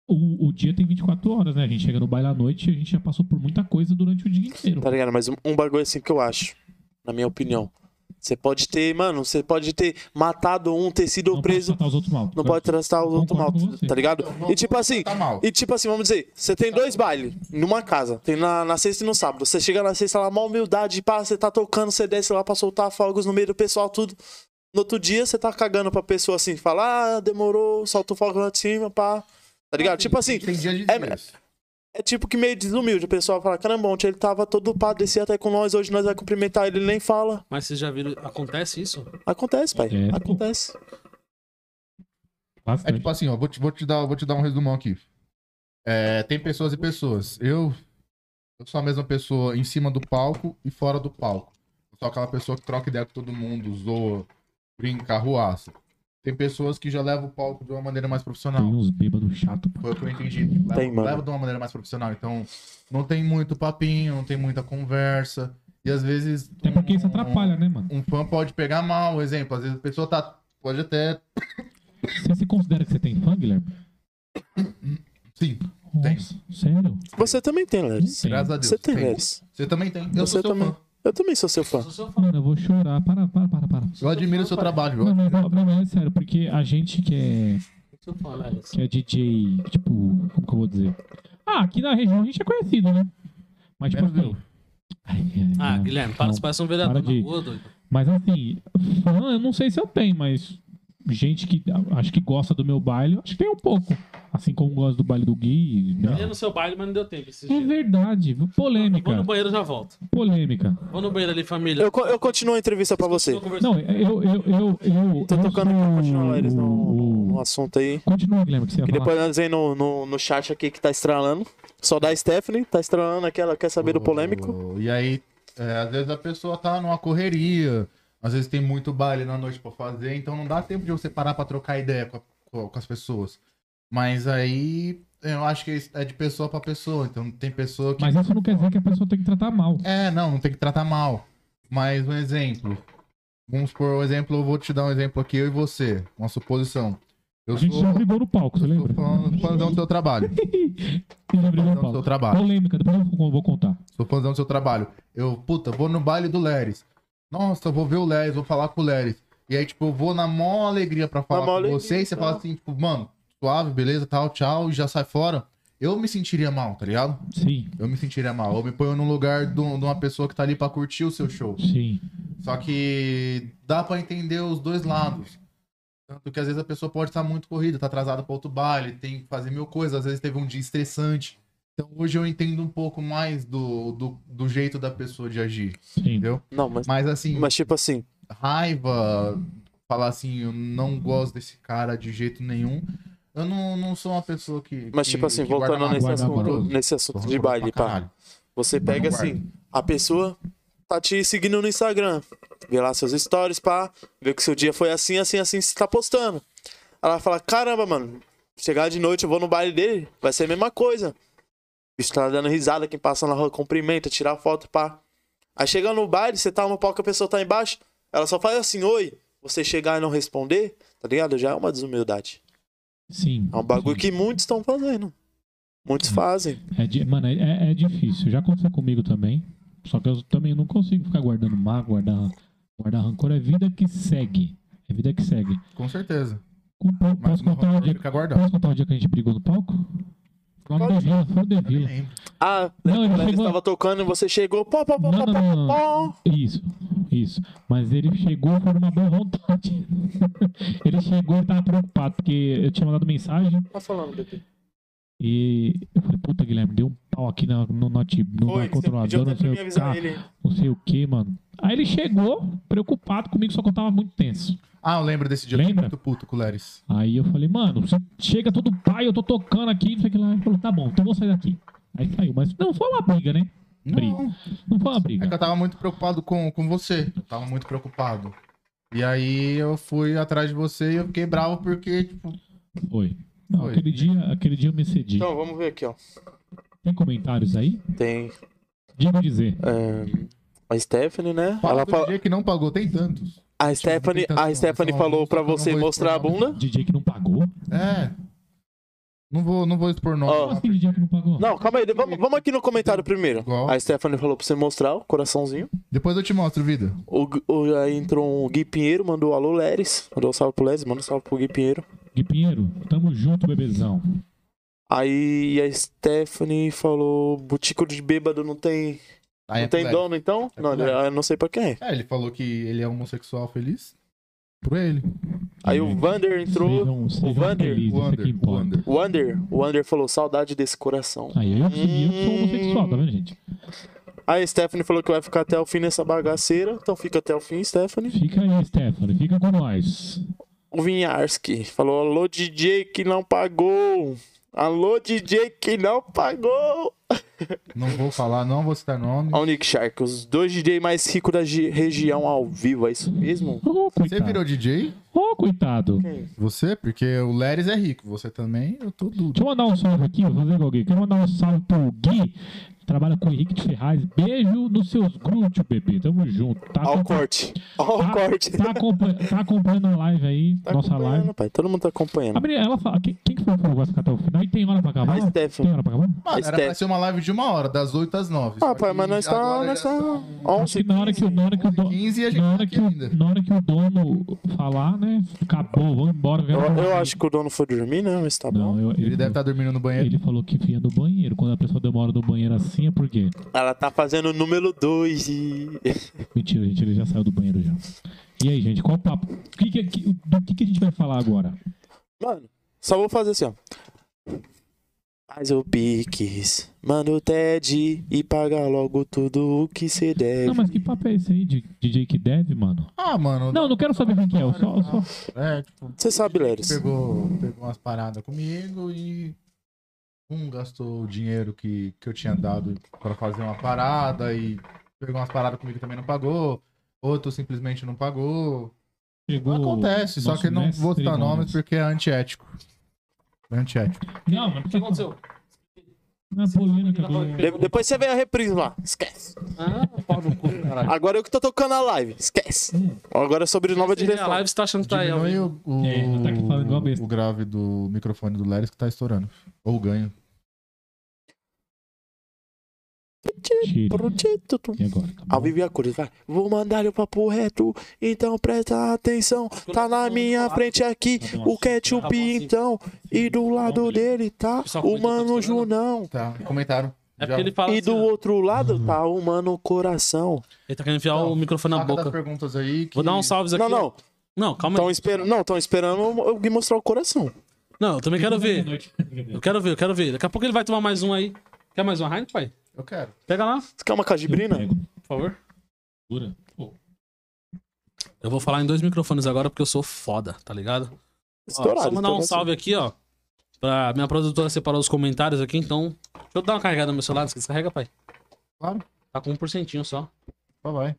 Speaker 6: O, o dia tem 24 horas, né? A gente chega no baile à noite e a gente já passou por muita coisa durante o dia inteiro.
Speaker 1: Tá ligado? Mas um, um bagulho assim que eu acho, na minha opinião. Você pode ter, mano, você pode ter matado um, ter sido
Speaker 6: não
Speaker 1: preso.
Speaker 6: Pode tratar os outros mal.
Speaker 1: Não pode tratar o
Speaker 6: Concordo
Speaker 1: outro mal,
Speaker 6: com você.
Speaker 1: tá ligado?
Speaker 2: Não, não
Speaker 1: E tipo
Speaker 2: vou
Speaker 1: assim,
Speaker 2: tratar mal.
Speaker 1: e tipo assim, vamos dizer, você tem dois bailes numa casa, tem na, na sexta e no sábado. Você chega na sexta lá, mó humildade, pá, você tá tocando, você desce lá pra soltar fogos no meio do pessoal, tudo. No outro dia, você tá cagando pra pessoa assim, fala, ah, demorou, solta o fogo lá de cima, pá. Tá ligado? Tipo assim,
Speaker 2: Tem dia de
Speaker 1: é-
Speaker 2: Deus.
Speaker 1: é tipo que meio desumilde. O pessoal fala, caramba, ontem ele tava todo pá, descia até com nós, hoje nós vai cumprimentar ele, ele nem fala.
Speaker 3: Mas vocês já viram. Acontece isso?
Speaker 1: Acontece, pai.
Speaker 6: É, pô.
Speaker 1: Acontece.
Speaker 2: É
Speaker 6: Bastante.
Speaker 2: tipo assim, ó, vou te, vou te dar, vou te dar um resumão aqui. É, tem pessoas e pessoas. Eu, eu sou a mesma pessoa em cima do palco e fora do palco. Eu sou aquela pessoa que troca ideia com todo mundo, zoa, brinca, arruaça. Tem pessoas que já levam o palco de uma maneira mais profissional.
Speaker 6: Tem uns bêbados chato. pra
Speaker 2: Foi o que eu entendi. Leva,
Speaker 1: Tem, mano.
Speaker 2: leva de uma maneira mais profissional. Então, não tem muito papinho, não tem muita conversa. E às vezes.
Speaker 6: Até porque
Speaker 2: um-
Speaker 6: isso atrapalha, né, mano?
Speaker 2: Um fã pode pegar mal, um exemplo. Às vezes a pessoa tá. Pode até.
Speaker 6: Você se considera que você tem fã, Guilherme?
Speaker 2: Sim, Tem.
Speaker 6: Nossa, sério?
Speaker 1: Você também tem, Leris.
Speaker 6: Tem.
Speaker 2: graças a Deus.
Speaker 1: Você tem, Leris.
Speaker 2: Você também tem. Eu
Speaker 1: Você
Speaker 2: sou seu
Speaker 1: também.
Speaker 2: fã.
Speaker 1: Eu também sou seu fã.
Speaker 6: Mano, eu vou chorar. Para, para, para, para.
Speaker 2: Eu admiro o seu trabalho.
Speaker 6: Não,
Speaker 2: eu-
Speaker 6: não, não, não, é sério, porque a gente que é, que é DJ, tipo, como que eu vou dizer? Ah, aqui na região a gente é conhecido, né? Mas, tipo,
Speaker 2: Menos
Speaker 6: assim... Ai,
Speaker 3: Ah,
Speaker 6: ai,
Speaker 3: Guilherme, para,
Speaker 6: não.
Speaker 3: você parece um vereador
Speaker 6: Para de-
Speaker 3: na rua, doido.
Speaker 6: Mas, assim, fã, eu não sei se eu tenho, mas gente que acho que gosta do meu baile, eu acho que tem um pouco. Assim como gosta do baile do Gui.
Speaker 3: Eu ia
Speaker 6: né?
Speaker 3: no seu baile, mas não deu tempo esses
Speaker 6: É
Speaker 3: dias.
Speaker 6: verdade,
Speaker 3: Vou no
Speaker 6: polêmica,
Speaker 3: banheiro e já volto.
Speaker 6: polêmica.
Speaker 3: Vou no banheiro ali, família.
Speaker 1: Eu, co- eu continuo a entrevista pra você.
Speaker 3: Tô conversando.
Speaker 6: Não, eu, eu, eu, eu...
Speaker 1: Tô
Speaker 6: eu
Speaker 1: tocando aqui,
Speaker 6: sou-
Speaker 1: continua lá eles no, no assunto aí.
Speaker 6: Continua, Guilherme, que você ia
Speaker 1: Que
Speaker 6: falar.
Speaker 1: depois nós vem no, no, no chat aqui que tá estralando. Só da Stephanie, tá estralando aqui, ela quer saber do polêmico.
Speaker 2: E aí, é, às vezes a pessoa tá numa correria, às vezes tem muito baile na noite pra fazer, então não dá tempo de você parar pra trocar ideia com, a- com- com as pessoas. Mas aí, eu acho que isso é de pessoa pra pessoa, então tem pessoa que...
Speaker 6: Mas isso não quer dizer que a pessoa tem que tratar mal.
Speaker 2: É, não, não tem que tratar mal. Mas um exemplo. Vamos por um exemplo, eu vou te dar um exemplo aqui, eu e você, uma suposição. Eu
Speaker 6: A gente
Speaker 2: sou,
Speaker 6: já brigou no palco, você
Speaker 2: eu sou
Speaker 6: lembra? Então
Speaker 2: fã- fãzão do seu trabalho.
Speaker 6: Ele já
Speaker 2: Fãzão
Speaker 6: brigou no
Speaker 2: do seu
Speaker 6: palco.
Speaker 2: trabalho.
Speaker 6: Polêmica, depois eu vou- vou contar.
Speaker 2: Sou fãzão do seu trabalho. Eu, puta, vou no baile do Leris. Nossa, eu vou ver o Leris, vou falar com o Leris. E aí, tipo, eu vou na mó alegria pra falar
Speaker 1: Na
Speaker 2: com
Speaker 1: mó alegria,
Speaker 2: você. E você
Speaker 1: tá.
Speaker 2: fala assim, tipo, mano, suave, beleza, tal, tchau, e já sai fora. Eu me sentiria mal, tá ligado?
Speaker 6: Sim,
Speaker 2: Eu me sentiria mal. Eu me ponho no lugar de um- de uma pessoa que tá ali pra curtir o seu show.
Speaker 6: sim.
Speaker 2: Só que dá pra entender os dois lados. Tanto que às vezes a pessoa pode estar muito corrida, tá atrasada pra outro baile, tem que fazer mil coisas, às vezes teve um dia estressante. Então hoje eu entendo um pouco mais do, do, do jeito da pessoa de agir,
Speaker 6: Sim.
Speaker 2: entendeu?
Speaker 1: Não, mas,
Speaker 2: Mas assim,
Speaker 1: mas tipo assim,
Speaker 2: raiva, falar assim, eu não gosto desse cara de jeito nenhum. Eu não, não sou uma pessoa que.
Speaker 1: mas
Speaker 2: que-
Speaker 1: tipo assim,
Speaker 2: que guarda
Speaker 1: voltando
Speaker 2: mágoa,
Speaker 1: nesse
Speaker 2: guarda
Speaker 1: assunto,
Speaker 2: rancoroso.
Speaker 1: nesse
Speaker 2: Sou
Speaker 1: assunto de
Speaker 2: rancoroso
Speaker 1: baile,
Speaker 2: pra
Speaker 1: pá.
Speaker 2: caralho.
Speaker 1: Você
Speaker 2: Mas
Speaker 1: pega
Speaker 2: não guardo.
Speaker 1: assim, a pessoa tá te seguindo no Instagram. Vê lá seus stories, pá. Vê que seu dia foi assim, assim, assim, você tá postando. Ela fala, caramba, mano, chegar de noite eu vou no baile dele, vai ser a mesma coisa. O bicho tá dando risada, quem passa na rua cumprimenta, tira foto, pá. Aí chega no baile, você tá no palco, a pessoa tá embaixo, ela só faz assim, oi. Você chegar e não responder, tá ligado? Já é uma desumildade.
Speaker 6: Sim.
Speaker 1: É um bagulho que muitos estão fazendo. Muitos fazem.
Speaker 6: É di- Mano, é, é difícil. Já aconteceu comigo também. Só que eu também não consigo ficar guardando mágoa, guardar, guardar rancor. É vida que segue. É vida que segue.
Speaker 2: Com certeza.
Speaker 6: Com- po-
Speaker 2: Mas
Speaker 6: Posso
Speaker 2: não
Speaker 6: contar, o dia,
Speaker 2: fica guardado.
Speaker 6: posso contar o dia que a gente brigou no palco? Lá no
Speaker 1: Pode.
Speaker 6: Devila, foi o
Speaker 2: Eu nem
Speaker 6: Devila.
Speaker 2: lembro.
Speaker 1: Ah,
Speaker 6: Não, ele
Speaker 1: o Leris
Speaker 6: chegou-
Speaker 1: tava tocando e você chegou. Pó, pó, pó,
Speaker 6: Não,
Speaker 1: pó,
Speaker 6: não,
Speaker 1: pó,
Speaker 6: não, não.
Speaker 1: pó.
Speaker 6: Isso, isso. Mas ele chegou por uma boa vontade. ele chegou e tava preocupado, porque eu tinha mandado mensagem.
Speaker 1: Tá falando, bebê.
Speaker 6: E eu falei, puta, Guilherme, deu um pau aqui na- no, not, no
Speaker 1: Foi,
Speaker 6: na
Speaker 1: você pediu
Speaker 6: controladora,
Speaker 1: até pra
Speaker 6: não sei,
Speaker 1: mim
Speaker 6: o, tá,
Speaker 1: avisar ele.
Speaker 6: não sei o que, mano. Aí ele chegou, preocupado comigo, só que eu tava muito tenso.
Speaker 2: Ah, eu lembro desse dia. eu
Speaker 6: Lembra?
Speaker 2: fiquei muito puto com o Leris.
Speaker 6: Aí eu falei, mano, você chega todo pai, eu tô tocando aqui, não sei o que lá. Ele falou, tá bom, então eu vou sair daqui. Aí saiu, mas não foi uma briga, né? Briga.
Speaker 2: Não.
Speaker 6: Não foi uma
Speaker 2: É que eu
Speaker 6: briga.
Speaker 2: tava muito preocupado com, com você. Eu tava muito preocupado. E aí eu fui atrás de você e eu fiquei bravo porque, tipo.
Speaker 6: Foi. Não,
Speaker 2: Foi.
Speaker 6: Aquele, dia, aquele dia eu me excedi.
Speaker 1: Então, vamos ver aqui, ó.
Speaker 6: Tem comentários aí?
Speaker 1: Tem.
Speaker 6: Digo dizer.
Speaker 1: é, a Stephanie, né?
Speaker 2: Fala
Speaker 1: Ela
Speaker 2: do
Speaker 1: fala-
Speaker 2: DJ que não pagou, tem tantos. Tipo,
Speaker 1: A Stephanie,
Speaker 2: tentando
Speaker 1: a Stephanie
Speaker 2: falar
Speaker 1: falou
Speaker 2: isso,
Speaker 1: pra
Speaker 2: eu não
Speaker 1: você
Speaker 2: vou
Speaker 1: mostrar a
Speaker 2: expor nada.
Speaker 1: bunda.
Speaker 6: DJ que não pagou?
Speaker 2: É. Não vou, não vou expor nome.
Speaker 1: Ó.
Speaker 6: Como assim DJ que não pagou?
Speaker 1: Não, calma aí, vamos, vamos aqui no comentário primeiro.
Speaker 2: Igual.
Speaker 1: A Stephanie falou pra você mostrar o coraçãozinho.
Speaker 2: Depois eu te mostro, vida.
Speaker 1: O, Gu- o- aí entrou o Gui Pinheiro, mandou alô Leres. Mandou um salve pro Leres, manda um salve pro Gui Pinheiro.
Speaker 6: Gui Pinheiro, tamo junto, bebezão.
Speaker 1: Aí a Stephanie falou: Botico de bêbado não tem,
Speaker 2: Aí
Speaker 1: não
Speaker 2: é
Speaker 1: tem
Speaker 2: pro Leris.
Speaker 1: dono então?
Speaker 2: É
Speaker 1: não,
Speaker 2: pro Leris.
Speaker 1: eu não sei pra quem é.
Speaker 2: É, ele falou que ele é homossexual feliz. Por ele.
Speaker 1: Aí o Vander entrou.
Speaker 6: Sejam, sejam
Speaker 1: Wander,
Speaker 6: felizes,
Speaker 2: o
Speaker 6: isso é
Speaker 2: Wander,
Speaker 6: que importa.
Speaker 2: o Wander.
Speaker 1: O Wander, o Wander falou: saudade desse coração.
Speaker 6: Aí eu, eu que sou homossexual, tá vendo, gente?
Speaker 1: A Stephanie falou que vai ficar até o fim nessa bagaceira. Então fica até o fim, Stephanie.
Speaker 6: Fica aí, Stephanie, fica com nós.
Speaker 1: O Vinharski falou: Alô, DJ que não pagou. Alô, DJ que não pagou.
Speaker 2: Não vou falar, não vou citar nome.
Speaker 1: Ó, o Nick Shark, os dois DJ mais ricos da gi- região ao vivo, é isso mesmo?
Speaker 6: Ô,
Speaker 2: Você virou
Speaker 6: coitado.
Speaker 2: DJ?
Speaker 6: Ô, coitado.
Speaker 2: Você? Porque o Leris é rico. Você também? Eu tô duro.
Speaker 6: Deixa eu mandar um salve aqui, vou fazer igual o Gui. Quero mandar um salve pro Gui, que trabalha com o Henrique de Ferraz. Beijo nos seus glúteos, bebê. Tamo junto. Tá,
Speaker 1: Ó o
Speaker 6: acompan-
Speaker 1: corte. Ó
Speaker 6: tá,
Speaker 1: o corte.
Speaker 6: tá acompan- tá acompanhando a live aí,
Speaker 1: Tá
Speaker 6: nossa live.
Speaker 1: acompanhando, pai. Todo mundo tá
Speaker 6: A
Speaker 1: acompanhando.
Speaker 6: menina, ela fala. Quem, quem que foi que falou que vai ficar até o final? E tem hora pra acabar?
Speaker 1: A Stephanie.
Speaker 6: Tem hora pra acabar?
Speaker 2: Mano, era pra
Speaker 1: Steph.
Speaker 2: ser uma live de uma hora, das 8 às 9.
Speaker 1: Ah, pai, mas nós tá. Nós tá. 11.
Speaker 6: Acho que na hora que, o- na hora que o dono.
Speaker 2: 15 e a gente
Speaker 6: Na
Speaker 2: tá
Speaker 6: hora,
Speaker 2: aqui
Speaker 6: que,
Speaker 2: ainda.
Speaker 6: o- na hora que o dono falar, né? Acabou, vamos embora.
Speaker 1: Eu, eu acho que o dono foi dormir, né? Mas tá
Speaker 6: Não,
Speaker 1: bom.
Speaker 6: eu-
Speaker 2: Ele deve estar dormindo no banheiro.
Speaker 6: Ele falou que vinha do banheiro. Quando a pessoa demora do banheiro assim, é por quê?
Speaker 1: Ela tá fazendo o número 2. E...
Speaker 6: Mentira, gente, ele já saiu do banheiro já. E aí, gente, qual o papo? O que que- que- do que, que a gente vai falar agora?
Speaker 1: Mano, só vou fazer assim, ó. Faz o Pix, manda o TED e paga logo tudo o que se deve.
Speaker 6: Não, mas que papo é esse aí de DJ que deve, mano?
Speaker 2: Ah, mano.
Speaker 6: Não, não quero saber quem que é. Eu só, eu só...
Speaker 2: É, tipo,
Speaker 1: Você sabe, Leris.
Speaker 2: pegou, pegou umas paradas comigo e. Um gastou o dinheiro que, que eu tinha dado pra fazer uma parada e pegou umas paradas comigo que também não pagou. Outro simplesmente não pagou.
Speaker 6: Chegou...
Speaker 2: Acontece, só
Speaker 6: nosso
Speaker 2: que eu não vou
Speaker 6: mestre
Speaker 2: citar
Speaker 6: Gomes.
Speaker 2: nomes porque é antiético. É antiético.
Speaker 6: Não, mas
Speaker 3: O que aconteceu?
Speaker 6: Na polêmica do...
Speaker 1: De- depois você vê a reprise lá. Esquece.
Speaker 3: Ah, pau no cu, caralho. Hum.
Speaker 1: Agora eu que tô tocando a live. Esquece. Agora é sobre nova
Speaker 3: A
Speaker 1: direção.
Speaker 3: live você tá achando que tá aí, ó.
Speaker 2: Diminui o, o,
Speaker 6: É, tá aqui falando igual besta.
Speaker 2: o grave do microfone do Leris que tá estourando. Ou o ganho.
Speaker 6: Tire.
Speaker 1: Projeto.
Speaker 6: E agora? Tá bom?
Speaker 1: Ao vivo e a cores, vai. Vou mandar o papo reto, então presta atenção. Tá na minha frente aqui
Speaker 6: Tá bom,
Speaker 1: o ketchup, então. E do lado dele tá o mano Junão.
Speaker 2: Tá, comentaram.
Speaker 3: É porque ele fala
Speaker 1: E
Speaker 3: assim,
Speaker 1: do
Speaker 3: ó,
Speaker 1: outro lado tá o mano Coração.
Speaker 3: Ele tá querendo enfiar o microfone na
Speaker 2: Saca das
Speaker 3: boca.
Speaker 2: perguntas aí. que-
Speaker 3: Vou dar um salves aqui.
Speaker 1: Não, não. Então,
Speaker 3: ó. Não, calma
Speaker 1: Tão
Speaker 3: aí.
Speaker 1: esperando, não, tão esperando o Gui mostrar o coração.
Speaker 3: Não, eu também quero
Speaker 1: então,
Speaker 6: Boa
Speaker 3: ver.
Speaker 6: noite.
Speaker 3: Eu quero ver, eu quero ver. Daqui a pouco ele vai tomar mais um aí. Quer mais uma Heineken, pai?
Speaker 2: Eu quero.
Speaker 3: Pega lá,
Speaker 1: Você quer uma cajibrina?
Speaker 6: Pego.
Speaker 3: por favor.
Speaker 6: Segura. Pô,
Speaker 3: Eu vou falar em dois microfones agora porque eu sou foda, tá ligado? Ó,
Speaker 1: Estourado.
Speaker 3: só mandar um
Speaker 1: estourado.
Speaker 3: salve aqui, ó. Pra minha produtora separar os comentários aqui, então. Deixa eu dar uma carregada no meu celular, você descarrega, pai.
Speaker 2: Claro.
Speaker 3: Tá com 1% só.
Speaker 2: Vai, vai.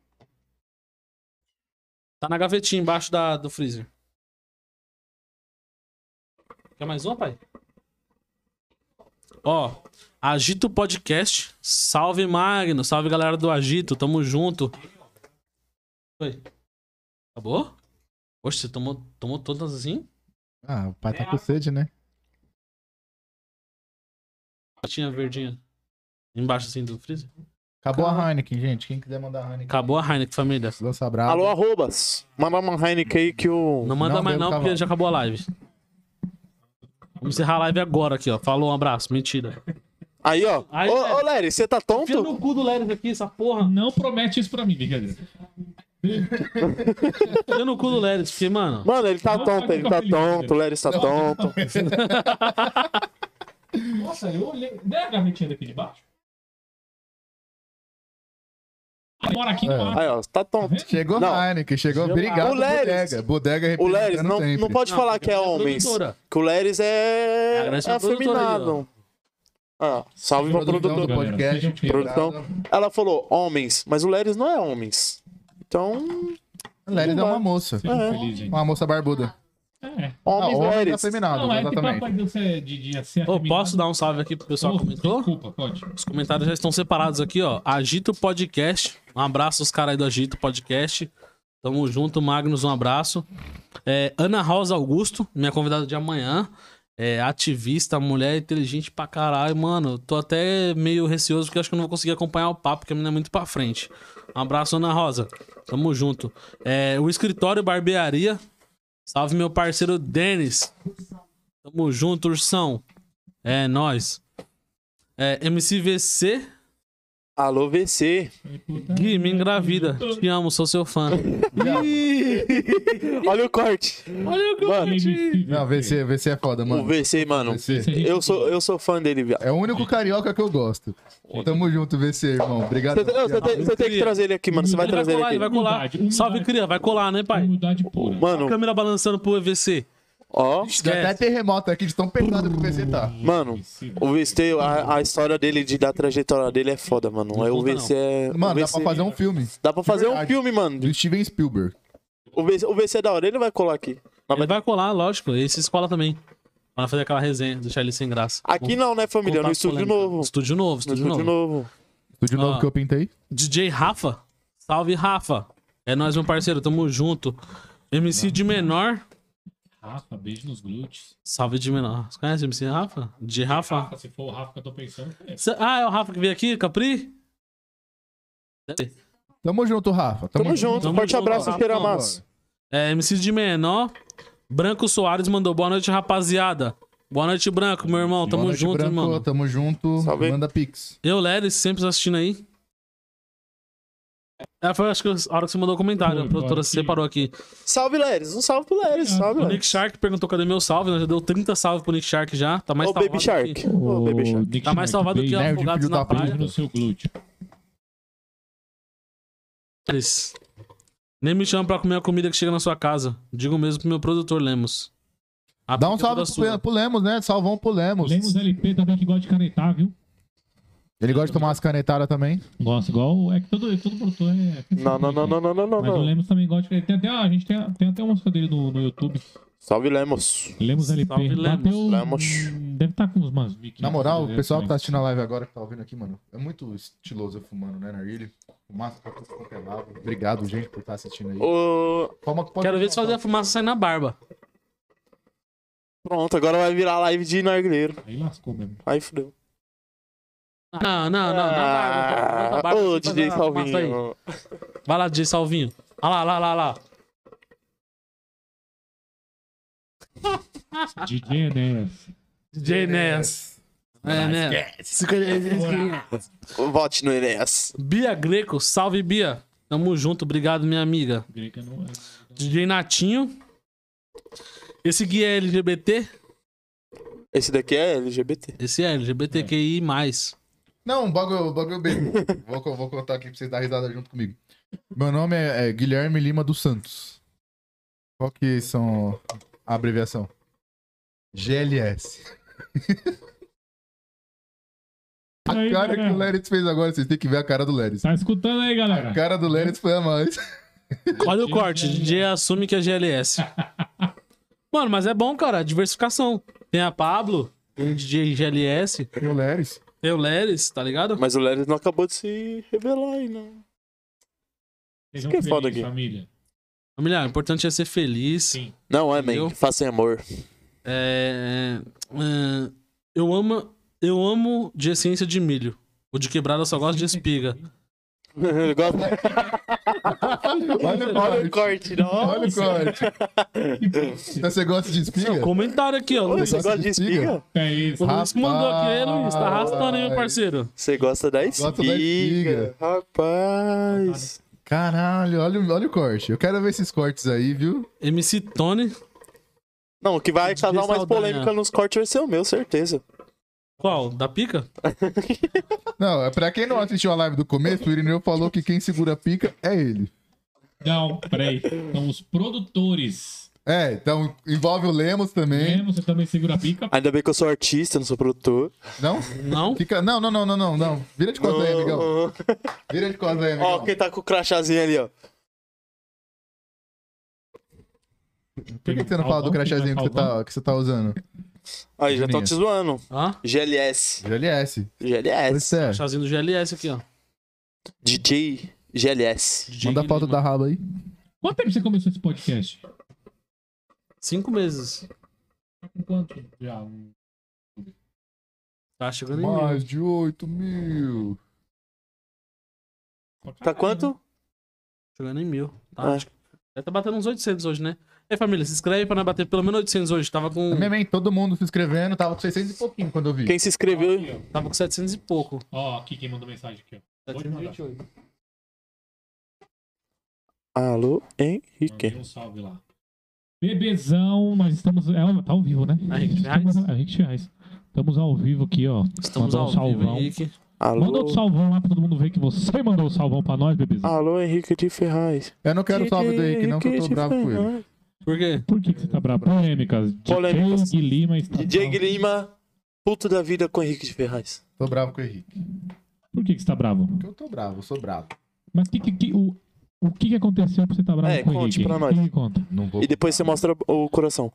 Speaker 3: Tá na gavetinha embaixo da, do freezer. Quer mais uma, pai? Ó, Agito Podcast. Salve, Magno. Salve, galera do Agito. Tamo junto. Oi. Acabou? Poxa, você tomou, tomou todas assim?
Speaker 2: Ah, o pai
Speaker 1: É.
Speaker 2: tá com sede, né?
Speaker 3: Tinha verdinha. Embaixo assim do freezer.
Speaker 2: Acabou a Heineken, gente. Quem quiser mandar a Heineken,
Speaker 3: Acabou a Heineken, família.
Speaker 2: lança brava.
Speaker 1: Alô, arrobas. Manda uma Heineken aí que o.
Speaker 3: Não manda
Speaker 2: Não,
Speaker 3: mais
Speaker 2: deu
Speaker 3: não,
Speaker 2: cavalo.
Speaker 3: porque já acabou a live. Vamos encerrar a live agora aqui, ó. Falou, um abraço. Mentira.
Speaker 1: Aí, ó.
Speaker 3: Aí,
Speaker 1: ô,
Speaker 3: velho.
Speaker 1: ô, Lery, você tá
Speaker 3: Fia
Speaker 1: tonto?
Speaker 3: no cu do Leris aqui, essa porra.
Speaker 6: Não promete isso pra mim, brincadeira.
Speaker 3: Fia no Tá cu do Leris, porque, mano...
Speaker 1: Mano, ele tá
Speaker 6: Não,
Speaker 1: tonto,
Speaker 6: vai
Speaker 1: ele
Speaker 6: ficar
Speaker 1: tá
Speaker 6: feliz,
Speaker 1: tonto, o Lery tá tonto.
Speaker 6: Nossa, eu olhei. Não é a gavetinha daqui de baixo? Agora Ah, aqui embaixo.
Speaker 1: Aí, ó, tá tonto.
Speaker 2: Chegou
Speaker 1: Não.
Speaker 2: a Heineken, chegou. Obrigado,
Speaker 1: O Leris.
Speaker 2: bodega. Bodega
Speaker 1: O
Speaker 2: representando
Speaker 1: Leris, não,
Speaker 2: sempre.
Speaker 1: não pode
Speaker 3: Não,
Speaker 1: falar
Speaker 3: porque
Speaker 1: que é
Speaker 3: ela é
Speaker 1: homens.
Speaker 3: produtora.
Speaker 1: Que o Leris
Speaker 3: É,
Speaker 1: é,
Speaker 3: a Leris
Speaker 1: é
Speaker 3: é produtora aí,
Speaker 1: afeminado. Ah, salve pra
Speaker 2: Produção do
Speaker 1: produtora.
Speaker 6: galera.
Speaker 2: podcast.
Speaker 6: Sejam felizes.
Speaker 1: Produção. Ela falou homens, mas o Leris não é homens. Então,
Speaker 2: O Leris é uma moça.
Speaker 6: Sejam
Speaker 1: É.
Speaker 6: felizes, gente.
Speaker 2: Uma moça barbuda.
Speaker 6: É.
Speaker 2: Ah,
Speaker 1: homens
Speaker 2: homem
Speaker 1: Leris.
Speaker 2: afeminado,
Speaker 6: Não, é que
Speaker 2: exatamente.
Speaker 6: papai Deus é de dia certo.
Speaker 3: Ô, posso dar um salve aqui pro pessoal que comentou?
Speaker 6: Desculpa, pode.
Speaker 3: Os comentários já estão separados aqui, ó. Agito Podcast. Um abraço aos caras aí do Agito Podcast. Tamo junto, Magnus, um abraço. É, Ana Rosa Augusto, minha convidada de amanhã. É ativista, mulher inteligente pra caralho. Mano, eu tô até meio receoso porque eu acho que eu não vou conseguir acompanhar o papo, porque a menina é muito pra frente. Um abraço, Ana Rosa. Tamo junto. É, o escritório Barbearia. Salve meu parceiro Denis. Tamo junto, ursão. É nóis. É, MCVC.
Speaker 1: Alô, VC.
Speaker 3: Gui, me engravida. Te amo, sou seu fã.
Speaker 1: Olha o corte.
Speaker 3: Olha o que
Speaker 1: Mano,
Speaker 2: Não, VC, VC é foda,
Speaker 1: O
Speaker 2: mano.
Speaker 1: VC, mano.
Speaker 2: VC.
Speaker 1: Eu sou, eu sou fã dele, viado.
Speaker 2: É o único carioca que eu gosto. Tamo junto, VC, irmão. Obrigado.
Speaker 1: Você tem- Você tá- tem- você tem que trazer ele aqui, mano. Você vai
Speaker 3: Ele vai
Speaker 1: trazer ele
Speaker 3: colar, ele vai
Speaker 1: aqui.
Speaker 3: colar.
Speaker 6: Humildade, humildade.
Speaker 3: Salve, cria. Vai colar, né, pai?
Speaker 6: Humildade pura.
Speaker 1: Mano,
Speaker 3: Câmera balançando pro EVC.
Speaker 1: ó.
Speaker 2: Deu até
Speaker 3: Esquece.
Speaker 2: terremoto aqui de tão pesado que o VC tá.
Speaker 1: Mano, o VC, a, a história dele, de, da trajetória dele é foda, mano. Aí o
Speaker 3: conta,
Speaker 1: VC é. o
Speaker 2: Mano, dá
Speaker 1: VC
Speaker 2: pra fazer um filme
Speaker 1: Dá pra fazer um
Speaker 2: Verdade.
Speaker 1: filme, mano.
Speaker 2: do Steven Spielberg.
Speaker 1: O VC, o VC é da hora, ele vai colar aqui. Mas
Speaker 3: Ele vai colar, lógico. Esse escola também. Vai fazer aquela resenha, deixar ele sem graça.
Speaker 1: Aqui não, né, família? No
Speaker 3: Contar
Speaker 1: estúdio
Speaker 3: polêmica.
Speaker 1: novo.
Speaker 3: Estúdio novo,
Speaker 1: No
Speaker 3: estúdio,
Speaker 1: estúdio
Speaker 3: novo.
Speaker 1: novo.
Speaker 2: Tudo de novo
Speaker 3: Ah.
Speaker 2: que eu pintei.
Speaker 3: DJ Rafa. Salve, Rafa. É nóis, meu parceiro. Tamo junto. MC de menor.
Speaker 6: Rafa, beijo nos glúteos.
Speaker 3: Salve de menor. Você conhece o MC Rafa? DJ Rafa?
Speaker 6: Rafa, se for o Rafa que eu tô pensando, é.
Speaker 3: Cê- Ah, é o Rafa que veio aqui, Capri?
Speaker 2: Tamo junto, Rafa. Tamo,
Speaker 1: Tamo junto,
Speaker 3: Tamo
Speaker 1: forte
Speaker 3: junto,
Speaker 1: abraço,
Speaker 3: Rafa,
Speaker 1: cheira
Speaker 3: mano.
Speaker 1: massa.
Speaker 3: É, MC de menor. Branco Soares mandou boa noite, rapaziada. Boa noite, Branco, meu irmão. Tamo
Speaker 2: Boa noite,
Speaker 3: junto,
Speaker 2: Branco,
Speaker 3: irmão.
Speaker 2: Tamo junto.
Speaker 1: Salve.
Speaker 2: Manda pix.
Speaker 3: Eu, Leris, sempre assistindo aí. É, foi acho que a hora que você mandou o comentário.
Speaker 6: Foi,
Speaker 3: a produtora
Speaker 6: agora aqui.
Speaker 3: separou aqui.
Speaker 1: Salve, Leres. Um salve pro Leres. Salve,
Speaker 3: É, O Nick
Speaker 1: Leres.
Speaker 3: Shark perguntou cadê meu salve, né? Já deu 30 salve pro Nick Shark já. Tá mais
Speaker 1: Ô,
Speaker 3: salvado
Speaker 1: Baby
Speaker 3: que-
Speaker 1: Shark. Ô, Baby Shark.
Speaker 6: Nick
Speaker 3: Tá mais
Speaker 6: Schneck,
Speaker 3: salvado que
Speaker 6: beijo,
Speaker 2: nerd,
Speaker 3: afogados
Speaker 2: filho
Speaker 3: na
Speaker 2: da puta.
Speaker 3: praia.
Speaker 6: beijo no né? seu glúteo.
Speaker 3: Leris. Nem me chama pra comer a comida que chega na sua casa. Digo mesmo pro meu produtor, Lemos. A
Speaker 2: Dá um
Speaker 3: pica toda
Speaker 2: salve
Speaker 3: sua.
Speaker 2: pro, pro Lemos, né? Salvão pro Lemos.
Speaker 6: Lemos né? LP também que gosta de canetar, viu?
Speaker 2: Ele gosta de tomar umas canetadas também.
Speaker 6: Gosta, igual. É que todo, todo produtor é.
Speaker 1: Não, não, não, não, não, não, não,
Speaker 6: Mas o
Speaker 1: não.
Speaker 6: Lemos também gosta de canetar. Tem até, a gente tem, tem até uma música dele no, no YouTube.
Speaker 1: Salve, Lemos.
Speaker 6: Lemos LP.
Speaker 3: Salve, Lemos.
Speaker 6: Bateu,
Speaker 1: Lemos.
Speaker 6: Deve estar com uns umas 1500
Speaker 2: Na moral, o
Speaker 6: dele
Speaker 2: pessoal que
Speaker 6: também.
Speaker 2: tá assistindo a live agora, que tá ouvindo aqui, mano, é muito estiloso eu fumando, né, Narguilha? Fumaça pra tudo quanto é lado. Obrigado, gente, por estar assistindo aí.
Speaker 1: Ô,
Speaker 2: Palma que pode- tá.
Speaker 3: Quero ver se fazer a fumaça sair na barba.
Speaker 1: Pronto, agora vai virar live de narguileiro.
Speaker 2: tá-
Speaker 6: Aí lascou mesmo.
Speaker 1: Aí fudeu.
Speaker 3: Não, não, não. Ah, não, tá assim, na barba.
Speaker 1: Ah,
Speaker 3: barba
Speaker 1: Ô,
Speaker 3: pra fazer
Speaker 1: DJ
Speaker 3: a fumaça aí.
Speaker 1: Salvinho.
Speaker 3: Vai lá, DJ Salvinho. Olha lá, lá, lá, lá.
Speaker 6: DJ Enéas.
Speaker 3: DJ Ness. É, né?
Speaker 1: Vote no Enéas.
Speaker 3: Bia Greco, salve Bia. Tamo junto, obrigado, minha amiga.
Speaker 6: Greca não é.
Speaker 3: DJ Natinho. Esse guia é LGBT?
Speaker 1: Esse daqui é LGBT.
Speaker 3: Esse é LGBTQI.
Speaker 2: Não, um bagulho, um bagulho bem. vou, co- vou contar aqui pra vocês darem risada junto comigo. Meu nome é, é Guilherme Lima dos Santos. Qual que são a abreviação? GLS. A
Speaker 6: Aí,
Speaker 2: cara que
Speaker 6: galera.
Speaker 2: o Leritz fez agora, vocês têm que ver a cara do Leritz.
Speaker 6: Tá escutando aí,
Speaker 2: A
Speaker 6: galera?
Speaker 2: cara do Leritz foi a mais.
Speaker 3: Olha o corte, DJ assume que é GLS. Mano, mas é bom, cara, diversificação. Tem a Pablo, tem o DJ GLS,
Speaker 2: E o Leris?
Speaker 3: tem o Leris, tá ligado?
Speaker 1: Mas o Leris não acabou de se revelar aí, não.
Speaker 6: Sejam
Speaker 1: que é foda
Speaker 6: felizes,
Speaker 1: aqui.
Speaker 6: família.
Speaker 3: Familiar, o importante é ser feliz.
Speaker 6: Sim.
Speaker 1: Não, é, man.
Speaker 3: Entendeu?
Speaker 1: Faça em amor.
Speaker 3: É, é, eu amo eu amo de essência de milho. O de quebrada eu só gosto de espiga.
Speaker 1: Eu gosto-
Speaker 2: Olha,
Speaker 1: Olha o corte, não.
Speaker 2: Olha o corte. Então você gosta de espiga?
Speaker 3: Comentário aqui, ó. Luiz.
Speaker 1: Você gosta de espiga?
Speaker 6: É isso.
Speaker 3: O Luiz que mandou aqui, hein, Luiz? Tá arrastando, hein, meu
Speaker 2: Rapaz.
Speaker 3: parceiro?
Speaker 1: Você gosta da espiga?
Speaker 2: Gosto da espiga.
Speaker 1: Rapaz.
Speaker 2: Caralho, olha, o- olha o corte. Eu quero ver esses cortes aí, viu?
Speaker 3: MC Tony.
Speaker 1: Não, o que vai
Speaker 3: DJ
Speaker 1: causar mais
Speaker 3: Saldanha.
Speaker 1: polêmica nos cortes vai ser o meu, certeza.
Speaker 3: Qual? Da pica?
Speaker 2: Não, é pra quem não assistiu a live do começo, o Irineu falou que quem segura a pica é ele.
Speaker 6: Não, peraí. São os produtores.
Speaker 2: É, então envolve o Lemos também.
Speaker 6: Lemos, você também segura a pica.
Speaker 2: Ah,
Speaker 1: Ainda bem que eu sou artista, não sou produtor.
Speaker 2: Não?
Speaker 3: Não?
Speaker 2: Fica... Não, não, não, não, não, não. Vira de costas aí, amigão.
Speaker 1: Ó,
Speaker 2: Vira de costas
Speaker 1: Ó,
Speaker 2: aí, amigão.
Speaker 1: quem tá com o crachazinho ali, ó.
Speaker 2: Por que, que você não fala do crachazinho que você tá, que você tá usando?
Speaker 1: Aí, já estão
Speaker 2: Juninho.
Speaker 1: te zoando.
Speaker 3: Hã?
Speaker 1: GLS.
Speaker 2: GLS.
Speaker 1: GLS.
Speaker 2: Isso é.
Speaker 3: Chazinho do GLS aqui, ó.
Speaker 1: DJ GLS.
Speaker 3: DJ
Speaker 2: Manda a foto da
Speaker 3: Guilherme.
Speaker 2: raba aí.
Speaker 6: Quanto tempo você começou esse podcast?
Speaker 3: Cinco meses.
Speaker 6: Tá com quanto? Já. um-
Speaker 3: Tá chegando em mil.
Speaker 2: Mais de 8 mil.
Speaker 6: pra
Speaker 1: Tá
Speaker 6: caralho, né?
Speaker 1: quanto?
Speaker 3: Chegando em mil. Tá,
Speaker 1: Ah.
Speaker 3: acho que- Deve tá batendo uns 800 hoje, né? E aí, família, se inscreve pra nós bater pelo menos 800 hoje. Tava com,
Speaker 2: Minha mãe, todo mundo se inscrevendo, tava com 600 e pouquinho quando eu vi.
Speaker 1: Quem se inscreveu.
Speaker 3: tava com 700 e pouco.
Speaker 6: Ó, aqui quem mandou mensagem aqui, ó. Pode mandar.
Speaker 3: 728.
Speaker 1: Alô,
Speaker 6: Mandei
Speaker 1: Henrique.
Speaker 6: um salve lá. Bebezão, nós estamos. É, ó, tá ao vivo, né?
Speaker 3: A Henrique
Speaker 6: Estamos-
Speaker 3: Ferraz?
Speaker 6: a Henrique Ferraz. Estamos ao vivo aqui, ó.
Speaker 3: Estamos
Speaker 6: Mandou um
Speaker 3: ao vivo,
Speaker 6: salvão.
Speaker 3: Henrique.
Speaker 6: Manda outro
Speaker 1: Alô.
Speaker 6: salvão lá pra todo mundo ver que você mandou o salvão pra nós, bebezão.
Speaker 1: Alô, Henrique de Ferraz.
Speaker 2: Eu não quero salve do Henrique, não, que eu tô
Speaker 1: Henrique de
Speaker 2: bravo com ele.
Speaker 1: Ferraz.
Speaker 3: Por quê?
Speaker 6: Por que, que você tá bravo? Polêmicas.
Speaker 1: Polêmicas.
Speaker 6: DJ Lima está
Speaker 1: DJ
Speaker 6: bravo.
Speaker 1: Grima, puto da vida com Henrique de Ferraz.
Speaker 2: Tô bravo com o Henrique.
Speaker 6: Por que, que você tá bravo?
Speaker 2: Porque eu tô bravo, eu sou bravo.
Speaker 6: Mas que, que, que- o, o que, que aconteceu pra você tá bravo
Speaker 1: É,
Speaker 6: com o
Speaker 1: conte
Speaker 6: Henrique?
Speaker 1: pra nós.
Speaker 6: O que que conta?
Speaker 2: Não vou.
Speaker 1: E depois você mostra o coração.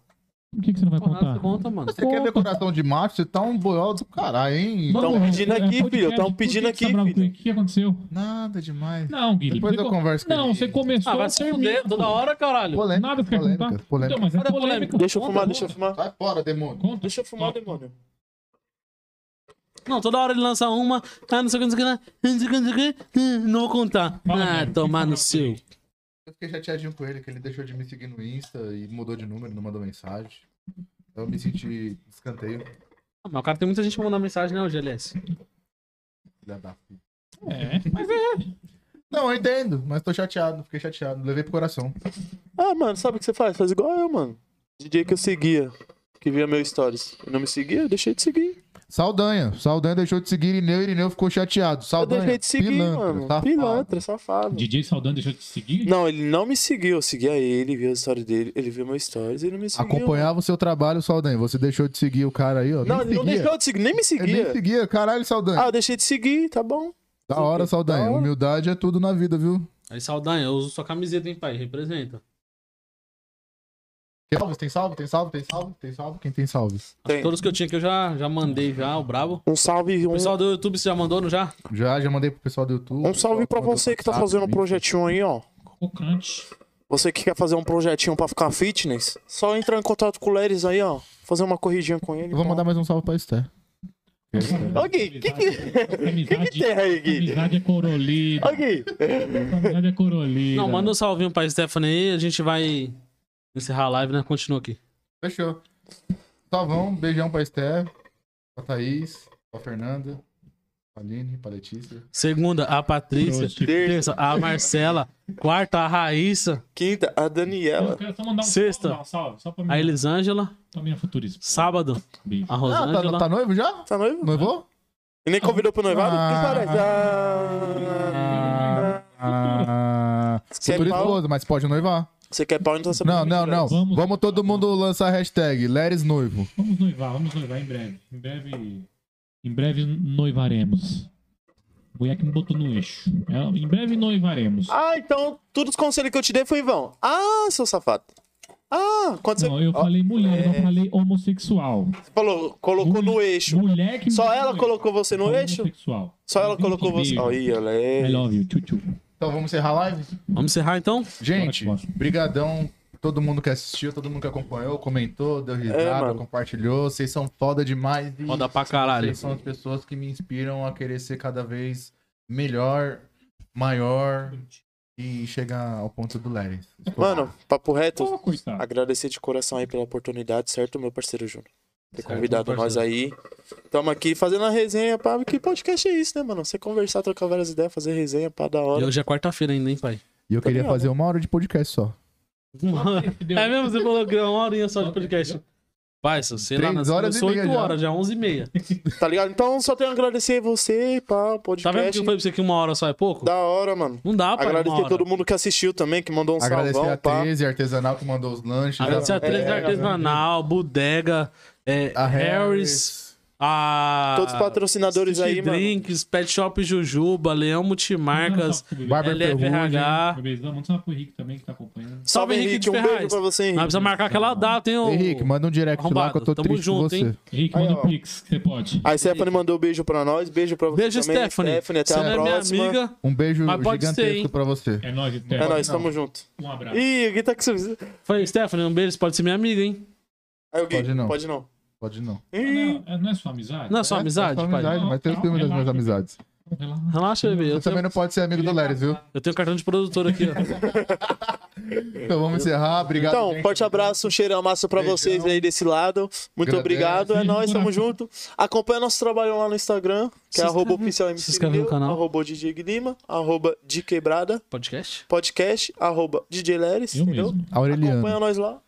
Speaker 6: Por que, que você não vai
Speaker 3: Porra, nada
Speaker 6: contar?
Speaker 3: você conta, mano.
Speaker 2: Você quer ver coração de macho? Você tá um boiol do caralho, hein? Então,
Speaker 1: Tão
Speaker 6: Vamos,
Speaker 1: pedindo
Speaker 6: é- é
Speaker 1: aqui,
Speaker 6: podcast.
Speaker 1: filho, tão
Speaker 6: Por que
Speaker 1: pedindo
Speaker 6: que
Speaker 1: aqui,
Speaker 6: você tá bravo com o
Speaker 1: filho.
Speaker 6: Henrique? O que aconteceu?
Speaker 2: Nada demais.
Speaker 6: Não, Guilherme.
Speaker 2: Depois
Speaker 6: você
Speaker 2: eu
Speaker 6: con-
Speaker 2: converso com
Speaker 6: Não,
Speaker 2: ele.
Speaker 6: você começou.
Speaker 3: Ah, vai se
Speaker 6: termina,
Speaker 3: fuder
Speaker 6: pô.
Speaker 3: toda hora, caralho.
Speaker 2: Polêmica,
Speaker 6: Nada você quer
Speaker 2: polêmica,
Speaker 6: contar?
Speaker 2: polêmica.
Speaker 6: Então, mas é
Speaker 3: Cadê a
Speaker 6: polêmica.
Speaker 1: Deixa eu
Speaker 6: Conta,
Speaker 1: fumar,
Speaker 6: conta.
Speaker 1: deixa eu fumar.
Speaker 2: Sai fora, demônio.
Speaker 6: Conta.
Speaker 1: Deixa eu fumar, demônio.
Speaker 3: Não, toda hora ele lança uma. Ah, não sei o que, não sei o que, não sei o que, não sei o que. ah, Não vou contar.
Speaker 6: Fala,
Speaker 3: Ah,
Speaker 6: Guilherme,
Speaker 3: tomar
Speaker 6: fala
Speaker 3: no
Speaker 6: pra
Speaker 3: seu.
Speaker 6: gente.
Speaker 2: Eu fiquei chateadinho com ele, que ele deixou de me seguir no Insta e mudou de número, não mandou mensagem. Então, Eu me senti descanteio.
Speaker 3: Ah, mas o cara tem muita gente mandando mensagem, né, o GLS?
Speaker 2: filha da puta.
Speaker 6: É, mas
Speaker 2: Não, eu entendo, mas tô chateado, fiquei chateado. Levei pro coração.
Speaker 1: Ah, mano, sabe o que você faz? Faz igual eu, mano. DJ que eu seguia, que via meu stories. Eu não me seguia, eu deixei de seguir.
Speaker 2: Saldanha. Saldanha deixou de seguir Irineu e Irineu ficou chateado.
Speaker 1: Eu
Speaker 2: Saldanha.
Speaker 1: deixei de seguir,
Speaker 2: pilantra, tá
Speaker 1: mano.
Speaker 2: safado.
Speaker 1: Pilantra, safado.
Speaker 6: DJ Saldanha deixou de te seguir?
Speaker 1: Não, ele não me seguiu. Eu seguia ele, via a história dele, ele viu meu stories, ele não me seguiu.
Speaker 2: Acompanhava o seu trabalho, Saldanha. Você deixou de seguir o cara aí, ó.
Speaker 1: Não,
Speaker 2: Nem
Speaker 1: ele não
Speaker 2: seguia.
Speaker 1: deixou de seguir, nem me
Speaker 2: Ele nem
Speaker 1: seguia.
Speaker 2: seguia. Caralho, Saldanha.
Speaker 1: Ah, eu deixei de seguir, tá bom.
Speaker 2: da hora, Saldanha.
Speaker 1: da hora.
Speaker 2: Humildade é tudo na vida, viu?
Speaker 3: Aí, Saldanha, eu uso sua camiseta, hein, pai? Representa.
Speaker 2: Tem salve, tem salve, tem salve, tem salve, tem salve. Quem tem salve?
Speaker 1: Tem.
Speaker 3: Todos que eu tinha aqui eu já, já mandei já, o brabo.
Speaker 1: Um salve,
Speaker 3: O
Speaker 1: um,
Speaker 3: pessoal do YouTube, você já mandou, não já?
Speaker 2: Já, já mandei pro pessoal do YouTube.
Speaker 1: um salve pra você que tá fazendo um projetinho aí, ó.
Speaker 6: Cocante.
Speaker 1: Você que quer fazer um projetinho pra ficar fitness, só entrar em contato com o Leris aí, ó. Fazer uma corridinha com ele. tá?
Speaker 2: Eu vou mandar mais um salve pra Esther.
Speaker 1: Ô, Gui, que que...
Speaker 6: Amizade,
Speaker 1: que tem aí, Gui?
Speaker 6: amizade é corolida.
Speaker 1: Ô, Gui,
Speaker 6: Amizade é corolida.
Speaker 3: Não, manda um salvinho pra Stephanie aí, a gente vai encerrar a live, né? Continua aqui.
Speaker 2: Fechou. Salvão, beijão pra Esther, pra Thaís, pra Fernanda, pra Aline, pra Letícia.
Speaker 3: Segunda, a Patrícia.
Speaker 6: Trouxe.
Speaker 3: Terça, a Marcela. Quarta, a Raíssa.
Speaker 1: quinta, a
Speaker 6: Eu
Speaker 1: Daniela.
Speaker 6: quero só mandar um
Speaker 3: Sexta.
Speaker 6: salve, um salve, só pra mim.
Speaker 3: A Elisângela.
Speaker 6: Pra minha futura esposa.
Speaker 3: Sábado,
Speaker 6: Beijo.
Speaker 3: a
Speaker 2: Ah, tá,
Speaker 3: Rosângela.
Speaker 2: tá noivo já?
Speaker 1: Tá noivo?
Speaker 2: Noivou?
Speaker 1: E nem convidou pro noivado?
Speaker 2: Ah.
Speaker 1: Que parece? Ah.
Speaker 2: Ah,
Speaker 1: Você
Speaker 2: futura
Speaker 1: é pau?
Speaker 2: esposa, mas pode noivar.
Speaker 1: Você quer pau, então você
Speaker 2: Não,
Speaker 1: pode
Speaker 2: não, não.
Speaker 1: Leris.
Speaker 6: Vamos.
Speaker 2: Vamos todo mundo lançar a hashtag Leres Noivo.
Speaker 6: Vamos noivar, vamos noivar em breve. Em breve. Em breve noivaremos. A Mulher que me botou no eixo. É, Em breve noivaremos.
Speaker 1: Ah, então todos os conselhos que eu te dei foi em vão. Ah, seu safado. Ah, quando você
Speaker 6: Não, eu falei mulher, eu não falei homossexual.
Speaker 1: falou, colocou no eixo.
Speaker 6: Mulher que me
Speaker 1: Só
Speaker 6: botou
Speaker 1: ela
Speaker 6: no
Speaker 1: colocou você
Speaker 6: Eu
Speaker 1: no
Speaker 6: falei
Speaker 1: eixo?
Speaker 6: Homossexual.
Speaker 1: Só ela
Speaker 6: Beijo,
Speaker 1: colocou você.
Speaker 6: beijo.
Speaker 1: Aí, ela
Speaker 6: I
Speaker 1: é.
Speaker 6: love you, tchutchu.
Speaker 2: Então vamos encerrar a live?
Speaker 3: Vamos encerrar então?
Speaker 2: Gente,
Speaker 6: Bora, bora.
Speaker 2: brigadão. Todo mundo que assistiu, todo mundo que acompanhou, comentou, deu risada,
Speaker 1: É, mano.
Speaker 2: compartilhou. Vocês são foda demais. e-
Speaker 3: Roda pra caralho.
Speaker 2: Vocês são as pessoas que me inspiram a querer ser cada vez melhor, maior e chegar ao ponto do Leris.
Speaker 1: Mano, papo reto.
Speaker 6: Ô, coitado.
Speaker 1: Agradecer de coração aí pela oportunidade, certo, meu parceiro Júnior? Ter
Speaker 3: Certo,
Speaker 1: convidado
Speaker 3: meu
Speaker 1: nós aí. Tamo aqui fazendo a resenha, pá. Que podcast é isso, né, mano? Você conversar, trocar várias ideias, fazer resenha, pá, da
Speaker 3: E
Speaker 1: hora.
Speaker 3: hoje é quarta-feira ainda, hein, pai?
Speaker 2: E eu queria
Speaker 1: ligado.
Speaker 2: fazer uma hora de podcast só.
Speaker 3: É mesmo? Você falou que era uma horinha só de podcast. Pai, se você lá
Speaker 2: Três
Speaker 3: nas
Speaker 2: horas e
Speaker 3: começou
Speaker 2: meia
Speaker 3: 8
Speaker 2: já.
Speaker 3: horas, já 11 e meia.
Speaker 1: Tá ligado? Então só tenho a agradecer você, pá, o
Speaker 3: Tá vendo que
Speaker 1: podcast.
Speaker 3: eu falei pra você que uma hora só é pouco?
Speaker 1: Da hora, mano.
Speaker 3: Não dá, pai. uma
Speaker 1: Agradecer
Speaker 3: hora.
Speaker 1: todo mundo que assistiu também, que mandou um
Speaker 2: Agradecer
Speaker 1: salvão,
Speaker 2: a
Speaker 1: pá.
Speaker 2: 13 Artesanal que
Speaker 1: É,
Speaker 2: mandou os lanches. É,
Speaker 3: né? Agradecer a Três
Speaker 2: bodega,
Speaker 3: Artesanal, Bodega, é,
Speaker 2: A
Speaker 3: Harris,
Speaker 2: Harris.
Speaker 3: a A...
Speaker 1: Todos os patrocinadores
Speaker 3: City
Speaker 1: aí, mano.
Speaker 3: Drinks, Pet Shop Jujuba, Leão
Speaker 6: um
Speaker 3: Multimarcas,
Speaker 2: Barber
Speaker 3: é LFRH.
Speaker 6: Bebezão, manda um salve pro Rick também que tá acompanhando.
Speaker 1: Salve, Henrique, um
Speaker 3: Ferraz.
Speaker 1: beijo pra você,
Speaker 3: Nós
Speaker 1: Henrique.
Speaker 3: precisamos marcar aquela data, hein, ô...
Speaker 2: Henrique, manda um direct lá que eu tô
Speaker 3: Arrombado, tamo
Speaker 2: triste com
Speaker 3: junto,
Speaker 2: você.
Speaker 3: hein?
Speaker 6: Rick,
Speaker 1: Aí,
Speaker 6: manda
Speaker 1: ó.
Speaker 6: um pix que você pode.
Speaker 1: A Stephanie mandou um beijo pra nós, beijo pra você
Speaker 3: Beijo,
Speaker 1: também,
Speaker 3: Stephanie.
Speaker 1: até
Speaker 3: Você
Speaker 1: a
Speaker 3: é
Speaker 1: próxima.
Speaker 3: minha amiga.
Speaker 2: Um beijo
Speaker 3: Mas pode ser,
Speaker 2: gigantesco
Speaker 3: hein?
Speaker 2: pra você.
Speaker 6: É nóis, até.
Speaker 1: É nóis, tamo junto.
Speaker 6: Um abraço.
Speaker 1: Ih, o Gui tá com sorriso.
Speaker 3: Falei, Stephanie, um beijo, você pode ser minha amiga, hein?
Speaker 1: Aí o Gui,
Speaker 2: Pode
Speaker 1: pode
Speaker 2: não.
Speaker 1: não.
Speaker 2: Pode não.
Speaker 1: Ih,
Speaker 6: Não, é- não é só amizade?
Speaker 3: Não é só amizade,
Speaker 2: É só
Speaker 3: pai.
Speaker 2: amizade, mas tem os filmes das minhas amizades.
Speaker 6: Relaxa.
Speaker 3: Relaxa, bebê. Eu
Speaker 2: Você
Speaker 3: é tenho,
Speaker 2: também não pode ser amigo do Leris, viu?
Speaker 3: eu tenho um cartão de produtor aqui, ó.
Speaker 2: Então vamos encerrar. Obrigado.
Speaker 1: Então,
Speaker 2: gente.
Speaker 1: forte abraço, um cheirão massa pra
Speaker 2: Beijão.
Speaker 1: vocês aí desse lado. Muito
Speaker 2: Agradece.
Speaker 1: obrigado, é
Speaker 6: Beijo no
Speaker 1: nóis, tamo
Speaker 6: coração.
Speaker 1: junto. Acompanha nosso trabalho lá no Instagram, que é
Speaker 3: Se
Speaker 1: arroba
Speaker 3: inscreve-
Speaker 1: oficial
Speaker 3: se
Speaker 1: MC
Speaker 3: inscreve no
Speaker 1: Lima,
Speaker 3: canal.
Speaker 1: arroba DJ Lima, arroba de quebrada,
Speaker 3: Podcast?
Speaker 1: podcast, arroba DJ Leris,
Speaker 6: Eu
Speaker 1: entendeu?
Speaker 6: mesmo.
Speaker 2: Aureliano.
Speaker 1: Acompanha nós lá.